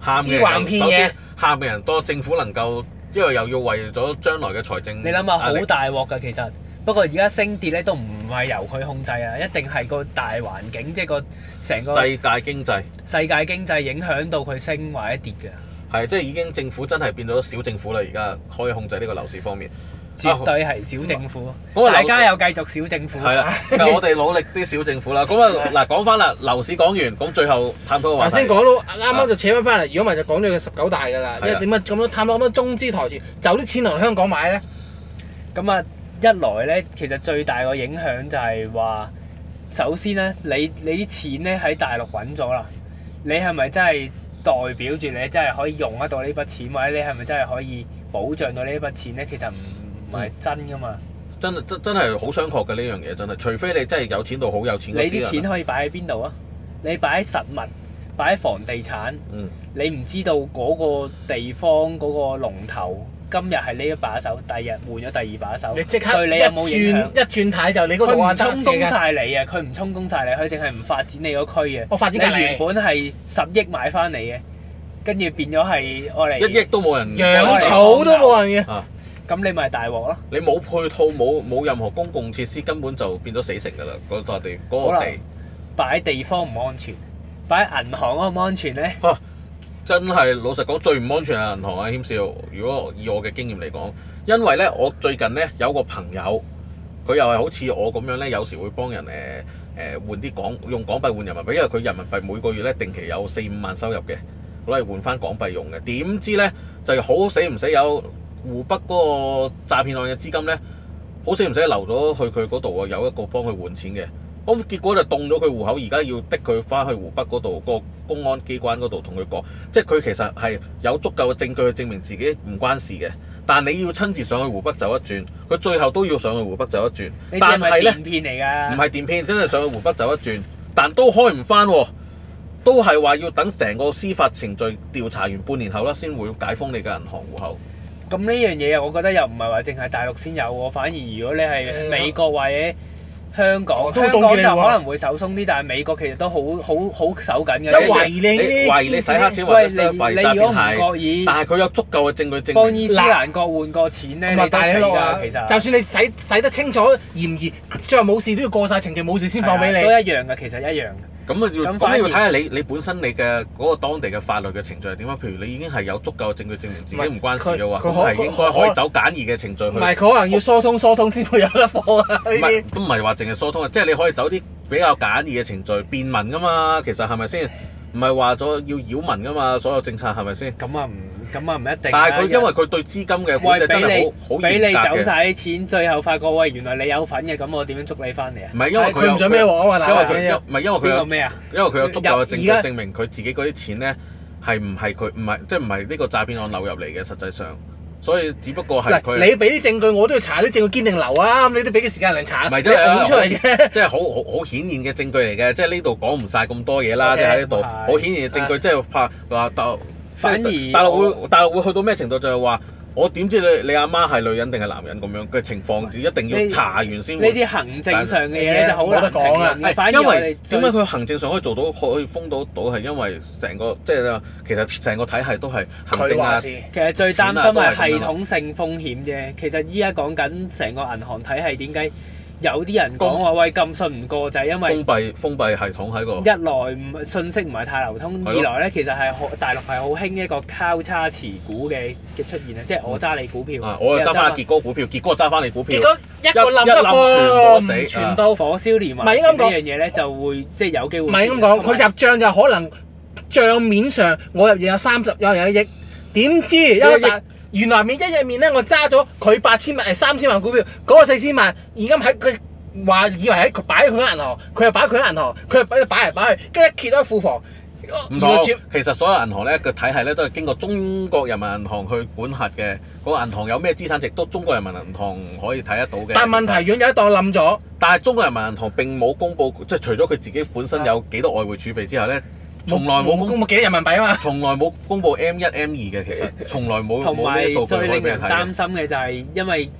Speaker 1: 喊嘅
Speaker 2: 私橫
Speaker 1: 人，
Speaker 2: 遍
Speaker 1: 首
Speaker 2: 野
Speaker 1: 先喊嘅人多，政府能夠因為又要為咗將來嘅財政
Speaker 3: 你諗下
Speaker 1: 壓力
Speaker 3: 好大鑊㗎，其實。不過而家升跌咧都唔係由佢控制啊，一定係個大環境，即係個成個
Speaker 1: 世界經濟
Speaker 3: 世界經濟影響到佢升或者跌
Speaker 1: 啊
Speaker 3: 嘅，
Speaker 1: 係即係已經政府真係變咗小政府啦，而家可以控制呢個樓市方面。
Speaker 3: 絕對係小政府。
Speaker 1: 咁啊
Speaker 3: 大家又繼續小政府。
Speaker 1: 係啊， 但係我哋努力啲小政府啦。咁 啊嗱，講翻啦，樓市講完，咁最後探討個話題。
Speaker 2: 頭先講到啊啱
Speaker 3: 啊
Speaker 2: 啱就扯翻翻嚟，如果唔係就講咗佢十九大㗎啦。因
Speaker 1: 係
Speaker 2: 為
Speaker 1: 啊
Speaker 2: 點解咁多探到咁多中資台團，就啲錢嚟香港買咧？
Speaker 3: 咁啊，一來咧，其實最大個影響就係話，首先咧，你你啲錢咧喺大陸揾咗啦，你係咪真係代表住你真係可以用得到呢筆錢，或者你係咪真係可以保障到呢筆錢咧？其實唔唔
Speaker 1: 嗯
Speaker 3: 係真噶嘛，
Speaker 1: 真真真係好商榷嘅呢樣嘢，真係。除非你真係有錢到好有錢
Speaker 3: 你
Speaker 1: 嗰
Speaker 3: 啲
Speaker 1: 啲
Speaker 3: 錢
Speaker 1: 人啊，
Speaker 3: 可以擺喺邊度啊？你擺喺實物，擺喺房地產。
Speaker 1: 嗯，
Speaker 3: 你唔知道嗰個地方嗰、個龍頭今日係呢一把手，第日換咗第二把手，
Speaker 2: 你即刻
Speaker 3: 對
Speaker 2: 一
Speaker 3: 你有冇影響
Speaker 2: 轉？一轉睇就你嗰
Speaker 3: 佢
Speaker 2: 度啊，
Speaker 3: 唔
Speaker 2: 得
Speaker 3: 充公
Speaker 2: 嘅。
Speaker 3: 晒你啊！佢唔充公晒你，佢淨係唔發展你個區嘅。
Speaker 2: 我發展隔
Speaker 3: 你原
Speaker 2: 離
Speaker 3: 本係十億買翻嚟嘅，跟住變咗係我
Speaker 1: 一
Speaker 3: 嚟
Speaker 1: 億，都冇人
Speaker 2: 養草都冇人嘅，
Speaker 3: 咁你咪大鑊咯。
Speaker 1: 你冇配套，冇冇任何公共設施，根本就變咗死城㗎啦！嗰笪地，嗰、
Speaker 3: 好
Speaker 1: 個
Speaker 3: 啦
Speaker 1: 地，
Speaker 3: 擺地方唔安全，擺銀行安唔安全咧？
Speaker 1: 真係老實講最唔安全係銀行啊！謙少，如果以我嘅經驗嚟講，因為呢，我最近呢有個朋友，佢又係好似我咁樣呢，有時會幫人誒誒、呃換啲港用港幣換人民幣，因為佢人民幣每個月呢定期有四五萬收入嘅，攞嚟換翻港幣用嘅。點知呢，就好死唔死有湖北嗰個詐騙案嘅資金呢，好死唔死流咗去佢嗰度啊，有一個幫佢換錢嘅。咁結果就凍咗佢户口，而家要逼佢翻去湖北嗰度個公安機關嗰度同佢講，即係佢其實係有足夠嘅證據去證明自己唔關事嘅。但你要親自上去湖北走一轉，佢最後都要上去湖北走一轉。
Speaker 3: 你啲係
Speaker 1: 但
Speaker 3: 咪
Speaker 1: 係呢
Speaker 3: 電，騙嚟
Speaker 1: 唔
Speaker 3: 㗎？
Speaker 1: 係電騙，真係上去湖北走一轉，但都開唔翻喎。都係話要等成個司法程序調查完半年後啦，先會解封你嘅銀行户口。
Speaker 3: 咁呢樣嘢啊我覺得又唔係話淨係大陸先有喎，反而如果你
Speaker 1: 啊
Speaker 3: 係美國或者香
Speaker 1: 哦
Speaker 3: 港，
Speaker 2: 都
Speaker 3: 香
Speaker 2: 凍
Speaker 3: 港
Speaker 2: 結你
Speaker 3: 就
Speaker 2: 喎
Speaker 3: 可能會手鬆啲，但係美國其實都好好好手緊嘅。
Speaker 2: 有
Speaker 3: 即係
Speaker 2: 懷疑你呢
Speaker 1: 懷疑你洗黑錢或者
Speaker 3: 喂，你
Speaker 1: 收費詐
Speaker 3: 你如
Speaker 1: 騙
Speaker 3: 果唔
Speaker 1: 係，
Speaker 3: 覺意
Speaker 1: 但係佢有足夠嘅證據證
Speaker 3: 幫
Speaker 1: 明。
Speaker 3: 伊斯蘭國換個錢咧，
Speaker 2: 咁啊
Speaker 3: 你都
Speaker 2: 大
Speaker 3: 死
Speaker 2: 你落啊！
Speaker 3: 㗎，其實
Speaker 2: 就算你洗洗得清楚嫌疑，最後冇事都要過晒程序冇事先放俾
Speaker 3: 係啊都
Speaker 2: 你。
Speaker 3: 一樣嘅，其實一樣嘅。
Speaker 1: 咁啊要
Speaker 3: 咁反而
Speaker 1: 咁要睇下你你本身你嘅嗰個當地嘅法律嘅程序係點啊？譬如你已經係有足夠嘅證據證明自己唔關事嘅話，
Speaker 2: 唔
Speaker 1: 咁係
Speaker 2: 係佢佢可
Speaker 1: 應該
Speaker 2: 可
Speaker 1: 可以走簡易嘅程序
Speaker 2: 唔
Speaker 1: 去。
Speaker 2: 係佢可能要疏通疏通先會有得放 啊！呢
Speaker 1: 唔係
Speaker 2: 啲
Speaker 1: 都唔係話淨係疏通啊，即係你可以走啲比較簡易嘅程序便民噶嘛，其實係咪先？唔係話咗要擾民噶嘛，所有政策係咪先？
Speaker 3: 咁啊唔，咁啊唔一定啦。
Speaker 1: 但係佢因為佢對資金嘅管
Speaker 3: 喂
Speaker 1: 制真
Speaker 3: 俾
Speaker 1: 係好好
Speaker 3: 你俾你
Speaker 1: 嚴格
Speaker 3: 走
Speaker 1: 嘅，
Speaker 3: 晒啲錢，最後發覺喂原來你有份嘅，咁我點樣捉你翻嚟啊？
Speaker 1: 唔係因為佢
Speaker 2: 係佢唔
Speaker 1: 有
Speaker 2: 想孭鑊啊嘛！
Speaker 1: 因為
Speaker 2: 嗱
Speaker 1: 佢有唔係因為佢
Speaker 3: 呢個
Speaker 1: 有
Speaker 3: 咩啊？
Speaker 1: 因為佢有足夠嘅證據
Speaker 2: 入而家
Speaker 1: 證明佢自己嗰啲錢咧係唔係佢唔係即係唔係呢個詐騙案流入嚟嘅，實際上，所以只不過係
Speaker 2: 嗱，
Speaker 1: 佢
Speaker 2: 你俾啲證據，我都要查啲證據堅定流啊！咁你都俾啲時間人查，
Speaker 1: 唔係
Speaker 2: 你
Speaker 1: 真係啊
Speaker 2: 拱出嚟 嘅。
Speaker 1: 即係好好好顯現嘅證據嚟嘅，即係呢度講唔晒咁多嘢啦，
Speaker 2: OK，
Speaker 1: 即係喺呢度
Speaker 3: 咁係啊
Speaker 1: 好顯現嘅證據，即係怕話大
Speaker 3: 反而
Speaker 1: 大陸
Speaker 3: 我
Speaker 1: 會大陸會去到咩程度就係話。我點知你你阿媽係女人定係男人咁樣嘅情況，一定要
Speaker 3: 呢
Speaker 1: 查完先
Speaker 3: 呢
Speaker 1: 會。
Speaker 3: 啲行政上嘅嘢就好
Speaker 2: 冇得
Speaker 3: 難
Speaker 2: 講啊
Speaker 3: 評論嘅反
Speaker 1: 係，
Speaker 3: 而
Speaker 1: 因
Speaker 3: 我
Speaker 1: 為
Speaker 3: 哋
Speaker 1: 點解佢行政上可以做到可以封到到係因為成個即係其實成個體系都係行
Speaker 2: 佢
Speaker 1: 政
Speaker 2: 話
Speaker 1: 啊
Speaker 2: 事，
Speaker 3: 其實最擔心係系統性風險啫。其實依家講緊成個銀行體系點解有啲人講話喂咁信唔過，就係因為
Speaker 1: 封閉封閉系統喺個
Speaker 3: 一來唔信息唔係太流通，
Speaker 1: 係
Speaker 3: 二
Speaker 1: 咯
Speaker 3: 來咧其實係好大陸係好興一個交叉持股嘅嘅出現啊，即係我揸你股票
Speaker 1: 啊，，我又
Speaker 3: 你
Speaker 1: 揸翻
Speaker 3: 揸
Speaker 1: 阿傑哥股票，傑哥揸翻你股票
Speaker 2: 結，果一個冧
Speaker 1: 一冧全
Speaker 2: 得
Speaker 1: 部
Speaker 2: 唔
Speaker 1: 死
Speaker 2: 傳
Speaker 1: 啊
Speaker 2: 到。
Speaker 3: 火燒連環
Speaker 2: 唔係應該咁
Speaker 3: 船呢
Speaker 2: 講
Speaker 3: 樣嘢咧，就會即係有機會
Speaker 2: 唔係咁講，佢
Speaker 3: 同埋
Speaker 2: 入帳就可能帳面上我入嘢有三十，有人有一億，點知一
Speaker 1: 有
Speaker 2: 個
Speaker 1: 一億
Speaker 2: 大原來面一入面咧，我揸咗佢八千萬誒三千萬股票，嗰、個四千萬現金喺佢話以為喺佢擺喺佢銀行，佢又擺喺佢銀行，佢又擺擺嚟擺去，跟住一揭開庫房，
Speaker 1: 唔
Speaker 2: 原
Speaker 1: 同
Speaker 2: 來全。
Speaker 1: 其實所有銀行咧個體系咧都係經過中國人民銀行去管轄嘅，嗰個銀行有咩資產值都中國人民銀行可以睇得到嘅。
Speaker 2: 但問題樣有一檔冧咗，
Speaker 1: 但係中國人民銀行並冇公佈，即係除咗佢自己本身有幾多外匯儲備之後咧，從來冇公
Speaker 2: 公冇幾多人民幣啊嘛。
Speaker 1: 從來冇公佈 M 一 M 二嘅，其實從來冇
Speaker 3: 同
Speaker 1: 冇
Speaker 3: 埋
Speaker 1: 咩數據
Speaker 3: 最
Speaker 1: 可以
Speaker 3: 令
Speaker 1: 俾
Speaker 3: 人
Speaker 1: 人睇
Speaker 3: 擔
Speaker 1: 嘅。
Speaker 3: 心嘅就係因為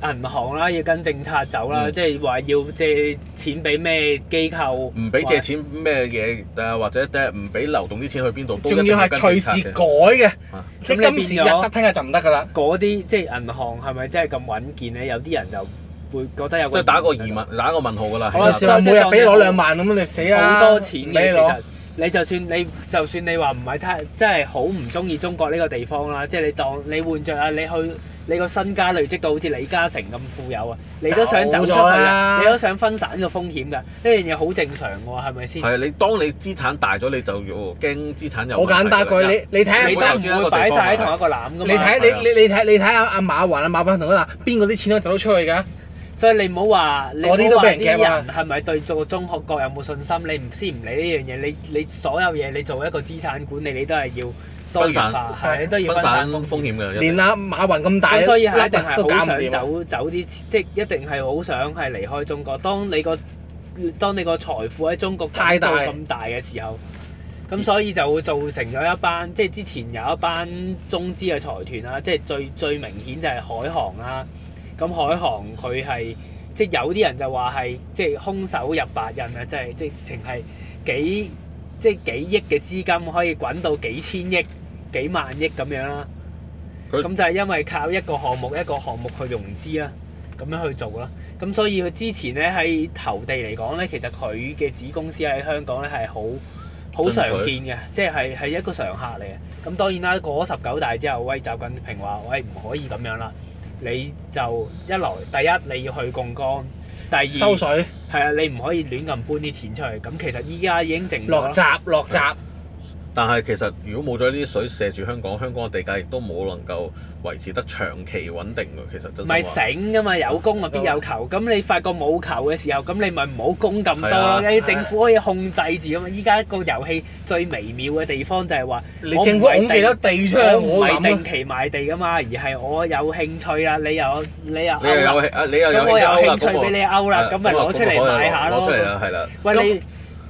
Speaker 3: 銀行啦，要跟政策走啦，
Speaker 1: 嗯
Speaker 3: 即係話要借錢俾咩機構，
Speaker 1: 唔俾借錢咩嘢誒，或者唔俾流動啲錢去邊度，都
Speaker 2: 仲
Speaker 1: 一定
Speaker 2: 要係
Speaker 1: 跟
Speaker 2: 隨
Speaker 1: 政策嘅
Speaker 2: 時改嘅
Speaker 1: 啊，
Speaker 2: 即
Speaker 3: 咁
Speaker 2: 係
Speaker 3: 你
Speaker 2: 今時
Speaker 3: 變
Speaker 2: 日
Speaker 3: 咗
Speaker 2: 得，聽日就唔得㗎啦。
Speaker 3: 嗰啲即係銀行係咪真係咁穩健咧？有啲人就會覺得有
Speaker 1: 即
Speaker 3: 個
Speaker 1: 係打個
Speaker 3: 疑
Speaker 1: 疑
Speaker 3: 問喺度
Speaker 1: 問，打個問號㗎啦。
Speaker 3: 好
Speaker 1: 係
Speaker 3: 啦
Speaker 1: 啦
Speaker 2: 你話每日俾攞兩萬咁，你死啊！
Speaker 3: 好多錢
Speaker 2: 唔俾你
Speaker 3: 嘅，其
Speaker 2: 攞
Speaker 3: 實你就算你就算你話唔係太即係好唔中意中國呢個地方啦，即係你當你換着啊，你去你個身家累積到好似李嘉誠咁富有啊，你都想走出去
Speaker 2: 走咗
Speaker 3: 啊，
Speaker 2: 啦
Speaker 3: 你都想分散個風險㗎，呢樣嘢好正常喎，係咪先？
Speaker 1: 係你當你資產大咗，你就要驚資產有
Speaker 2: 好
Speaker 1: 問題㗎啦。
Speaker 2: 簡單佢你你睇下
Speaker 3: 你
Speaker 1: 每個
Speaker 3: 都
Speaker 1: 人
Speaker 3: 唔
Speaker 1: 只有一
Speaker 3: 會
Speaker 1: 個地
Speaker 3: 擺
Speaker 1: 方啊
Speaker 3: 晒喺
Speaker 1: 買
Speaker 3: 同一個籃㗎嘛。
Speaker 2: 你睇你你你睇你睇下阿馬雲啊馬化騰嗰度邊個啲錢可以走得出去㗎？
Speaker 3: 所以你唔好話你唔好
Speaker 2: 嗰啲都
Speaker 3: 話
Speaker 2: 俾人
Speaker 3: 啲
Speaker 2: 夾啊
Speaker 3: 人係咪對做中學國有冇信心？你唔先唔理呢樣嘢，你你所有嘢你做一個資產管理，你都係要多
Speaker 1: 分散
Speaker 3: 元化，係你都要
Speaker 1: 分
Speaker 3: 分散
Speaker 1: 散
Speaker 3: 風險
Speaker 1: 風。險嘅，一定
Speaker 2: 連阿馬雲咁大
Speaker 3: 咁所以係一定
Speaker 2: 都
Speaker 3: 係
Speaker 2: 搞
Speaker 3: 好
Speaker 2: 唔
Speaker 3: 想
Speaker 2: 掂啊。
Speaker 3: 走走啲，即係一定係好想係離開中國。當你個當你個財富喺中國
Speaker 2: 太大
Speaker 3: 到咁大嘅時候，咁所以就會造成咗一班即係之前有一班中資嘅財團啦，啊即係最最明顯就係海航啦。咁海航佢係即係有啲人就話係即係空手入白印啊，即係即係情係幾即係幾億嘅資金可以滾到幾千億、幾萬億咁樣啦。
Speaker 1: 佢
Speaker 3: 咁就係因為靠一個項目一個項目去融資啦，啊咁樣去做啦。咁所以佢之前咧喺投地嚟講咧，其實佢嘅子公司喺香港咧係好好常見嘅，即係係係一個常客嚟嘅。咁當然啦，過咗十九大之後，喂習近平話：喂唔可以咁樣啦，你就一來第一你要去槓桿，第二
Speaker 2: 收水
Speaker 3: 係啊，你唔可以亂咁搬啲錢出去。咁其實依家已經靜咗
Speaker 2: 落
Speaker 3: 啦。
Speaker 2: 閘落閘，
Speaker 3: 嗯
Speaker 1: 但係其實如果冇咗呢啲水射住香港，香港嘅地價亦都冇能夠維持得長期穩定嘅。其實真
Speaker 3: 唔
Speaker 1: 心啊
Speaker 3: 係
Speaker 1: 話
Speaker 3: 醒噶嘛，有供啊必有求。咁你發覺冇求嘅時候，咁你咪唔好供咁多
Speaker 1: 係啊
Speaker 3: 咯。你政府可以控制住啊嘛。依家個遊戲最微妙嘅地方就係話，
Speaker 2: 你
Speaker 3: 我唔
Speaker 2: 政府
Speaker 3: 係
Speaker 2: 拱幾多地出嚟，
Speaker 3: 我唔
Speaker 2: 我
Speaker 3: 係
Speaker 2: 諗
Speaker 3: 定
Speaker 2: 啊
Speaker 3: 期賣地噶嘛，而係我有興趣啦，你又你又
Speaker 1: 你又
Speaker 3: 勾
Speaker 1: 有
Speaker 3: 啦，
Speaker 1: 氣啊，你又有氣啦咁
Speaker 3: 咁我有興趣
Speaker 1: 我
Speaker 3: 俾你勾啦，咁咪
Speaker 1: 啊
Speaker 3: 攞出嚟
Speaker 1: 我可以
Speaker 3: 買
Speaker 1: 攞
Speaker 3: 下咯
Speaker 1: 出。嚟啦，啊係啦。
Speaker 2: 咁
Speaker 3: 喂，你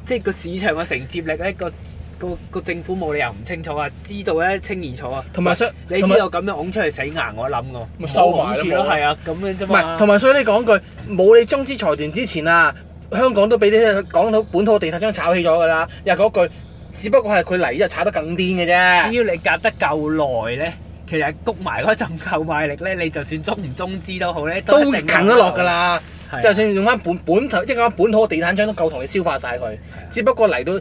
Speaker 3: 即係個市場嘅承接力咧，個個個政府冇理由唔清楚啊，知道咧清二楚啊。
Speaker 2: 同埋所
Speaker 3: 你
Speaker 2: 同
Speaker 3: 知
Speaker 2: 埋
Speaker 3: 道咁樣拱出去死硬，我諗噶，
Speaker 2: 咪收埋
Speaker 3: 冇
Speaker 2: 咯
Speaker 3: 住咯，
Speaker 2: 冇啊
Speaker 3: 係啊，咁樣啫
Speaker 2: 唔係，
Speaker 3: 嘛
Speaker 2: 同。埋所以你講句冇你中資財團之前啊，香港都俾啲港土本土地產商炒起咗㗎啦。又係嗰句，只不過係佢嚟就炒得更癲嘅
Speaker 3: 只
Speaker 2: 啫。
Speaker 3: 要你隔得夠耐咧，其實谷埋嗰陣購買力咧，你就算中唔中資都好咧，
Speaker 2: 都
Speaker 3: 一定有
Speaker 2: 近得落㗎。啦，
Speaker 3: 係啊
Speaker 2: 就算用翻本本土，即係講本土地產商都夠同你消化晒佢。
Speaker 1: 啊
Speaker 2: 只不過嚟到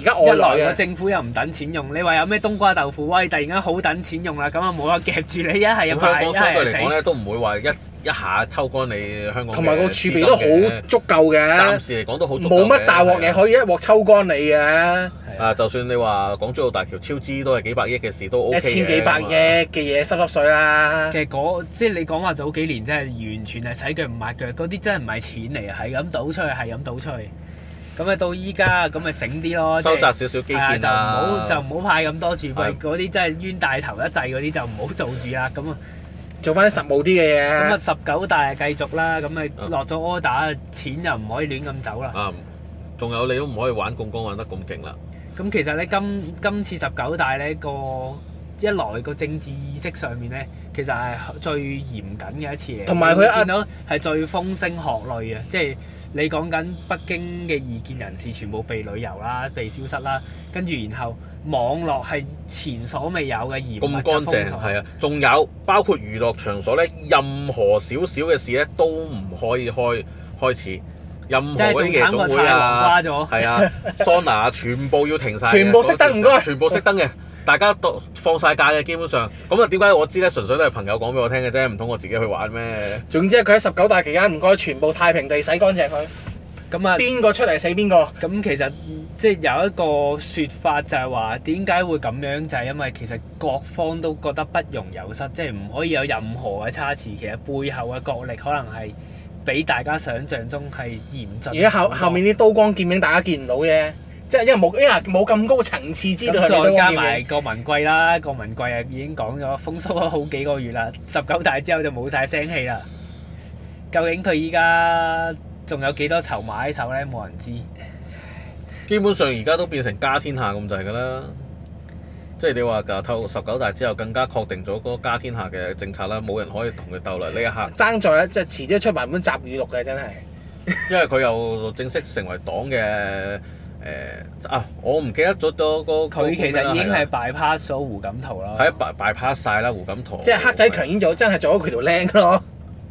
Speaker 2: 而家
Speaker 3: 一
Speaker 2: 外
Speaker 3: 來
Speaker 2: 來
Speaker 3: 個
Speaker 2: 嘅，
Speaker 3: 政府又唔等錢用，你話有咩冬瓜豆腐威，突然間好等錢用啦，咁啊冇得夾住你，一係
Speaker 1: 咁
Speaker 3: 又
Speaker 1: 香
Speaker 3: 賣，一
Speaker 1: 港相對嚟
Speaker 3: 係
Speaker 1: 講
Speaker 3: 又死。
Speaker 1: 咧，都唔會話一一下抽乾你香港嘅
Speaker 2: 同埋個儲備都
Speaker 1: 資金嘅
Speaker 2: 好足夠
Speaker 1: 暫
Speaker 2: 嘅，
Speaker 1: 時嚟講都好足夠
Speaker 2: 冇
Speaker 1: 嘅
Speaker 2: 乜大鑊
Speaker 1: 係
Speaker 2: 嘢
Speaker 1: 啊
Speaker 2: 可以一鑊抽乾你嘅。
Speaker 3: 係啊
Speaker 1: 啊！就算你話港珠澳大橋超支都係幾百億嘅事，都 O
Speaker 2: 一
Speaker 1: K 嘅啊
Speaker 2: 千幾百億嘅嘢濕濕水啦
Speaker 3: 其，實嗰即係你講話早幾年真係完全係洗腳唔抹腳，嗰啲真係唔係錢嚟，係咁倒出去，係咁倒出去。咁啊到依家咁咪醒啲咯，即係
Speaker 1: 收窄少少基
Speaker 3: 係啊，
Speaker 1: 建
Speaker 3: 就唔
Speaker 1: 啊，
Speaker 3: 好就唔好派咁多
Speaker 1: 係
Speaker 3: 儲備，嗰啲真係冤大頭一滯嗰啲就唔好做住啦。咁啊，
Speaker 2: 做翻啲實務啲嘅
Speaker 3: 咁啊
Speaker 2: 嘢。
Speaker 3: 十九大繼續啦，咁咪
Speaker 1: 嗯
Speaker 3: 落咗 order，錢又唔可以亂咁走啦。
Speaker 1: 啊，仲有你都唔可以玩共光玩得咁勁啦。
Speaker 3: 咁其實咧，今今次十九大咧個一來個政治意識上面咧，其實係最嚴謹嘅一次嚟。
Speaker 2: 同埋佢
Speaker 3: 你
Speaker 2: 啊
Speaker 3: 見到係最風聲鶴唳嘅，即係你講緊北京嘅異見人士全部被旅遊啦、被消失啦，跟住然後網絡係前所未有嘅嚴密
Speaker 1: 咁
Speaker 3: 嘅
Speaker 1: 乾
Speaker 3: 封
Speaker 1: 淨
Speaker 3: 鎖
Speaker 1: 係啊，仲有包括娛樂場所咧，任何少少嘅事咧都唔可以開開始，任何
Speaker 3: 即係
Speaker 1: 嗰
Speaker 3: 仲
Speaker 1: 啲夜
Speaker 3: 慘過
Speaker 1: 總
Speaker 3: 太
Speaker 1: 會
Speaker 3: 陽
Speaker 1: 啊
Speaker 3: 瓜，咗。
Speaker 1: 係啊，桑拿啊全部要停晒嘅，
Speaker 2: 全部熄燈唔該
Speaker 1: 全部熄燈嘅。大家都放晒假嘅，基本上咁啊，點解我知咧？純粹都係朋友講俾我聽嘅啫，唔通我自己去玩咩？
Speaker 2: 總之佢喺十九大期間唔該全部太平地洗乾淨佢，
Speaker 3: 咁啊，
Speaker 2: 邊個出嚟死邊個。
Speaker 3: 咁其實即係有一個説法就係話點解會咁樣，就係、因為其實各方都覺得不容有失，即係唔可以有任何嘅差池。其實背後嘅角力可能係比大家想象中係嚴峻好
Speaker 2: 而
Speaker 3: 多。
Speaker 2: 家後後面啲刀光劍影大家見唔到啫，即係因為冇因為冇咁高層次知道
Speaker 3: 咁
Speaker 2: 佢哋刀
Speaker 3: 再加
Speaker 2: 光劍
Speaker 3: 埋
Speaker 2: 影。
Speaker 3: 郭文貴啦，郭文貴啊已經講咗風騷咗好幾個月啦，十九大之後就冇晒聲氣啦。究竟佢依家仲有幾多籌碼喺手咧？冇人知。
Speaker 1: 基本上而家都變成家天下咁滯㗎啦。即係你話㗎，透過十九大之後更加確定咗嗰個家天下嘅政策啦，冇人可以同佢鬥啦呢一刻，
Speaker 2: 爭在一即係遲啲出埋本集語錄嘅真係，
Speaker 1: 因為佢又正式成為黨嘅誒、啊，我唔記得咗咗個
Speaker 3: 佢其實已經
Speaker 2: 啊
Speaker 3: 係
Speaker 1: 係
Speaker 3: bypass 咗胡錦濤啦。
Speaker 1: 係 by- bypass 晒啦胡錦濤，
Speaker 2: 即係黑仔強演咗，真係做咗佢條僆
Speaker 1: 哦
Speaker 2: 咯。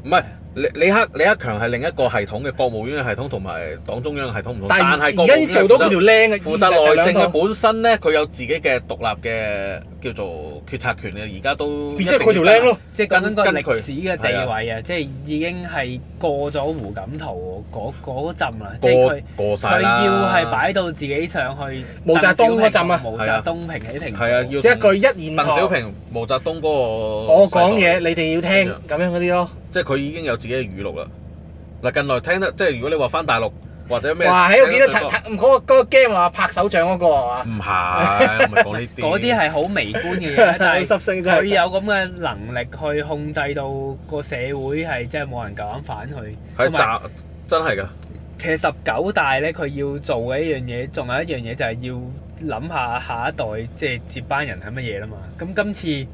Speaker 1: 唔係。李李克李克強係另一個系統嘅國務院嘅系統同埋黨中央系統唔同，
Speaker 2: 但
Speaker 1: 但
Speaker 2: 係
Speaker 1: 係國
Speaker 2: 而
Speaker 1: 務院
Speaker 2: 家做到佢條僆嘅，
Speaker 1: 負
Speaker 2: 就
Speaker 1: 責
Speaker 2: 就
Speaker 1: 內
Speaker 2: 兩
Speaker 1: 政
Speaker 2: 個
Speaker 1: 嘅本身咧，佢有自己嘅獨立嘅叫做決策權嘅，而家都
Speaker 2: 變咗佢條僆咯。
Speaker 3: 即係講緊個
Speaker 1: 跟跟
Speaker 3: 歷
Speaker 1: 佢
Speaker 3: 史嘅地位啊，即係已經係過咗胡錦濤嗰嗰陣啦，即係
Speaker 1: 過
Speaker 3: 佢
Speaker 1: 過晒
Speaker 3: 佢
Speaker 1: 啦。
Speaker 3: 要係擺到自己上去
Speaker 2: 毛澤東嗰陣啊
Speaker 3: 鄧小平同毛澤東平起平坐
Speaker 1: 係啊，要
Speaker 2: 即係一句
Speaker 1: 同
Speaker 2: 一言
Speaker 1: 鄧小
Speaker 2: 堂，
Speaker 1: 平、毛澤東嗰個
Speaker 2: 我
Speaker 1: 世
Speaker 2: 講
Speaker 1: 代啊
Speaker 2: 嘢，你哋要聽咁樣嗰啲咯。
Speaker 1: 即係佢已經有自己嘅語錄啦。嗱，近來聽得即係如果你話翻大陸或者咩，
Speaker 2: 哇！喺我記得
Speaker 1: 聽最多
Speaker 2: 睇睇唔嗰個嗰個 game 話拍手掌嗰個係嘛？
Speaker 1: 唔係，我咪講呢啲。
Speaker 3: 嗰啲係好微觀 嘅嘢，但係
Speaker 2: 濕聲啊真
Speaker 3: 佢有
Speaker 1: 啊
Speaker 2: 係
Speaker 3: 咁嘅能力去控制到個社會係真係冇人夠膽反佢。
Speaker 1: 係
Speaker 3: 同埋
Speaker 1: 集真係㗎，
Speaker 3: 其實十九大咧，佢要做嘅一樣嘢，仲有一樣嘢就係要諗下下一代即係接班人係乜嘢啦嘛。咁今次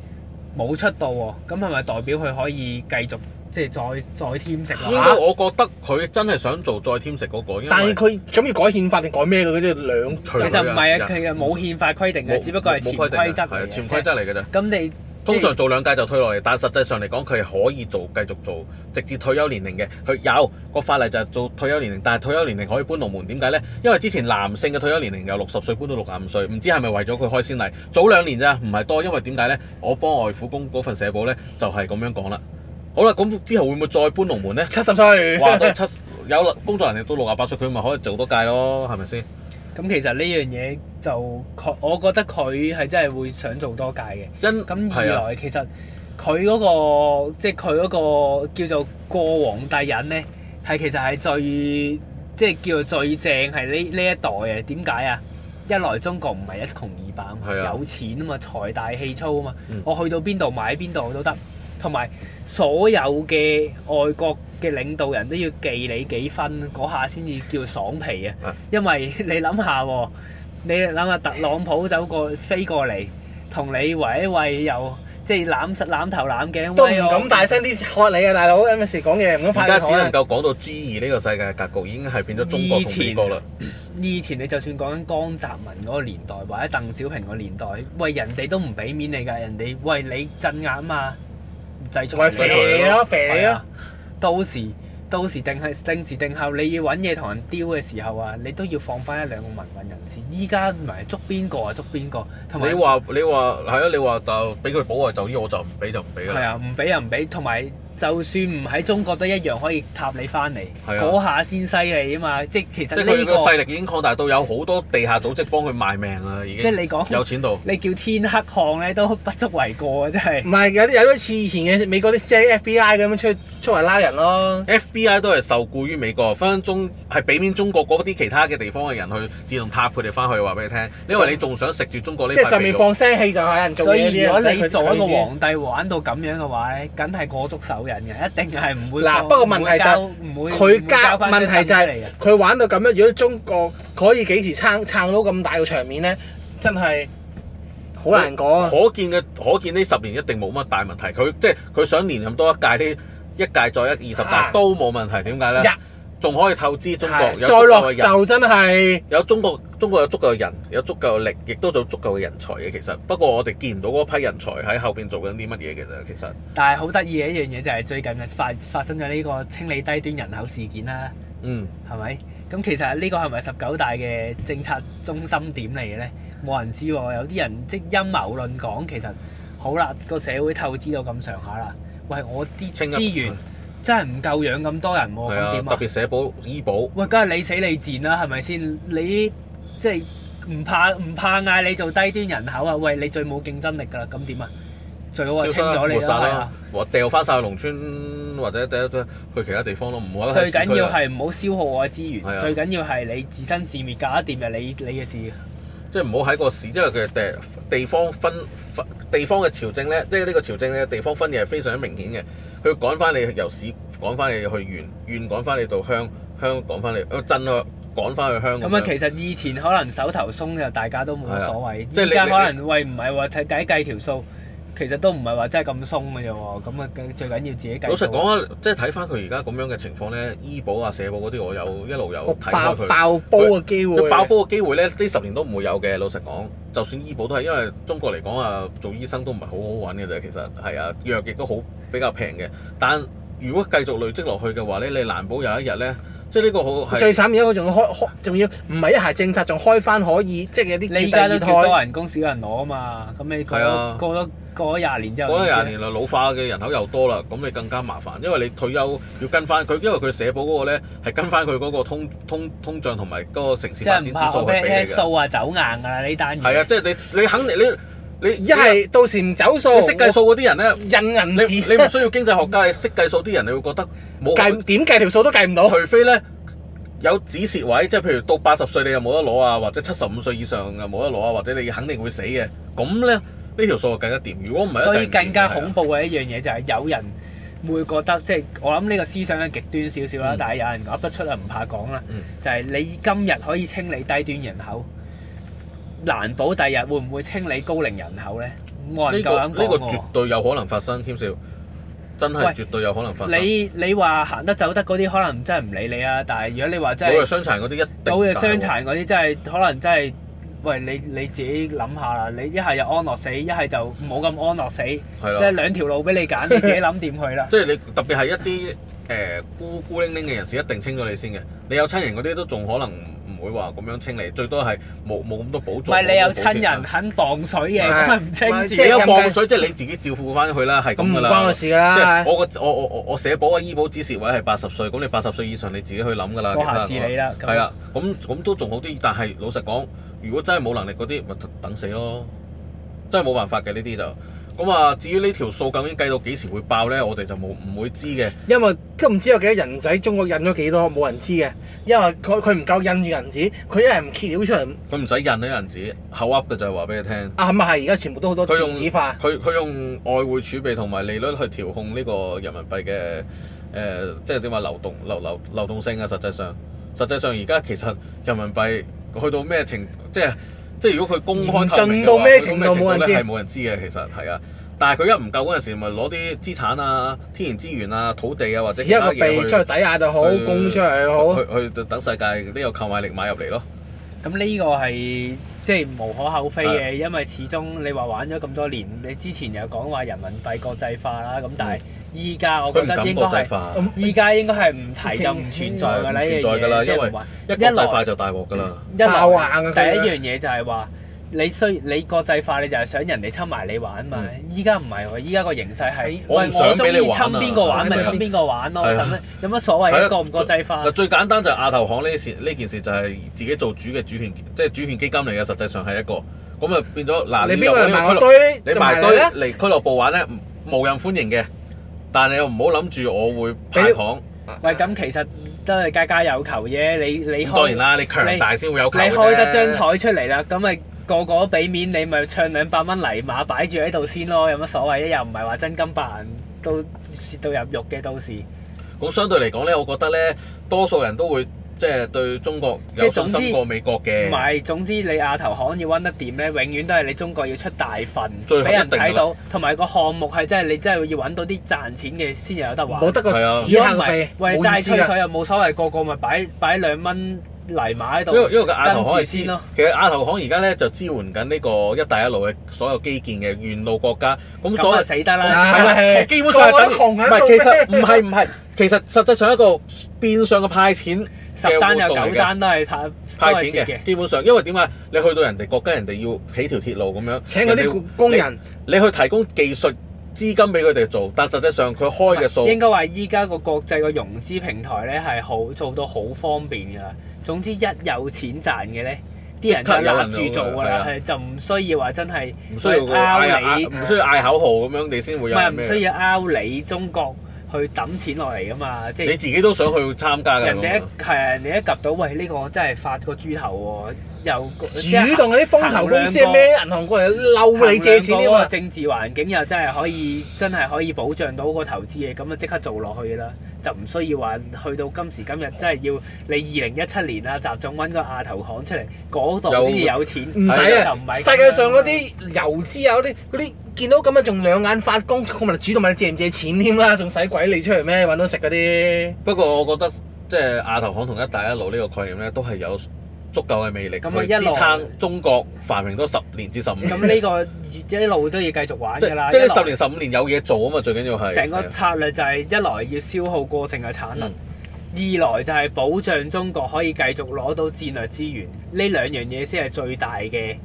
Speaker 3: 冇出到喎，咁係咪代表佢可以繼續即係再再添食啊
Speaker 1: 應
Speaker 3: 落
Speaker 1: 該
Speaker 3: 去？
Speaker 1: 我覺得佢真係想做再添食嗰個，因
Speaker 2: 但係
Speaker 1: 為
Speaker 2: 佢咁要改憲法定改咩嘅？嗰啲兩
Speaker 1: 其
Speaker 3: 其實唔係啊，佢嘅冇憲法規定嘅，只不過係潛規則
Speaker 1: 係
Speaker 3: 嚟
Speaker 1: 啊
Speaker 3: 嘅
Speaker 1: 潛規
Speaker 3: 啫。
Speaker 1: 則嚟㗎咋。
Speaker 3: 咁你
Speaker 1: 通
Speaker 3: 即係
Speaker 1: 常做兩屆就退落嚟，但實際上嚟講，佢係可以做繼續做，直至退休年齡嘅。佢有個法例就係做退休年齡，但係退休年齡可以搬龍門，點解呢？因為之前男性嘅退休年齡由六十歲搬到六十五歲，唔知係咪為咗佢開先例？早兩年咋，唔係多，因為點解呢？我幫外父公嗰份社保呢，就係、咁樣講啦。嗯好啦，咁之後會唔會再搬龍 門呢？
Speaker 2: 七十歲，
Speaker 1: 話到七有工作能力到六十八歲，佢咪可以做多屆咯，係咪先？
Speaker 3: 咁其實呢樣嘢就確，我覺得佢係真係會想做多屆嘅。
Speaker 1: 因
Speaker 3: 咁二
Speaker 1: 係啊，
Speaker 3: 來其實佢嗰、個即係佢嗰個叫做過皇帝人咧，係其實係最即係叫做最正係呢呢一代嘅。點解啊？一來中國唔係一窮二白啊嘛，
Speaker 1: 係啊
Speaker 3: 有錢啊嘛，財大氣粗啊嘛，
Speaker 1: 嗯
Speaker 3: 我去到邊度買邊度都得。同埋所有嘅外國嘅領導人都要記你幾分，嗰下先至叫爽皮啊
Speaker 1: 啊！
Speaker 3: 因為你諗下喎， 你諗下特朗普走過飛過嚟，同你圍一圍又即係攬實攬頭攬頸，
Speaker 2: 都唔
Speaker 3: 喂我
Speaker 2: 敢大聲啲喝你啊，大佬！有咩事講嘢
Speaker 1: 而
Speaker 2: 唔敢拍
Speaker 1: 家
Speaker 2: 你
Speaker 1: 只能
Speaker 2: 台啊
Speaker 1: 夠講到 G 二呢個世界嘅格局已經係變咗中國同美國啦。
Speaker 3: 以前你就算講緊江澤民嗰個年代或者鄧小平個年代，喂人哋都唔俾面你㗎，人哋喂你鎮壓啊嘛，
Speaker 2: 喂
Speaker 3: 制裁你
Speaker 1: 制裁
Speaker 2: 肥你咯，肥你
Speaker 3: 係
Speaker 2: 咯
Speaker 3: 啊！，到時到時定係定時定候，你要揾嘢同人屌嘅時候啊，你都要放翻一兩個民運人士。依家唔係捉邊個啊，捉邊個，同埋
Speaker 1: 你話你話係啊，你話就俾佢保外就醫，我就唔俾就唔俾㗎
Speaker 3: 係
Speaker 1: 啦。
Speaker 3: 啊，唔俾就唔俾，同埋就算唔喺中國都一樣可以塔你翻嚟，
Speaker 1: 係啊
Speaker 3: 嗰下先犀利啊嘛！即係其
Speaker 1: 即係
Speaker 3: 實
Speaker 1: 佢個
Speaker 3: 呢個
Speaker 1: 勢力已經擴大到有好多地下組織幫佢賣命啦，已
Speaker 3: 即係
Speaker 1: 經
Speaker 3: 你
Speaker 1: 有
Speaker 3: 講，
Speaker 1: 錢到。
Speaker 3: 你叫天黑巷咧都不足為過啊！真係
Speaker 2: 唔係有啲有啲似以前嘅美國啲 CIA、FBI 咁樣出去出嚟拉人咯。
Speaker 1: FBI 都係受雇於美國，分分鐘係俾面中國嗰啲其他嘅地方嘅人去自動塔佢哋翻去話俾你聽，因為你仲想食住中國呢
Speaker 2: 即係
Speaker 1: 塊
Speaker 2: 上
Speaker 1: 肥
Speaker 2: 面
Speaker 1: 肉
Speaker 2: 放聲氣就有人做
Speaker 3: 所
Speaker 2: 嘢
Speaker 3: 以
Speaker 2: 啲
Speaker 3: 如果
Speaker 2: 啊！
Speaker 3: 你做一個
Speaker 2: 王，
Speaker 3: 皇帝玩到咁樣嘅話咧，梗係過足手癮嘅，一定係唔會
Speaker 2: 嗱
Speaker 3: 放
Speaker 2: 不過問題就係
Speaker 3: 唔會交唔會
Speaker 2: 佢
Speaker 3: 交
Speaker 2: 交
Speaker 3: 翻
Speaker 2: 問題就
Speaker 3: 啲燈出嚟啊
Speaker 2: 係
Speaker 3: 嘅
Speaker 2: 佢玩到咁樣，如果中國可以幾時撐撐到咁大個場面咧，真係好難講啊！
Speaker 1: 可見嘅可見呢十年一定冇乜大問題。佢即係佢想連任多一屆，呢一屆再一二十屆
Speaker 2: 啊
Speaker 1: 都冇問題。點解咧？
Speaker 2: 一
Speaker 1: 仲可以透支中國
Speaker 2: 係
Speaker 1: 有
Speaker 2: 再
Speaker 1: 足夠
Speaker 2: 落
Speaker 1: 嘅人。
Speaker 2: 就真係
Speaker 1: 有中國，中國有足夠嘅人，有足夠嘅力，亦都有足夠嘅人才嘅。其實，不過我哋見唔到嗰批人才喺後邊做緊啲乜嘢嘅啫。其實，
Speaker 3: 但係好得意嘅一樣嘢就係最近嘅發發生咗呢個清理低端人口事件啦，
Speaker 1: 嗯，
Speaker 3: 係咪？咁其實呢個係咪十九大嘅政策中心點嚟嘅咧？冇人知喎，有啲人即係陰謀論講，其實好啦，個社會透支到咁上下啦，喂，我啲
Speaker 1: 清一
Speaker 3: 資源真係唔夠養咁多人喎，
Speaker 1: 係
Speaker 3: 咁
Speaker 1: 啊，
Speaker 3: 點
Speaker 1: 特
Speaker 3: 啊？
Speaker 1: 別社保、醫保，
Speaker 3: 喂，梗係你死你賤啦，係咪先？你即係唔怕唔怕嗌你做低端人口啊？喂，你最冇競爭力㗎啦，咁點啊？最好啊，清咗你
Speaker 1: 抹
Speaker 3: 啦，
Speaker 1: 殺
Speaker 3: 係啊
Speaker 1: 啦。，或掉翻晒去農村或者掉咗去其他地方咯，唔可以喺
Speaker 3: 最
Speaker 1: 市區啊
Speaker 3: 緊要係唔好消耗我嘅資
Speaker 1: 係
Speaker 3: 源，
Speaker 1: 啊
Speaker 3: 最緊要係你自生自滅搞得掂就你你嘅事。
Speaker 1: 即係唔好喺個市，因為佢地地方分分地方嘅朝政咧，即係呢個朝政咧，地方分野係非常之明顯嘅。佢趕翻你由市趕翻你去縣，縣趕翻你到鄉，鄉趕翻你呃鎮啊趕翻去鄉
Speaker 3: 咁
Speaker 1: 樣
Speaker 3: 啊，其實以前可能手頭鬆就大家都冇乜所謂，
Speaker 1: 即係
Speaker 3: 依
Speaker 1: 你
Speaker 3: 家
Speaker 1: 你
Speaker 3: 可能喂唔係話睇計計條數，其實都唔係話真係咁鬆嘅啫喎。咁啊，最緊要自己計數。
Speaker 1: 老實講啊，即係睇翻佢而家咁樣嘅情況咧，醫保啊、社保嗰啲，我有一路有
Speaker 2: 個
Speaker 1: 睇
Speaker 2: 爆
Speaker 1: 開佢。
Speaker 2: 爆煲嘅機會
Speaker 1: 佢。爆煲嘅機會咧，呢十年都唔會有嘅。老實講，就算醫保都係，因為中國嚟講啊，做醫生都唔係好好揾嘅啫。其實係啊，藥亦都好比較平嘅。但如果繼續累積落去嘅話咧，你難保有一日咧，即係呢個好
Speaker 2: 最
Speaker 1: 係
Speaker 2: 慘而家佢仲要開開，仲要唔係一孩政策，仲開翻可以，即係有啲叫
Speaker 3: 你依
Speaker 2: 第
Speaker 3: 家
Speaker 2: 二
Speaker 3: 都叫多
Speaker 2: 胎。
Speaker 3: 人工少人攞啊嘛，咁你過
Speaker 1: 係啊
Speaker 3: 咗過咗過咗廿年之後
Speaker 1: 嗰
Speaker 3: 點
Speaker 1: 一
Speaker 3: 算
Speaker 1: 廿
Speaker 3: 啊，
Speaker 1: 年來老化嘅人口又多啦，咁你更加麻煩，因為你退休要跟翻佢，因為佢社保嗰個咧係跟翻佢嗰個通通通脹同埋嗰個城市
Speaker 3: 即
Speaker 1: 發
Speaker 3: 係
Speaker 1: 展
Speaker 3: 唔
Speaker 1: 指
Speaker 3: 怕
Speaker 1: 數
Speaker 3: 我
Speaker 1: 去俾
Speaker 3: 咩
Speaker 1: 你嘅。
Speaker 3: 數啊走硬㗎啦呢單嘢。
Speaker 1: 係啊，即係你你肯定你你
Speaker 2: 一係到時唔走數，
Speaker 1: 你識計數嗰啲人咧，
Speaker 2: 印銀
Speaker 1: 你
Speaker 2: 紙，
Speaker 1: 你唔需要經濟學家，你識計數啲人，你會覺得冇可能
Speaker 2: 計點計條數都計唔到。
Speaker 1: 除非咧有止蝕位，即係譬如到八十歲你又冇得攞啊，或者七十五歲以上又冇得攞啊，或者你肯定會死嘅。咁咧呢條數就更加掂。如果唔係，啊
Speaker 3: 所以更加恐。怖嘅一樣嘢就係有人會覺得，即係我諗呢個思想係極端少少啦
Speaker 1: 嗯，
Speaker 3: 但係有人噏得出啊，唔怕講啦
Speaker 1: 嗯。
Speaker 3: 就係你今日可以清理低端人口，難保第日會唔會清理高齡人口咧？冇
Speaker 1: 呢、
Speaker 3: 人
Speaker 1: 個
Speaker 3: 夠
Speaker 1: 呢、
Speaker 3: 膽
Speaker 1: 個
Speaker 3: 講喎
Speaker 1: 絕。對有可能發生，添少真
Speaker 3: 喂
Speaker 1: 係絕對有可能發生。
Speaker 3: 你你話行得走得嗰啲可能真係唔理你啊，但係如果你話真
Speaker 1: 老弱
Speaker 3: 係
Speaker 1: 傷殘嗰啲一定
Speaker 3: 老弱
Speaker 1: 大
Speaker 3: 傷
Speaker 1: 鑊
Speaker 3: 殘嗰啲真係可能真係，喂你你自己諗下啦，你一係就安樂死，一係就冇咁安樂死，即
Speaker 1: 係
Speaker 3: 係
Speaker 1: 啦，
Speaker 3: 兩條路俾你揀，你自己諗 掂佢啦。
Speaker 1: 即係你特別係一啲誒、呃孤孤零零嘅人士，一定清咗你先嘅。你有親人嗰啲都仲可能唔會話咁樣清理，最多係冇冇咁多補
Speaker 3: 唔
Speaker 1: 助。
Speaker 3: 係你有
Speaker 1: 冇咁
Speaker 3: 親
Speaker 1: 多補貼啊
Speaker 3: 人肯磅水嘅，
Speaker 2: 係
Speaker 3: 咁啊咪唔
Speaker 2: 咪
Speaker 3: 清
Speaker 2: 即
Speaker 3: 住
Speaker 1: 你
Speaker 2: 係
Speaker 3: 咯。
Speaker 1: 有磅水，即係你自己照顧翻佢啦，係
Speaker 2: 咁唔
Speaker 1: 咁噶啦。
Speaker 2: 嗯關我事㗎
Speaker 1: 即
Speaker 2: 啦
Speaker 1: 係。我個我我我我社保嘅醫保指示位係八十歲，咁你八十歲以上你自己去諗噶啦。
Speaker 3: 嗰下自理啦咁
Speaker 1: 係啦，咁咁都仲好啲，但係老實講，如果真係冇能力嗰啲，咪等死咯，真係冇辦法嘅呢啲就。咁啊，至於呢條數究竟計到幾時會爆咧，我哋就冇唔會知嘅。
Speaker 2: 因為都唔知有幾多人仔中國印咗幾多，冇人知嘅。因為佢佢唔夠印住銀紙，佢一係唔揭料出嚟。
Speaker 1: 佢唔使印呢銀紙，口噏嘅就係話俾你聽。
Speaker 2: 啊咁啊係，而家全部都好多
Speaker 1: 佢用
Speaker 2: 電子化。
Speaker 1: 佢佢用外匯儲備同埋利率去調控呢個人民幣嘅誒、呃即係點話流動流流流動性啊！實際上，實際上而家其實人民幣去到咩程，即係即係如果佢公開透明
Speaker 2: 嚴峻到咩
Speaker 1: 去
Speaker 2: 程度冇人知
Speaker 1: 咧係冇人知嘅，其實係啊。但係佢一唔夠嗰陣時，咪攞啲資產啊、天然資源啊、土地啊或者
Speaker 2: 只
Speaker 1: 其
Speaker 2: 一
Speaker 1: 他
Speaker 2: 個
Speaker 1: 嘢
Speaker 2: 鼻
Speaker 1: 去
Speaker 2: 出去抵押就好，
Speaker 1: 去
Speaker 2: 供出去又好。
Speaker 1: 去去等世界呢個購買力買入嚟咯。
Speaker 3: 咁呢個係即係無可厚非
Speaker 1: 係
Speaker 3: 嘅，因為始終你話玩咗咁多年，你之前又講話人民幣國際化啦，咁但係依家
Speaker 1: 嗯
Speaker 3: 我
Speaker 1: 佢
Speaker 3: 覺
Speaker 1: 唔
Speaker 3: 得
Speaker 1: 敢
Speaker 3: 應該
Speaker 1: 國際
Speaker 3: 係
Speaker 1: 化，
Speaker 3: 依家應該係唔提就唔存 在㗎啦，
Speaker 1: 唔
Speaker 3: 呢
Speaker 1: 存
Speaker 3: 樣
Speaker 1: 在㗎啦
Speaker 3: 嘢即係
Speaker 1: 因為
Speaker 3: 唔玩
Speaker 1: 一
Speaker 3: 一
Speaker 1: 國
Speaker 3: 來
Speaker 1: 際化就啊大鑊㗎啦。
Speaker 3: 一來
Speaker 2: 爆硬㗎佢
Speaker 3: 第一樣嘢就係話。你需你國際化，你就係想人哋侵埋你玩嘛？依家唔係喎，依家個形勢係，
Speaker 1: 嗯我唔
Speaker 3: 喂，
Speaker 1: 想
Speaker 3: 我中
Speaker 1: 俾
Speaker 3: 意
Speaker 1: 你
Speaker 3: 侵
Speaker 1: 玩啊
Speaker 3: 邊個玩咪
Speaker 2: 係
Speaker 3: 侵
Speaker 2: 啊
Speaker 3: 邊個玩咯，
Speaker 1: 係
Speaker 3: 使
Speaker 1: 啊
Speaker 3: 乜有乜所
Speaker 1: 係啊
Speaker 3: 謂國唔國際化
Speaker 1: 嗱，？最簡單就係亞投行呢事呢件事就係自己做主嘅主權，即係主權基金嚟嘅，實際上係一個咁啊變咗嗱，
Speaker 2: 你邊
Speaker 1: 又
Speaker 2: 個
Speaker 1: 可以去
Speaker 2: 人埋我
Speaker 1: 俱樂
Speaker 2: 堆，
Speaker 1: 你
Speaker 2: 就
Speaker 1: 埋
Speaker 2: 埋
Speaker 1: 堆
Speaker 2: 你啦。
Speaker 1: 嚟俱樂部玩咧，無人歡迎嘅。但係你又唔好諗住我會派糖，
Speaker 3: 喂，咁其實都係家家有求啫。你你
Speaker 1: 咁當然
Speaker 3: 開
Speaker 1: 啦，你強大先會有球
Speaker 3: 你
Speaker 1: 嘅啫
Speaker 3: 開得張台出嚟啦，咁咪個個都俾面，你咪唱兩百蚊泥馬擺住喺度先咯，有乜所謂啫？又唔係話真金白銀到蝕到入肉嘅，到時
Speaker 1: 咁相對嚟講咧，我覺得咧，多數人都會即係對中國有信
Speaker 3: 即係總之
Speaker 1: 心過美國
Speaker 3: 唔
Speaker 1: 嘅。
Speaker 3: 係。總之你亞投行要温得掂咧，永遠都係你中國要出大份，
Speaker 1: 最後
Speaker 3: 俾人
Speaker 1: 一定㗎啦
Speaker 3: 睇到，同埋個項目係真係你真係要揾到啲賺錢嘅先有得玩。
Speaker 2: 冇得個
Speaker 1: 係啊
Speaker 2: 指
Speaker 3: 如果
Speaker 2: 下
Speaker 3: 唔
Speaker 2: 個
Speaker 3: 係
Speaker 2: 鼻，，
Speaker 3: 喂
Speaker 2: 冇意
Speaker 3: 齋
Speaker 1: 啊
Speaker 2: 思
Speaker 3: 吹
Speaker 2: 㗎
Speaker 3: 水又冇所謂，個個咪擺擺兩蚊泥馬喺度。
Speaker 1: 因為因為個亞投行係
Speaker 3: 跟住先
Speaker 1: 支
Speaker 3: 咯，
Speaker 1: 其實亞投行而家咧就支援緊呢個一帶一路嘅所有基建嘅沿路國家，咁
Speaker 3: 咁
Speaker 1: 所
Speaker 3: 啊
Speaker 1: 以。
Speaker 3: 死得
Speaker 2: 啊
Speaker 3: 啦！
Speaker 1: 係啦
Speaker 2: 係，
Speaker 1: 基本上係等於
Speaker 2: 個個都窮
Speaker 1: 唔
Speaker 3: 啊
Speaker 2: 喺
Speaker 1: 係，
Speaker 2: 度
Speaker 1: 其
Speaker 2: 咩
Speaker 1: 實唔係唔係，其實實際上一個變相嘅派錢
Speaker 3: 十單有
Speaker 1: 嘅活動嚟
Speaker 3: 九
Speaker 1: 嘅
Speaker 3: 單都係派
Speaker 1: 派
Speaker 3: 都係
Speaker 1: 錢
Speaker 3: 蝕嘅
Speaker 1: 嘅，。基本上因為點解你去到人哋國家，人哋要起條鐵路咁樣，
Speaker 2: 請嗰
Speaker 1: 人哋
Speaker 2: 啲工人，
Speaker 1: 你，你去提供技術資金俾佢哋做，但實際上佢開嘅數
Speaker 3: 應該話依家個國際個融資平台咧係好做到好方便㗎啦。總之一有錢賺嘅咧，啲人就
Speaker 1: 即刻有人
Speaker 3: 立住做㗎
Speaker 1: 做㗎
Speaker 3: 啦
Speaker 1: 啦，
Speaker 3: 係就唔需要話真係
Speaker 1: 啊唔需要哎
Speaker 3: 去
Speaker 1: 個
Speaker 3: 拗
Speaker 1: 嗌
Speaker 3: 你，
Speaker 1: 唔需要嗌口號咁樣，你先會
Speaker 3: 唔
Speaker 1: 有
Speaker 3: 係
Speaker 1: 啊人
Speaker 3: 唔
Speaker 1: 咩
Speaker 3: 需要拗你中國去揼錢落嚟㗎嘛，即
Speaker 1: 你
Speaker 3: 係。
Speaker 1: 自己都想去參加㗎
Speaker 3: 人哋
Speaker 1: 咁
Speaker 3: 一係啊人哋一及到，喂呢、個真係發個豬頭喎，又
Speaker 2: 主動嗰啲風投公司咩銀行過嚟嬲你借錢啊
Speaker 3: 呢
Speaker 2: 添
Speaker 3: 個
Speaker 2: 嘛？
Speaker 3: 政治環境又真係可以真係可以保障到個投資嘅，咁啊即刻做落去啦，就唔需要話去到今時今日真係要你二零一七年啊，集中揾個亞投行出嚟嗰度先至有錢，
Speaker 2: 唔使
Speaker 1: 係
Speaker 3: 就
Speaker 2: 啊
Speaker 3: 唔！係咁樣
Speaker 2: 世界上嗰啲油資啊，嗰啲嗰啲見到咁啊，仲兩眼發光，咁咪主動問你借唔借錢添啦，仲使鬼你出嚟咩？揾到食嗰啲，
Speaker 1: 不過我覺得即係亞投行同一帶一路呢個概念咧，都係有足夠嘅魅力去
Speaker 3: 咁
Speaker 1: 支
Speaker 3: 啊一路
Speaker 1: 撐中國繁榮多十年至十五年。
Speaker 3: 咁呢個一路都要繼續玩
Speaker 1: 即
Speaker 3: 㗎啦，
Speaker 1: 即
Speaker 3: 一
Speaker 1: 係
Speaker 3: 來
Speaker 1: 呢十年十五年有嘢做啊嘛，最緊要係
Speaker 3: 成個
Speaker 1: 係啊
Speaker 3: 策略就係一來要消耗過剩嘅產能
Speaker 1: 嗯，
Speaker 3: 二來就係保障中國可以繼續攞到戰略資源，呢兩樣嘢先係最大嘅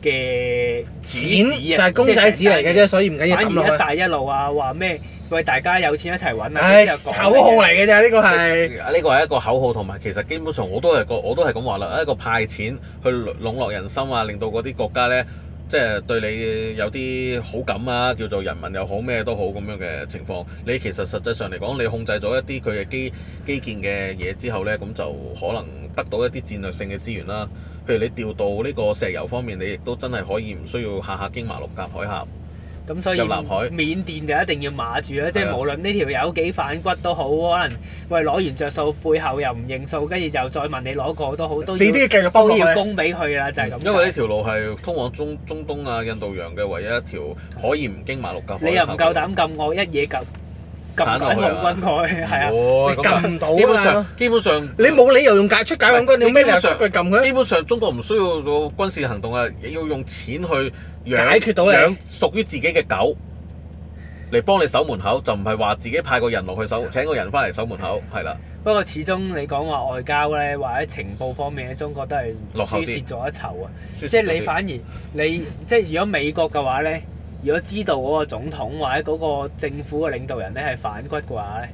Speaker 3: 嘅
Speaker 2: 錢
Speaker 3: 指
Speaker 2: 就
Speaker 3: 指啊
Speaker 2: 係公仔紙嚟嘅啫，。所以唔緊
Speaker 3: 即
Speaker 2: 要
Speaker 3: 係
Speaker 2: 抌
Speaker 3: 反而
Speaker 2: 落
Speaker 3: 一
Speaker 2: 去。
Speaker 3: 帶一路啊，話咩？喂，大家有錢一齊揾啊！
Speaker 2: 唉，
Speaker 3: 跟住
Speaker 2: 口
Speaker 3: 就講
Speaker 2: 號嚟嘅啫，呢個係
Speaker 1: 呢個係一個口號，同埋其實基本上我都係個我都係咁話啦，一個派錢去籠絡人心啊，令到嗰啲國家咧即係對你有啲好感啊，叫做人民又好咩都好咁樣嘅情況，你其實實際上嚟講，你控制咗一啲佢嘅基基建嘅嘢之後呢，咁就可能得到一啲戰略性嘅資源啦。譬如你調到呢個石油方面，你亦都真係可以唔需要下下經馬六甲海峽。
Speaker 3: 咁所以
Speaker 1: 入南海
Speaker 3: 緬甸就一定要碼住啦，即
Speaker 1: 係
Speaker 3: 係
Speaker 1: 啊
Speaker 3: 無論呢條友幾反骨都好，可能喂攞完着數，背後又唔認數，跟住又再問你攞過都 好，都
Speaker 2: 你都要
Speaker 3: 要
Speaker 2: 繼續幫
Speaker 3: 都
Speaker 2: 落
Speaker 3: 要
Speaker 2: 去。嗯
Speaker 3: 供俾佢啦，就係咁解。
Speaker 1: 因為呢條路係通往中中東啊、印度洋嘅唯一一條可以唔經馬六甲海峽嘅路。
Speaker 3: 你又唔夠膽撳我，一嘢撳撳
Speaker 1: 鏟落
Speaker 3: 解
Speaker 1: 去啊
Speaker 3: 放軍佢，係啊。
Speaker 1: 唔會
Speaker 2: 你
Speaker 1: 咁啊
Speaker 2: 撳唔到
Speaker 1: 基本
Speaker 2: 啊
Speaker 1: 上，基本上
Speaker 2: 你冇理由用解出解放軍，你有咩理由
Speaker 1: 基本上
Speaker 2: 佢撳佢？
Speaker 1: 基本上中國唔需要個軍事行動啊，要用錢去養
Speaker 2: 解決到你
Speaker 1: 養屬於自己嘅狗嚟幫你守門口，就唔係話自己派個人落去守，
Speaker 2: 啊
Speaker 1: 請個人翻嚟守門口，係啦。
Speaker 3: 不過始終你講話外交咧，或者情報方面咧，中國都係
Speaker 1: 落後
Speaker 3: 輸
Speaker 1: 啲
Speaker 3: 蝕咗一籌啊！
Speaker 1: 即
Speaker 3: 即係你反而你即係如果美國嘅話咧，如果知道嗰個總統或者嗰個政府嘅領導人咧係反骨嘅話咧，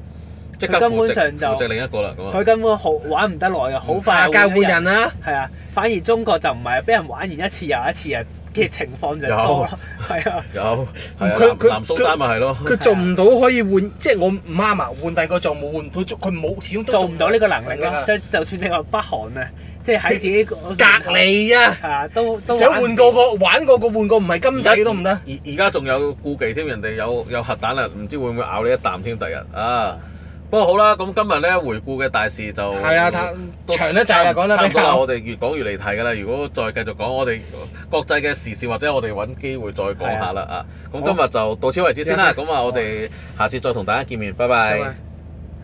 Speaker 1: 即刻
Speaker 3: 佢根
Speaker 1: 扶
Speaker 3: 本
Speaker 1: 植
Speaker 3: 上就
Speaker 1: 扶植另一個啦，咁啊
Speaker 3: 佢根本好玩唔得耐啊，好快
Speaker 2: 下
Speaker 3: 就
Speaker 2: 教
Speaker 3: 換咗
Speaker 2: 換人啦，
Speaker 3: 係啊，反而中國就唔係俾人玩完一次又一次啊嘅情況就多咯， 係啊，
Speaker 1: 有係啊
Speaker 2: 佢
Speaker 1: 南
Speaker 2: 佢
Speaker 1: 南蘇丹咪係咯，
Speaker 2: 佢做唔到可以換，即係我唔啱啊，換第二個做冇換唔到，佢冇始終都
Speaker 3: 做唔到呢個能力咯。
Speaker 2: 隔
Speaker 3: 就就算你話北韓啊，即係喺自己 個
Speaker 2: 離啊，
Speaker 3: 係啊，都都
Speaker 2: 想
Speaker 3: 玩唔
Speaker 2: 換個個玩個個換個唔係金仔都唔得。
Speaker 1: 而而家仲有顧忌添，人哋有有核彈啦，唔知會唔會咬你一啖添，第日啊！不過好啦，咁今日咧回顧嘅大事就
Speaker 2: 係啊，
Speaker 1: 都
Speaker 2: 太長得滯啦，講
Speaker 1: 差
Speaker 2: 得
Speaker 1: 唔
Speaker 2: 比
Speaker 1: 多啦，
Speaker 2: 較
Speaker 1: 我哋越講越離題㗎啦。如果再繼續講我哋國際嘅時事，或者我哋揾機會再講下啦啊。咁今日就到此為止先啦。咁啊，我哋下次再同大家見面，拜
Speaker 2: 拜
Speaker 1: 啊拜
Speaker 2: 拜。